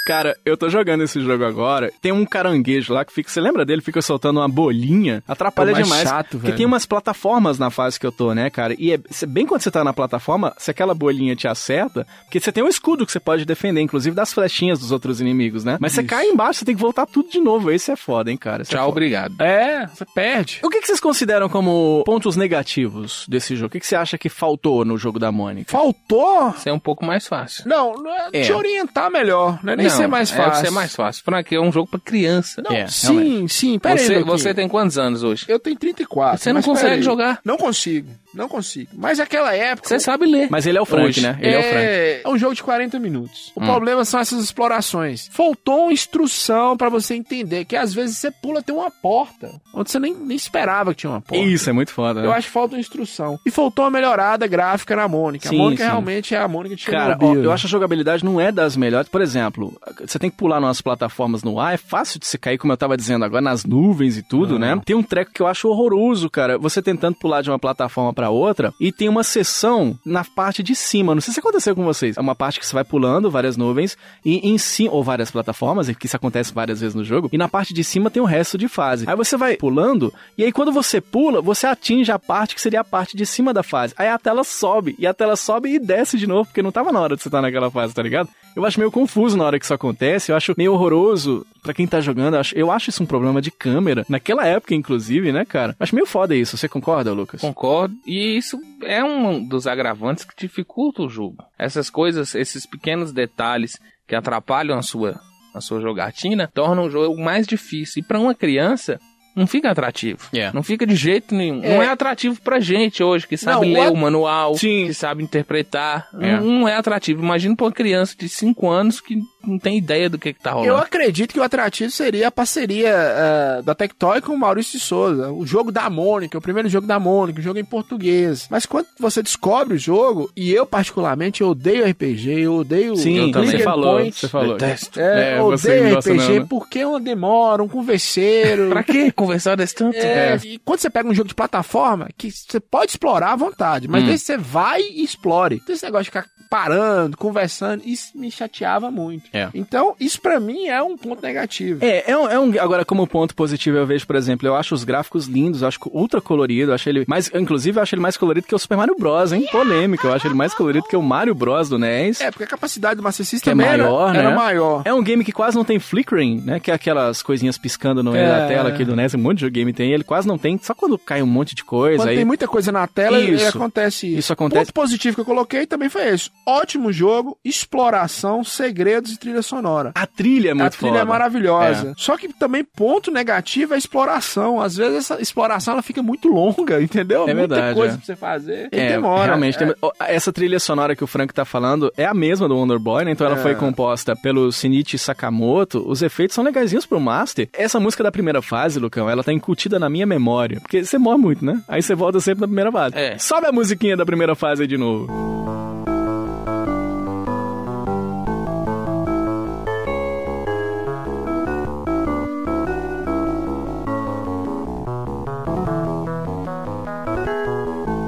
Speaker 4: Cara, eu tô jogando esse jogo agora. Tem um caranguejo lá que fica. Você lembra dele? Fica soltando uma bolinha. Atrapalha
Speaker 6: É o mais
Speaker 4: demais.
Speaker 6: chato,
Speaker 4: porque
Speaker 6: velho.
Speaker 4: tem umas plataformas na fase que eu tô, né, cara? E é, cê- bem quando você tá na plataforma, se aquela bolinha te acerta, porque você tem um escudo que você pode defender, inclusive das flechinhas dos outros inimigos, né? Mas você cai embaixo, você tem que voltar tudo de novo. Esse é foda, hein, cara? Esse é
Speaker 5: Tchau,
Speaker 4: foda.
Speaker 5: obrigado.
Speaker 6: É, você perde.
Speaker 4: O que que vocês consideram como pontos negativos desse jogo? O que que você acha que faltou no jogo da Mônica?
Speaker 6: Faltou
Speaker 5: Isso é um pouco mais fácil.
Speaker 6: Não, não é
Speaker 4: É.
Speaker 6: te orientar melhor, não é nem ser mais fácil.
Speaker 5: É ser mais fácil. Frank, é um jogo pra criança.
Speaker 6: Não,
Speaker 4: É,
Speaker 6: sim, sim, peraí.
Speaker 5: você, você tem quantos anos hoje?
Speaker 6: Eu tenho 34.
Speaker 5: Você não
Speaker 6: mas
Speaker 5: consegue
Speaker 6: peraí.
Speaker 5: jogar.
Speaker 6: Não consigo, não consigo. Mas naquela época...
Speaker 5: Você sabe ler.
Speaker 4: Mas ele é o Frank,
Speaker 5: Hoje.
Speaker 4: né? Ele é... o Frank. Hum.
Speaker 6: é um jogo de 40 minutos. O problema são essas explorações. Faltou uma instrução pra você entender que às vezes você pula até uma porta, onde você nem, nem esperava que tinha uma porta.
Speaker 4: Isso, é muito foda. né?
Speaker 6: Eu acho que falta uma instrução. E faltou uma melhorada gráfica na Mônica.
Speaker 4: Sim,
Speaker 6: a Mônica
Speaker 4: sim.
Speaker 6: realmente é a Mônica de
Speaker 4: Cara, ó,
Speaker 6: Chernobyl.
Speaker 4: eu acho que a jogabilidade não é das melhores. Por exemplo, você tem que pular nas plataformas no ar, é fácil de você cair, como eu tava dizendo agora, nas nuvens e tudo, né? Tem um treco que eu acho horroroso, cara. Você tentando pular de uma plataforma pra outra e tem uma seção na parte de cima. Não sei se aconteceu com vocês. É uma parte que você vai pulando várias nuvens e em cima, ou várias plataformas, e que isso acontece várias vezes no jogo, e na parte de cima tem o resto de fase. Aí você vai pulando e aí quando você pula, você atinge a parte que seria a parte de cima da fase. Aí a tela sobe, e a tela sobe e desce de novo, porque não tava na hora de você estar naquela fase, tá ligado? Eu acho meio confuso na hora que isso acontece, eu acho meio horroroso pra quem tá jogando, eu acho, eu acho isso um problema de câmera, naquela época inclusive, né, cara? Eu Acho meio foda isso, você concorda, Lucas?
Speaker 5: Concordo. E isso é um dos agravantes que dificulta o jogo. Essas coisas, esses pequenos detalhes que atrapalham a sua, a sua jogatina, tornam o jogo mais difícil. E pra uma criança, não fica atrativo.
Speaker 4: É.
Speaker 5: Não fica de jeito nenhum.
Speaker 6: É.
Speaker 5: Não é atrativo pra gente hoje, que sabe
Speaker 6: Não,
Speaker 5: ler
Speaker 6: o-
Speaker 5: o manual,
Speaker 4: Sim.
Speaker 5: que sabe interpretar.
Speaker 4: É.
Speaker 5: Não, não é atrativo. Imagina pra uma criança de 5 anos que não tem ideia do que, que tá
Speaker 6: Eu
Speaker 5: rolando.
Speaker 6: acredito que o atrativo seria a parceria eh, da Tectoy com o Maurício de Souza. O jogo da Mônica, o primeiro jogo da Mônica, o jogo em português. Mas quando você descobre o jogo, e eu particularmente eu odeio RPG, eu odeio
Speaker 4: Sim,
Speaker 5: eu também.
Speaker 6: click
Speaker 4: você
Speaker 6: and
Speaker 4: falou,
Speaker 6: point.
Speaker 4: você falou.
Speaker 5: Detesto.
Speaker 6: É,
Speaker 4: É,
Speaker 6: eu
Speaker 4: você
Speaker 6: odeio
Speaker 4: não gosta
Speaker 6: RPG
Speaker 4: não, né?
Speaker 6: porque é uma demora, um converseiro.
Speaker 5: Pra que conversar desse tanto? *laughs*
Speaker 6: É, E quando você pega um jogo de plataforma, que você pode explorar à vontade, mas
Speaker 5: Hum.
Speaker 6: daí você vai e explore. Tem esse negócio de ficar parando, conversando. Isso me chateava muito.
Speaker 4: É.
Speaker 6: Então, isso pra mim é um ponto negativo.
Speaker 4: É, é um, é um- Agora, como ponto positivo, eu vejo, por exemplo, eu acho os gráficos lindos, eu acho ultra colorido, eu acho ele mais. Inclusive, eu acho ele mais colorido que o Super Mario Bros, hein? Polêmica, eu acho ele mais colorido que o Mario Bros do NES.
Speaker 6: É, porque a capacidade do Master
Speaker 4: Que
Speaker 6: System
Speaker 4: é maior,
Speaker 6: era,
Speaker 4: né?
Speaker 6: era maior.
Speaker 4: É um game que quase não tem flickering, né? Que é aquelas coisinhas piscando no meio
Speaker 6: É.
Speaker 4: da tela aqui do NES. Um monte de game tem. Ele quase não tem. Só quando cai um monte de coisa.
Speaker 6: Quando
Speaker 4: aí...
Speaker 6: tem muita coisa na tela, ele-
Speaker 4: Isso.
Speaker 6: acontece isso.
Speaker 4: Isso acontece.
Speaker 6: Ponto positivo que eu coloquei também foi esse. Ótimo jogo, exploração, segredos e trilha sonora.
Speaker 4: A trilha é muito
Speaker 6: a trilha
Speaker 4: foda.
Speaker 6: é maravilhosa. Só que também ponto negativo é a exploração. Às vezes essa exploração ela fica muito longa, *laughs* entendeu?
Speaker 4: É
Speaker 6: Muita
Speaker 4: verdade,
Speaker 6: coisa
Speaker 4: é.
Speaker 6: pra você fazer. E
Speaker 4: É,
Speaker 6: demora.
Speaker 4: realmente.
Speaker 6: É.
Speaker 4: tem- ó, Essa trilha sonora que o Frank tá falando é a mesma do Wonder Boy, né? Então ela
Speaker 6: É.
Speaker 4: foi composta pelo Shinichi Sakamoto. Os efeitos são legaisinhos pro Master. Essa música da primeira fase, Lucão, ela tá incutida na minha memória. Porque você morre muito, né? Aí você volta sempre na primeira fase.
Speaker 5: É.
Speaker 4: Sobe a musiquinha da primeira fase aí de novo.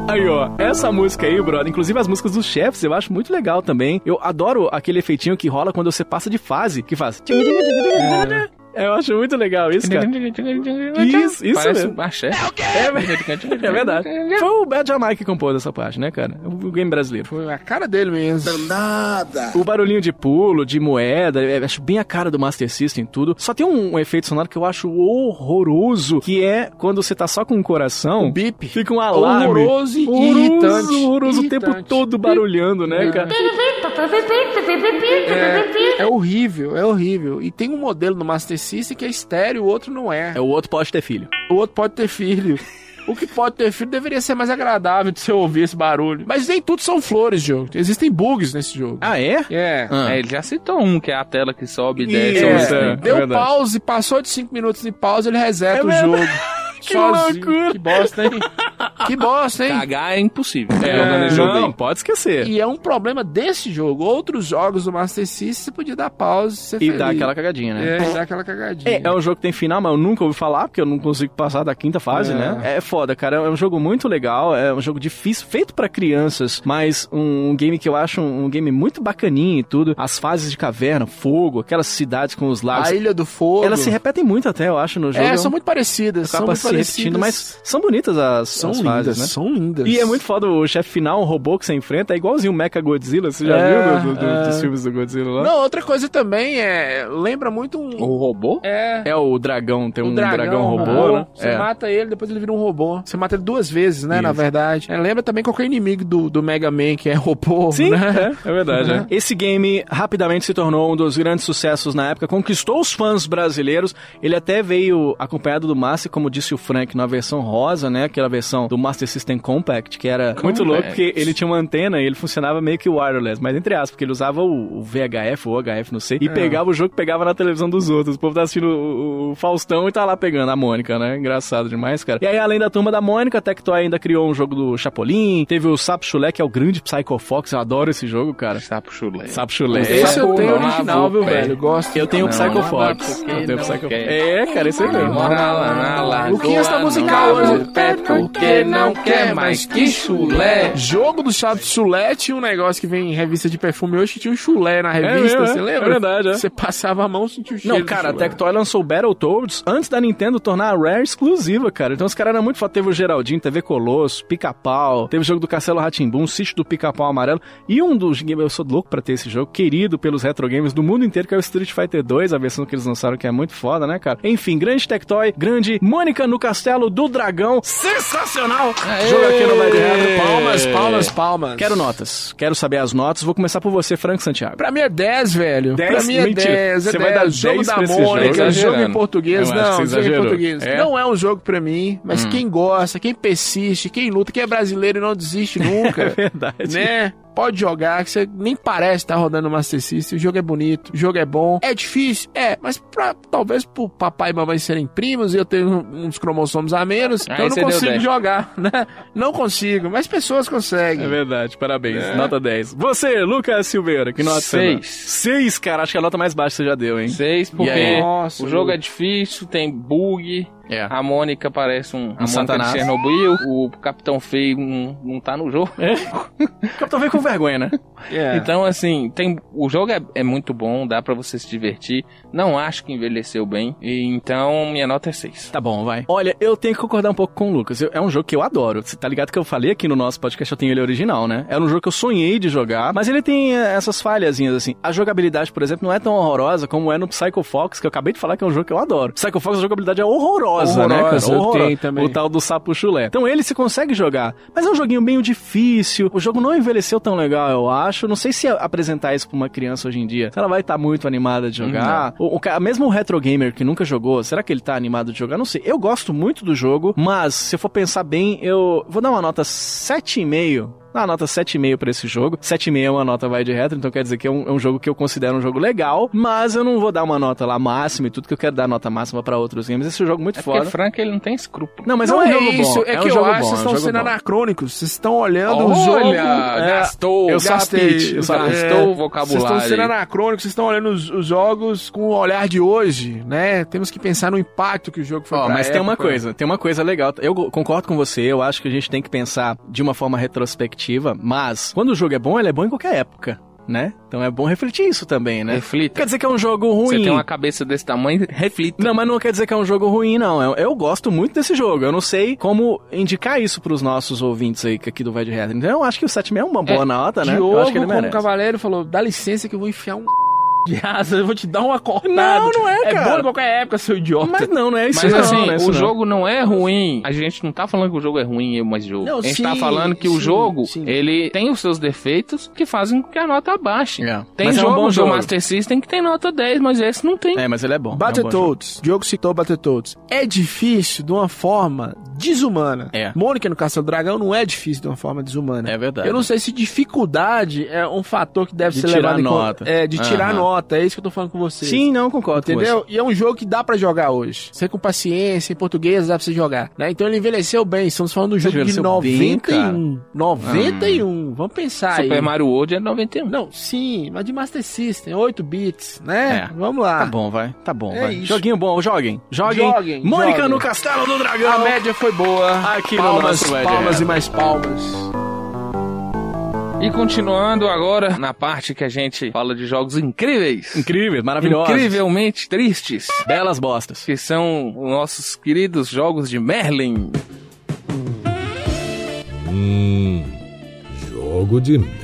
Speaker 4: Aí, ó, essa música aí, brother, inclusive as músicas dos chefes, eu acho muito legal também. Eu adoro aquele efeitinho que rola quando você passa de fase, que faz. Eu acho muito legal isso, cara. Isso, isso
Speaker 5: Parece
Speaker 4: mesmo.
Speaker 5: um axé.
Speaker 4: É verdade. Foi o Bad Jamai que compôs essa parte, né, cara? O game brasileiro.
Speaker 6: Foi É. a cara dele mesmo.
Speaker 4: O barulhinho de pulo, de moeda, eu acho bem a cara do Master System e tudo. Só tem um, um efeito sonoro que eu acho horroroso, que é quando você tá só com o coração,
Speaker 6: Bip.
Speaker 4: fica um alarme.
Speaker 6: Horroroso e
Speaker 4: Horroroso,
Speaker 6: irritante.
Speaker 4: horroroso o
Speaker 6: é Irritante.
Speaker 4: tempo todo barulhando, né, cara?
Speaker 6: É horrível, é horrível. E tem um modelo no Master System que é estéreo, o outro não é.
Speaker 4: É o outro pode ter filho.
Speaker 6: O outro pode ter filho. O que pode ter filho deveria ser mais agradável de você ouvir esse barulho. Mas nem tudo são flores, jogo. Existem bugs nesse jogo.
Speaker 4: Ah, é?
Speaker 6: É.
Speaker 4: Ah.
Speaker 5: É, ele já citou um, que é a tela que sobe e desce.
Speaker 4: Isso,
Speaker 5: ao
Speaker 6: É,
Speaker 5: mesmo
Speaker 4: é
Speaker 5: tempo.
Speaker 6: Deu
Speaker 4: verdade.
Speaker 6: pause, passou de 5 minutos de pausa, ele reseta
Speaker 4: É
Speaker 6: o
Speaker 4: verdade.
Speaker 6: jogo.
Speaker 4: *laughs* Que
Speaker 6: Sozinho.
Speaker 4: loucura.
Speaker 6: Que bosta, hein? Que bosta, hein?
Speaker 5: Cagar é impossível.
Speaker 4: É,
Speaker 5: Jogando esse jogo
Speaker 4: não,
Speaker 5: aí.
Speaker 4: pode esquecer.
Speaker 6: E é um problema desse jogo. Outros jogos do Master System, você podia dar pausa e ser
Speaker 4: E,
Speaker 6: feliz.
Speaker 4: dá aquela cagadinha, né?
Speaker 6: É, e dá aquela cagadinha.
Speaker 4: É, é um jogo que tem final, mas eu nunca ouvi falar, porque eu não consigo passar da quinta fase,
Speaker 6: É.
Speaker 4: né? É foda, cara. É um jogo muito legal, é um jogo difícil, feito pra crianças, mas um game que eu acho um, um game muito bacaninho e tudo. As fases de caverna, fogo, aquelas cidades com os lagos.
Speaker 6: A Ilha do Fogo.
Speaker 4: Elas se repetem muito até, eu acho, no jogo.
Speaker 6: É, são muito parecidas. São
Speaker 4: acaba
Speaker 6: muito
Speaker 4: se repetindo,
Speaker 6: parecidas.
Speaker 4: mas são bonitas as,
Speaker 6: são
Speaker 4: as
Speaker 6: lindas,
Speaker 4: fases, né?
Speaker 6: são lindas.
Speaker 4: E é muito foda o chefe final, o robô que você enfrenta, é igualzinho o Mecha Godzilla, você já viu
Speaker 6: É,
Speaker 4: do- do- do-
Speaker 6: é.
Speaker 4: dos filmes do Godzilla lá?
Speaker 6: Não, outra coisa também é. Lembra muito um.
Speaker 5: O robô?
Speaker 6: É.
Speaker 4: *laughs* É o dragão, tem
Speaker 6: o
Speaker 4: um dragão, robô, né? *laughs*
Speaker 6: Você
Speaker 4: é.
Speaker 6: mata ele, depois ele vira um robô. Você mata ele duas vezes, né? Na
Speaker 4: Isso.
Speaker 6: verdade. É, lembra também qualquer inimigo do, do Mega Man que é robô,
Speaker 4: Sim,
Speaker 6: né?
Speaker 4: é, é verdade.
Speaker 6: Né?
Speaker 4: né? Esse game rapidamente se tornou um dos grandes sucessos na época, conquistou os fãs brasileiros. Ele até veio acompanhado do Master, como disse o Frank, na versão rosa, né? Aquela versão do Master System Compact, que era muito louco, porque ele tinha uma antena e ele funcionava meio que wireless, mas entre aspas, porque ele usava o o VHF ou HF, não sei, e pegava o jogo que pegava na televisão dos outros. O povo tá assistindo o, o- o Faustão e tá lá pegando a Mônica, né? Engraçado demais, cara. E aí, além da turma da Mônica, a Tectoy ainda criou um jogo do Chapolin, teve o Sapo Chulé, que é o grande Psycho Fox, eu adoro esse jogo, cara.
Speaker 5: Sapo chulé.
Speaker 4: Sapo Chulé.
Speaker 6: Esse eu
Speaker 5: Sapo
Speaker 6: tenho
Speaker 5: não,
Speaker 6: original,
Speaker 5: avô,
Speaker 6: viu,
Speaker 5: velho.
Speaker 6: velho? Gosto.
Speaker 4: Eu tenho o
Speaker 5: Não,
Speaker 4: Psycho
Speaker 5: não
Speaker 4: Fox.
Speaker 5: dá pra
Speaker 4: Eu tenho Ah, o
Speaker 5: não
Speaker 4: Psycho Fox.
Speaker 5: quer.
Speaker 4: É, cara, esse aí mesmo.
Speaker 5: Bora lá na lagoa,
Speaker 6: Luquinhas tá
Speaker 5: não
Speaker 6: musical
Speaker 5: abre
Speaker 6: hoje.
Speaker 5: o pé porque não quer mais que chulé.
Speaker 6: Jogo do Chato Chulé tinha um negócio que vem em revista de perfume hoje que tinha um chulé na
Speaker 4: mesmo,
Speaker 6: revista,
Speaker 4: é.
Speaker 6: você lembra?
Speaker 4: É verdade, é.
Speaker 6: Você passava a mão e sentia o cheiro.
Speaker 4: Não,
Speaker 6: do
Speaker 4: cara, a
Speaker 6: chulé.
Speaker 4: Tectoy lançou o Battletoads antes da Nintendo tornar a Rare exclusiva, cara. Então os caras eram muito foda. Teve o Geraldinho, TV Colosso, Pica-Pau, teve o jogo do Castelo Ratimbum, Sítio do Pica-Pau Amarelo. E um dos games, eu sou louco pra ter esse jogo, querido pelos retro games do mundo inteiro, que é o Street Fighter 2, a versão que eles lançaram, que é muito foda, né, cara? Enfim, grande Tectoy, grande Mônica no Castelo do Dragão. Sensacional! Jogo aqui no Vai de Reto.
Speaker 6: Palmas, palmas, palmas.
Speaker 4: Quero notas. Quero saber as notas. Vou começar por você, Frank Santiago. *laughs*
Speaker 6: Pra mim é 10, velho.
Speaker 4: 10?
Speaker 6: pra mim é
Speaker 4: Mentira.
Speaker 6: 10. É
Speaker 4: Você
Speaker 6: 10.
Speaker 4: vai dar
Speaker 6: jogo
Speaker 4: 10
Speaker 6: da
Speaker 4: pra esse jogo?
Speaker 6: Mônica, jogo em
Speaker 5: Exagerando.
Speaker 6: português.
Speaker 4: Eu acho que
Speaker 6: Não,
Speaker 4: você
Speaker 6: jogo em
Speaker 4: exagerou.
Speaker 6: português.
Speaker 4: É? Hum.
Speaker 6: Não é um jogo pra mim, mas quem gosta, quem persiste, quem luta, quem é brasileiro e não
Speaker 4: *laughs*
Speaker 6: desiste nunca,
Speaker 4: É Verdade.
Speaker 6: né? Pode jogar, que você nem parece estar rodando no Master System. O jogo é bonito, o jogo é bom. É difícil? É, mas pra, talvez pro papai e mamãe serem primos e eu tenho um- uns cromossomos a menos,
Speaker 5: Aí
Speaker 6: então eu não
Speaker 5: você deu
Speaker 6: consigo
Speaker 5: 10.
Speaker 6: jogar, *laughs* né? Não consigo, mas pessoas conseguem.
Speaker 4: É verdade, parabéns. Nota 10. Você, Lucas Silveira, que nota você dá?
Speaker 5: Seis.
Speaker 4: Seis, cara. Acho que é a nota mais baixa que você já deu, hein?
Speaker 5: Seis,
Speaker 4: E
Speaker 5: porque
Speaker 4: aí?
Speaker 6: Nossa,
Speaker 5: o jogo
Speaker 6: Lu.
Speaker 5: é difícil, tem bug, É. A Mônica parece um, a Mônica
Speaker 4: Satanás.
Speaker 5: de Chernobyl. O Capitão Feio não, não tá no jogo.
Speaker 4: *laughs* É. Capitão Feio com vergonha, né?
Speaker 6: é.
Speaker 5: Então, assim, tem, o jogo é, é muito bom, dá pra você se divertir. Não acho que envelheceu bem. E, então, minha nota é 6.
Speaker 4: Tá bom, vai. Olha, eu tenho que concordar um pouco com o Lucas. Eu- é um jogo que eu adoro. Você tá ligado que eu falei aqui no nosso podcast, eu tenho ele original, né? Era um jogo que eu sonhei de jogar, mas ele tem eh, essas falhazinhas, assim. A jogabilidade, por exemplo, não é tão horrorosa como é no Psycho Fox, que eu acabei de falar que é um jogo que eu adoro. Psycho Fox, a jogabilidade é horrorosa, né, cara?
Speaker 6: Horrorosa, eu tenho também.
Speaker 4: O tal do sapo chulé. Então ele se consegue jogar, mas é um joguinho meio difícil. O jogo não envelheceu tão legal, eu acho. Não sei se apresentar isso pra uma criança hoje em dia, se ela vai estar muito animada de jogar. O, o ca- mesmo o retro gamer que nunca jogou, será que ele tá animado de jogar? Não sei. Eu gosto muito do jogo, mas se eu for pensar bem, eu vou dar uma nota 7,5. Dá uma nota 7,5 pra esse jogo. 7,5 é uma nota vai de retro, então quer dizer que é um, é um jogo que eu considero um jogo legal, mas eu não vou dar uma nota lá máxima e tudo, que eu quero dar nota máxima pra outros games. Esse jogo é muito
Speaker 5: É
Speaker 4: foda.
Speaker 5: porque Frank, ele não tem escrúpulo.
Speaker 4: Não, mas
Speaker 6: não
Speaker 4: é um
Speaker 6: é,
Speaker 4: jogo
Speaker 6: isso,
Speaker 4: bom.
Speaker 6: é,
Speaker 4: um
Speaker 6: que eu
Speaker 4: jogo bom,
Speaker 6: acho que vocês
Speaker 4: é um
Speaker 6: estão
Speaker 4: jogo
Speaker 6: sendo
Speaker 4: bom.
Speaker 6: anacrônicos. Vocês estão olhando o jogo.
Speaker 5: Olha,
Speaker 4: É,
Speaker 5: gastou,
Speaker 4: eu
Speaker 5: gastei,
Speaker 4: sapite, eu sapite.
Speaker 5: gastou o
Speaker 6: É. Vocês
Speaker 5: vocabulário.
Speaker 6: estão sendo
Speaker 5: aí. né?
Speaker 6: anacrônicos, vocês estão olhando os, os jogos com o olhar de hoje, né? Temos que pensar no impacto que o jogo foi
Speaker 4: Ó,
Speaker 6: pra
Speaker 4: mas tem uma
Speaker 6: época.
Speaker 4: coisa, tem uma coisa legal. Eu go- concordo com você, eu acho que a gente tem que pensar de uma forma retrospectiva, mas quando o jogo é bom, ele é bom em qualquer época, né? Então é bom refletir isso também, né?
Speaker 5: Reflita.
Speaker 4: Quer dizer que é um jogo
Speaker 5: Você
Speaker 4: ruim.
Speaker 5: tem uma cabeça desse tamanho, reflita.
Speaker 4: Não, mas não quer dizer que é um jogo ruim, não. Eu, eu gosto muito desse jogo. Eu não sei como indicar isso pros nossos ouvintes aí que aqui do Vai de Reto. Então eu acho que o 7,6 é uma boa
Speaker 5: É,
Speaker 4: nota, né?
Speaker 6: Diogo,
Speaker 4: eu acho que ele
Speaker 6: como
Speaker 4: merece.
Speaker 6: cavaleiro, falou, dá licença que eu vou enfiar um...
Speaker 5: de asa, eu vou te dar uma cortada.
Speaker 4: Não, não é,
Speaker 5: É bom
Speaker 4: cara.
Speaker 5: em qualquer época, seu idiota.
Speaker 4: *laughs* Mas não, não é isso
Speaker 5: Mas
Speaker 4: não,
Speaker 5: assim,
Speaker 4: não é isso
Speaker 5: o
Speaker 4: não.
Speaker 5: jogo não é ruim. A gente não tá falando que o jogo é ruim, mas jogo.
Speaker 6: Não,
Speaker 5: a gente
Speaker 6: sim,
Speaker 5: tá falando que
Speaker 6: sim,
Speaker 5: o jogo,
Speaker 6: sim.
Speaker 5: ele tem os seus defeitos que fazem com que a nota baixe.
Speaker 4: É.
Speaker 5: Tem
Speaker 4: Mas é um
Speaker 5: jogo,
Speaker 4: bom jogo.
Speaker 5: do Master System que tem nota 10, mas esse não tem.
Speaker 4: É, mas ele é bom. é um bom jogo.
Speaker 6: Battletoads, Diogo citou Battletoads. É difícil de uma forma desumana.
Speaker 4: É.
Speaker 6: Mônica no Castelo do Dragão não é difícil de uma forma desumana.
Speaker 4: É verdade.
Speaker 6: Eu não sei se dificuldade é um fator que deve
Speaker 4: De
Speaker 6: ser
Speaker 4: tirar
Speaker 6: levado em
Speaker 4: nota.
Speaker 6: conta. É, de tirar
Speaker 4: Aham.
Speaker 6: nota. É isso que eu tô falando com você.
Speaker 4: Sim, não, concordo com
Speaker 6: Entendeu? E é um jogo que dá pra jogar hoje. Você com paciência, em português dá pra você jogar. né? Então ele envelheceu bem. Estamos falando do jogo de
Speaker 4: envelheceu bem, Ah.
Speaker 6: 91. 91. Vamos pensar aí.
Speaker 5: Super Mario World é 91.
Speaker 6: Não, sim, mas de Master System, 8 bits, né?
Speaker 4: É.
Speaker 6: Vamos lá.
Speaker 4: Tá bom, vai. Tá bom,
Speaker 6: É
Speaker 4: vai.
Speaker 6: isso.
Speaker 4: Joguinho bom, joguem. Joguem.
Speaker 6: Joguem,
Speaker 4: Mônica
Speaker 6: joguem.
Speaker 4: no Castelo do Dragão.
Speaker 6: A média foi boa.
Speaker 4: Aqui no
Speaker 6: palmas,
Speaker 4: nosso Red
Speaker 6: palmas
Speaker 4: Hat.
Speaker 6: e mais palmas.
Speaker 5: E continuando agora na parte que a gente fala de jogos incríveis.
Speaker 4: Incrível, maravilhosa.
Speaker 5: Incrivelmente tristes.
Speaker 4: Belas bostas.
Speaker 5: Que são os nossos queridos jogos de Merlin.
Speaker 3: Hum, jogo de Merlin.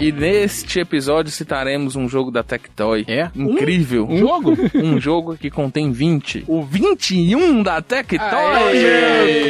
Speaker 5: E neste episódio citaremos um jogo da Tectoy.
Speaker 4: É?
Speaker 5: Incrível. Um, jogo? Um jogo que contém 20. O 21 da Tectoy!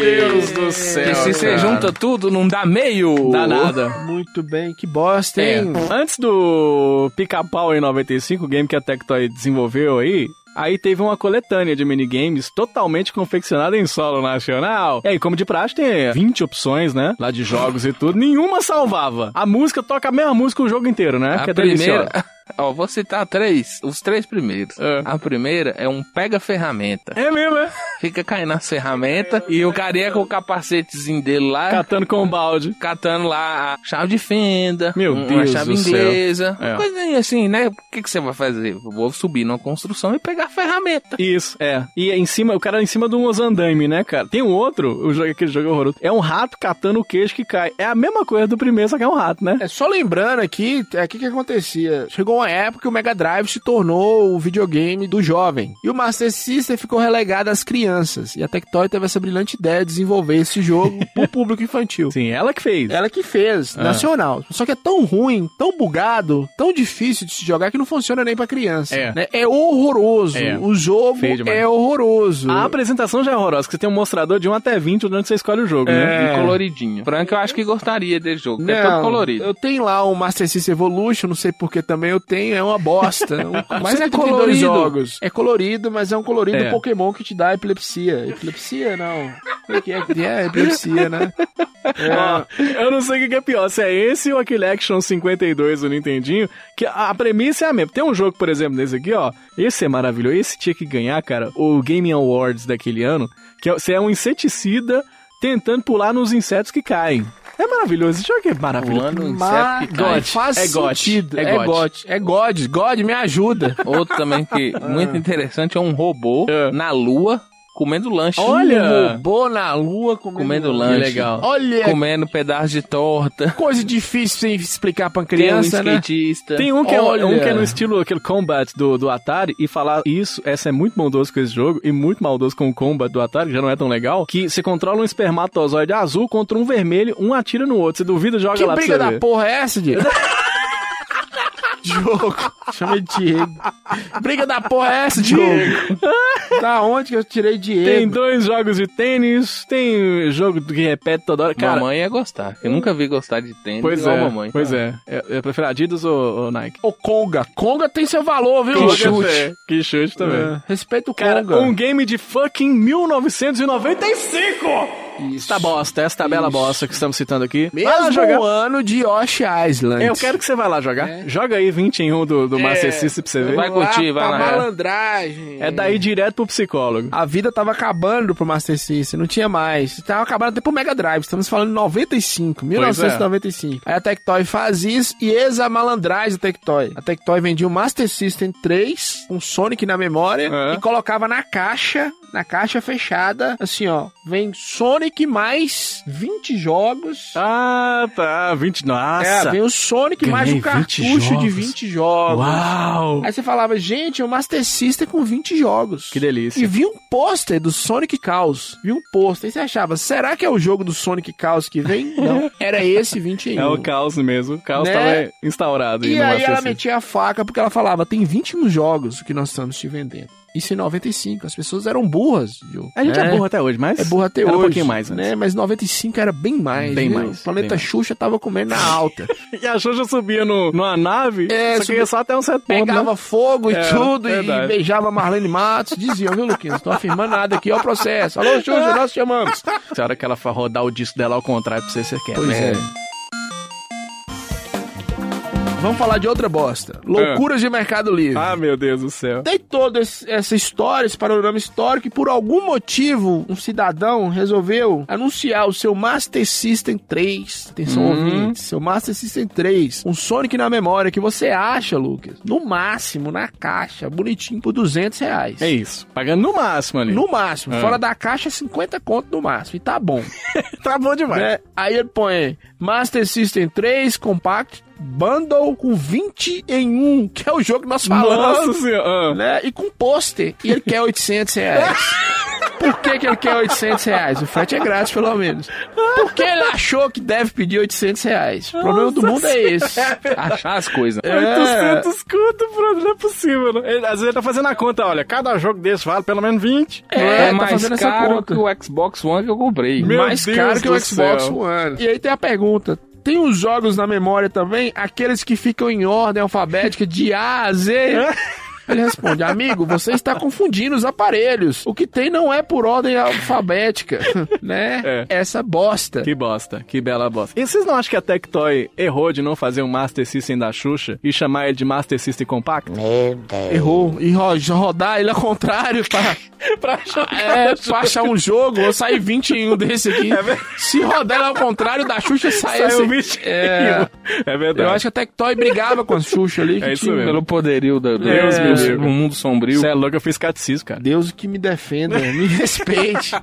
Speaker 4: Deus do céu.
Speaker 5: Que se você junta tudo, não dá meio.
Speaker 4: Dá nada.
Speaker 6: Muito bem, que bosta,
Speaker 5: É.
Speaker 6: hein?
Speaker 4: *laughs* Antes do Pica-Pau em 95, o game que a Tectoy desenvolveu aí. Aí teve uma coletânea de minigames totalmente confeccionada em solo nacional. E aí, como de praxe, tem 20 opções, né? Lá de jogos e tudo. Nenhuma salvava. A música toca a mesma música o jogo inteiro, né?
Speaker 5: A
Speaker 4: Que é
Speaker 5: primeira. *laughs*
Speaker 4: deliciosa.
Speaker 5: Ó, vou citar três. Os três primeiros.
Speaker 4: É.
Speaker 5: A primeira é um pega-ferramenta.
Speaker 4: É mesmo,
Speaker 6: *laughs*
Speaker 4: é?
Speaker 5: Fica caindo nas ferramentas e o careca com o capacetezinho dele lá.
Speaker 4: Catando com o balde.
Speaker 5: catando lá a chave de fenda, um,
Speaker 4: Meu
Speaker 5: uma
Speaker 4: Deus
Speaker 5: chave
Speaker 4: do céu.
Speaker 5: inglesa,
Speaker 4: É.
Speaker 5: uma coisinha assim, né? O que, que você vai fazer? Eu Vou subir numa construção e pegar a ferramenta. né?
Speaker 4: Isso, é. E é em cima, o cara é em cima de um andaime, né, cara? Tem um outro, o jogo, aquele jogo horroroso. É um rato catando o queijo que cai. É a mesma coisa do primeiro, só que é um rato, né?
Speaker 6: É só lembrando aqui, é aqui que acontecia. Chegou uma época que o Mega Drive se tornou o videogame do jovem. E o Master System ficou relegado às crianças. E a Tectoy teve essa brilhante ideia de desenvolver
Speaker 4: *laughs*
Speaker 6: esse jogo pro público infantil.
Speaker 4: Sim, ela que fez.
Speaker 6: Ela que fez,
Speaker 4: Ah.
Speaker 6: nacional. Só que é tão ruim, tão bugado, tão difícil de se jogar que não funciona nem pra criança.
Speaker 4: É.
Speaker 6: né? É horroroso.
Speaker 4: É.
Speaker 6: O jogo
Speaker 4: Feio demais.
Speaker 6: é horroroso.
Speaker 4: A apresentação já é horrorosa, que você tem um mostrador de 1 até 20 onde você escolhe o jogo, né?
Speaker 5: E Um coloridinho. Frank, eu acho que gostaria desse jogo, porque é
Speaker 6: Não,
Speaker 5: todo colorido.
Speaker 6: Eu tenho lá o Master System Evolution, não sei porque também eu tenho, é uma bosta. *laughs* Um-
Speaker 5: Mas é
Speaker 6: 132
Speaker 5: colorido.
Speaker 6: Jogos. É colorido, mas é um colorido
Speaker 4: É.
Speaker 6: Pokémon que te dá epilepsia. Epilepsia, não. O que é que *laughs* é? Epilepsia, né? Ah,
Speaker 4: Ó, eu não sei o que que é pior, se é esse ou aquele Action 52 do Nintendinho, que a a premissa é a mesma. Tem um jogo, por exemplo, desse aqui, ó. Esse é maravilhoso. Esse tinha que ganhar, cara, o Game Awards daquele ano, que é- você é um inseticida tentando pular nos insetos que caem. É maravilhoso. Esse jogo é maravilhoso.
Speaker 5: Voando inseto
Speaker 4: Mar-
Speaker 5: que cai.
Speaker 4: God.
Speaker 6: Faz
Speaker 4: é God.
Speaker 6: sentido.
Speaker 4: É
Speaker 6: ah, É
Speaker 4: God.
Speaker 6: God. É God. God, me *laughs* ajuda.
Speaker 5: Outro também que muito interessante é um robô na lua comendo lanche.
Speaker 4: Olha!
Speaker 6: Um robô na lua comendo, um
Speaker 5: Comendo lanche.
Speaker 4: legal.
Speaker 6: Olha,
Speaker 5: Comendo pedaço de torta.
Speaker 6: coisa difícil pra você explicar pra uma
Speaker 5: Tem um
Speaker 6: criança, né?
Speaker 5: skatista.
Speaker 4: Tem um que, é,
Speaker 6: Olha.
Speaker 4: um que é no estilo aquele combat do, do Atari e falar isso, essa é muito bondoso com esse jogo e muito maldoso com o combat do Atari, que já não é tão legal, que você controla um espermatozoide azul contra um vermelho, um atira no outro. Você duvida, joga
Speaker 6: Que
Speaker 4: lá pra
Speaker 6: briga
Speaker 4: você
Speaker 6: da
Speaker 4: ver.
Speaker 6: porra é essa, Diego? *laughs* Diogo. Chama de Diego. Briga da porra é essa, Diogo? da onde que eu tirei
Speaker 4: Tem
Speaker 6: Diego?
Speaker 4: dois jogos de tênis, tem jogo que repete toda hora. Cara,
Speaker 5: Mamãe ia gostar. Eu nunca vi gostar de tênis
Speaker 4: pois
Speaker 5: igual
Speaker 4: é,
Speaker 5: mamãe.
Speaker 4: pois é. Eu, eu prefiro Adidas ou, ou Nike?
Speaker 6: O Conga. Conga tem seu valor, viu?
Speaker 4: Conga,
Speaker 6: Diogo?
Speaker 4: é. Que chute também.
Speaker 6: É. Respeita o
Speaker 4: Cara,
Speaker 6: Conga.
Speaker 4: um game de fucking 1995! Esta bosta, esta bela
Speaker 6: Isso.
Speaker 4: bosta que estamos citando aqui. Vai lá
Speaker 6: tá Mesmo
Speaker 4: jogar.
Speaker 6: ano de Yoshi Island.
Speaker 4: É, eu quero que você vá lá jogar. Joga aí 21 do, do Master System pra você ver.
Speaker 5: Vai curtir, vai
Speaker 6: pra
Speaker 5: lá.
Speaker 6: malandragem.
Speaker 4: É daí direto pro psicólogo.
Speaker 6: A vida tava acabando pro Master System, não tinha mais. Tava acabando até pro Mega Drive, estamos falando 95,
Speaker 4: é.
Speaker 6: 1995. Aí a Tectoy faz isso e exa malandragem da Tectoy. A Tectoy vendia o Master System 3, com Sonic na memória,
Speaker 4: É.
Speaker 6: e colocava na caixa, na caixa fechada, assim ó, vem Sonic mais 20 jogos.
Speaker 4: Ah, tá. 20.
Speaker 6: É,
Speaker 4: Nossa.
Speaker 6: vem o Sonic mais um
Speaker 4: Ganhei 20
Speaker 6: cartucho de
Speaker 4: jogos.
Speaker 6: 20 jogos.
Speaker 4: Uau!
Speaker 6: Aí você falava, gente, é um Master System com 20 jogos.
Speaker 4: Que delícia.
Speaker 6: E vi um pôster do Sonic Chaos. Vi um pôster. E você achava, será que é o jogo do Sonic Chaos que
Speaker 4: *laughs*
Speaker 6: vem? Não. Era esse 21.
Speaker 4: É o caos mesmo. O caos
Speaker 6: Né?
Speaker 4: tava instaurado aí
Speaker 6: E
Speaker 4: no
Speaker 6: aí
Speaker 4: Master
Speaker 6: ela
Speaker 4: System.
Speaker 6: metia a faca porque ela falava, tem 21 jogos que nós estamos te vendendo. Isso em 95. As pessoas eram burras, Diogo.
Speaker 4: A gente é, burro até hoje, mas.
Speaker 6: É burra até
Speaker 4: era
Speaker 6: hoje.
Speaker 4: um pouquinho mais antes.
Speaker 6: né? Mas 95 era bem mais.
Speaker 4: Bem
Speaker 6: viu?
Speaker 4: mais,
Speaker 6: O planeta
Speaker 4: bem mais.
Speaker 6: Xuxa tava comendo na alta.
Speaker 4: E a Xuxa subia no, numa nave,
Speaker 6: É,
Speaker 4: só que ia
Speaker 6: subia-
Speaker 4: só até um certo ponto.
Speaker 6: Pegava
Speaker 4: né?
Speaker 6: fogo e
Speaker 4: É,
Speaker 6: tudo,
Speaker 4: verdade.
Speaker 6: e beijava Marlene Matos. Diziam, viu, Luquinhas? Não tô afirmando nada aqui, ó o processo. Alô,
Speaker 4: É.
Speaker 6: Xuxa, nós te chamamos.
Speaker 4: Se a hora que ela for rodar o disco dela ao contrário pra você, você quer. né?
Speaker 6: Pois é. Vamos falar de outra bosta. Loucuras de Mercado Livre.
Speaker 4: Ah, meu Deus do céu.
Speaker 6: Tem toda esse- essa história, esse panorama histórico, e por algum motivo, um cidadão resolveu anunciar o seu Master System 3. Atenção,
Speaker 4: Uhum.
Speaker 6: ouvintes. Seu Master System 3. Um Sonic na memória que você acha, Lucas, no máximo, na caixa, bonitinho, por 200 reais.
Speaker 4: É isso. Pagando no máximo ali.
Speaker 6: No máximo.
Speaker 4: Ah.
Speaker 6: Fora da caixa, 50 conto no máximo. E tá bom.
Speaker 4: Tá bom demais.
Speaker 6: né? Aí ele põe Master System 3 Compact Bundle com 20 em 1, que é o jogo que nós
Speaker 4: Nossa
Speaker 6: falamos.
Speaker 4: senhora. Ah.
Speaker 6: Né? E com pôster. E ele quer 800 reais. Por que, que ele quer 800 reais? O frete é grátis, pelo menos. Porque ele achou que deve pedir 800 reais. O problema do mundo é esse.
Speaker 5: Achar as coisas.
Speaker 6: É.
Speaker 4: 800 Ah, conto, brother, não é possível. Né? Ele- às vezes ele tá fazendo a conta, olha, cada jogo desse vale pelo menos 20.
Speaker 5: É,
Speaker 6: É, tá
Speaker 5: mais
Speaker 6: fazendo essa
Speaker 5: caro
Speaker 6: conta.
Speaker 5: que o Xbox One que eu comprei.
Speaker 4: Meu
Speaker 6: mais
Speaker 4: Deus
Speaker 6: caro que
Speaker 4: do
Speaker 6: o Xbox
Speaker 4: céu.
Speaker 6: One. E aí tem a pergunta. Tem os jogos na memória também, aqueles que ficam em ordem alfabética de A a
Speaker 4: *laughs*
Speaker 6: Z? Ele responde, amigo, você está confundindo os aparelhos. O que tem não é por ordem alfabética, *laughs* né?
Speaker 4: É.
Speaker 6: Essa bosta.
Speaker 4: Que bosta, que bela bosta. E vocês não acham que a Tectoy errou de não fazer um Master System da Xuxa e chamar ele de Master System Compact?
Speaker 6: Errou. E ro- rodar ele ao contrário
Speaker 4: *laughs*
Speaker 6: pra, pra, é, pra achar um jogo. Vou sair 21 desse aqui. Se rodar ele ao contrário da Xuxa, sai
Speaker 4: É Saiu
Speaker 6: esse.
Speaker 4: 20.
Speaker 6: É.
Speaker 4: é verdade.
Speaker 6: Eu acho que a Tectoy brigava com a Xuxa ali. Que
Speaker 4: É isso
Speaker 6: tinha- um
Speaker 4: mesmo.
Speaker 5: Pelo poderio do, do,
Speaker 4: Deus
Speaker 5: do-
Speaker 4: me
Speaker 5: do-
Speaker 4: livre.
Speaker 5: do mundo sombrio.
Speaker 4: Você é louco, eu fiz catecismo, cara.
Speaker 6: Deus que
Speaker 4: *laughs*
Speaker 6: me defenda, me respeite.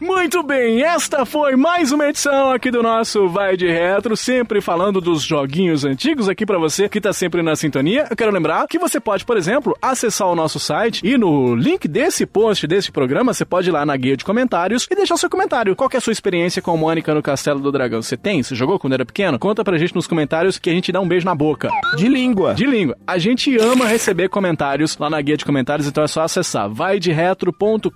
Speaker 4: Muito bem, esta foi mais uma edição aqui do nosso Vai de Retro, sempre falando dos joguinhos antigos aqui pra você que tá sempre na sintonia. Eu quero lembrar que você pode, por exemplo, acessar o nosso site e no link desse post, desse programa, você pode ir lá na guia de comentários e deixar seu comentário. Qual que é a sua experiência com Mônica no Castelo do Dragão? Você tem? Você jogou quando era pequeno? Conta pra gente nos comentários que a gente dá um beijo na boca.
Speaker 6: De língua.
Speaker 4: De língua. A gente ama receber comentários lá na guia de comentários, então é só acessar vaideretro.com.br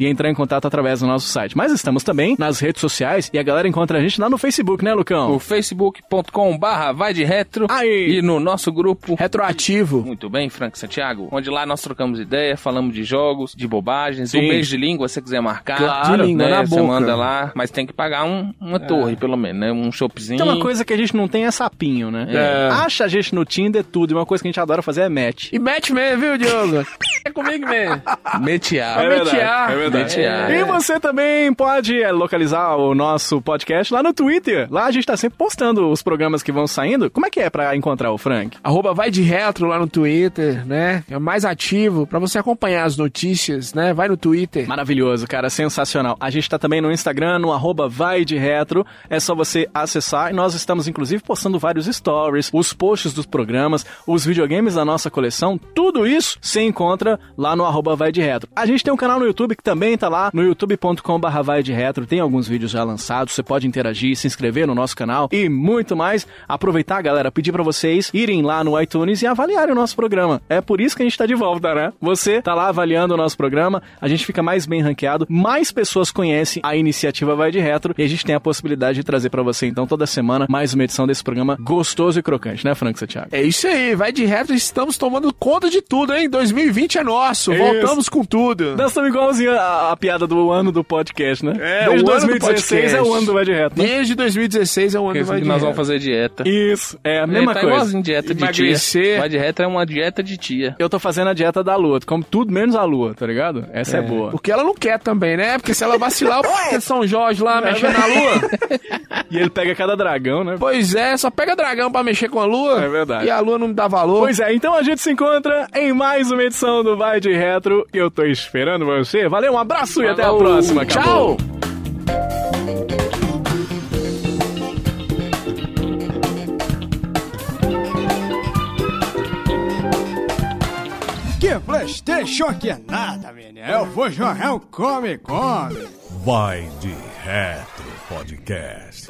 Speaker 4: e entrar em contato através do nosso site. Mas estamos também nas redes sociais e a galera encontra a gente lá no Facebook, né, Lucão?
Speaker 5: O facebook.com barra vai de retro
Speaker 4: Aí.
Speaker 5: e no nosso grupo
Speaker 6: Retroativo.
Speaker 5: Muito bem, Frank Santiago. Onde lá nós trocamos ideia, falamos de jogos, de bobagens,
Speaker 4: Sim.
Speaker 5: um beijo de língua, se você quiser marcar. né,
Speaker 6: Claro, de língua, na
Speaker 5: Você
Speaker 6: boca.
Speaker 5: manda lá, mas tem que pagar um- uma torre, pelo menos, né? Um shopzinho.
Speaker 4: Então, É. uma coisa que a gente não tem é sapinho, né?
Speaker 5: É.
Speaker 4: Acha a gente no Tinder tudo, e uma coisa que a gente adora fazer é match.
Speaker 6: E mete mesmo, viu, Diogo?
Speaker 5: comigo mesmo. Metear.
Speaker 4: É verdade, é verdade.
Speaker 5: Metear.
Speaker 4: E você também pode é, localizar o nosso podcast lá no Twitter. Lá a gente tá sempre postando os programas que vão saindo. Como é que é pra encontrar o Frank?
Speaker 6: Arroba vai de retro lá no Twitter, né? É o mais ativo pra você acompanhar as notícias, né? Vai no Twitter.
Speaker 4: Maravilhoso, cara, sensacional. A gente tá também no Instagram, no arroba vai de retro. É só você acessar e nós estamos, inclusive, postando vários stories, os posts dos programas, os videogames da nossa coleção, tudo isso se encontra lá no arroba vai de retro. A gente tem um canal no YouTube que também tá lá no youtube.com barra vai de retro, tem alguns vídeos já lançados, você pode interagir, se inscrever no nosso canal e muito mais. Aproveitar, galera, pedir pra vocês irem lá no iTunes e avaliarem o nosso programa. É por isso que a gente tá de volta, né? Você tá lá avaliando o nosso programa, a gente fica mais bem ranqueado, mais pessoas conhecem a iniciativa Vai de Retro e a gente tem a possibilidade de trazer pra você, então, toda semana, mais uma edição desse programa gostoso e crocante, né, Frank Santiago?
Speaker 6: É isso aí, vai de retro, estamos tomando conta de tudo, hein? 2020 é nosso,
Speaker 4: Isso.
Speaker 6: voltamos com tudo.
Speaker 4: Nós estamos igualzinho a, a piada do ano do podcast, né?
Speaker 6: É,
Speaker 4: Desde
Speaker 6: o ano do
Speaker 4: 2016 é o
Speaker 6: podcast.
Speaker 4: ano do Vai de Retro. né?
Speaker 6: Desde 2016 é o ano
Speaker 5: Porque
Speaker 6: do vai de
Speaker 5: nós
Speaker 6: retro.
Speaker 5: vamos fazer dieta.
Speaker 4: Isso, é a mesma
Speaker 5: É, tá
Speaker 4: coisa.
Speaker 5: igualzinho dieta de
Speaker 6: Emagrecer.
Speaker 5: tia. Vai de reta é uma dieta de tia.
Speaker 4: Eu tô fazendo a dieta da lua, como tudo menos a lua, tá ligado? Essa é, boa.
Speaker 6: Porque ela não quer também, né? Porque se ela
Speaker 4: *laughs*
Speaker 6: vacilar, o São Jorge lá mexendo na lua.
Speaker 4: E ele pega cada dragão, né?
Speaker 6: Pois é, só pega dragão pra mexer com a lua.
Speaker 4: É verdade.
Speaker 6: E a lua não dá valor.
Speaker 4: Pois é, então a gente se encontra em mais uma edição do Vai de Retro. Eu tô esperando você. Valeu, um abraço e até a
Speaker 5: Falou.
Speaker 4: próxima. Acabou.
Speaker 6: Tchau!
Speaker 12: Que Playstation que é nada, menino. Eu vou jogar um Come Come.
Speaker 3: Vai de Retro Podcast.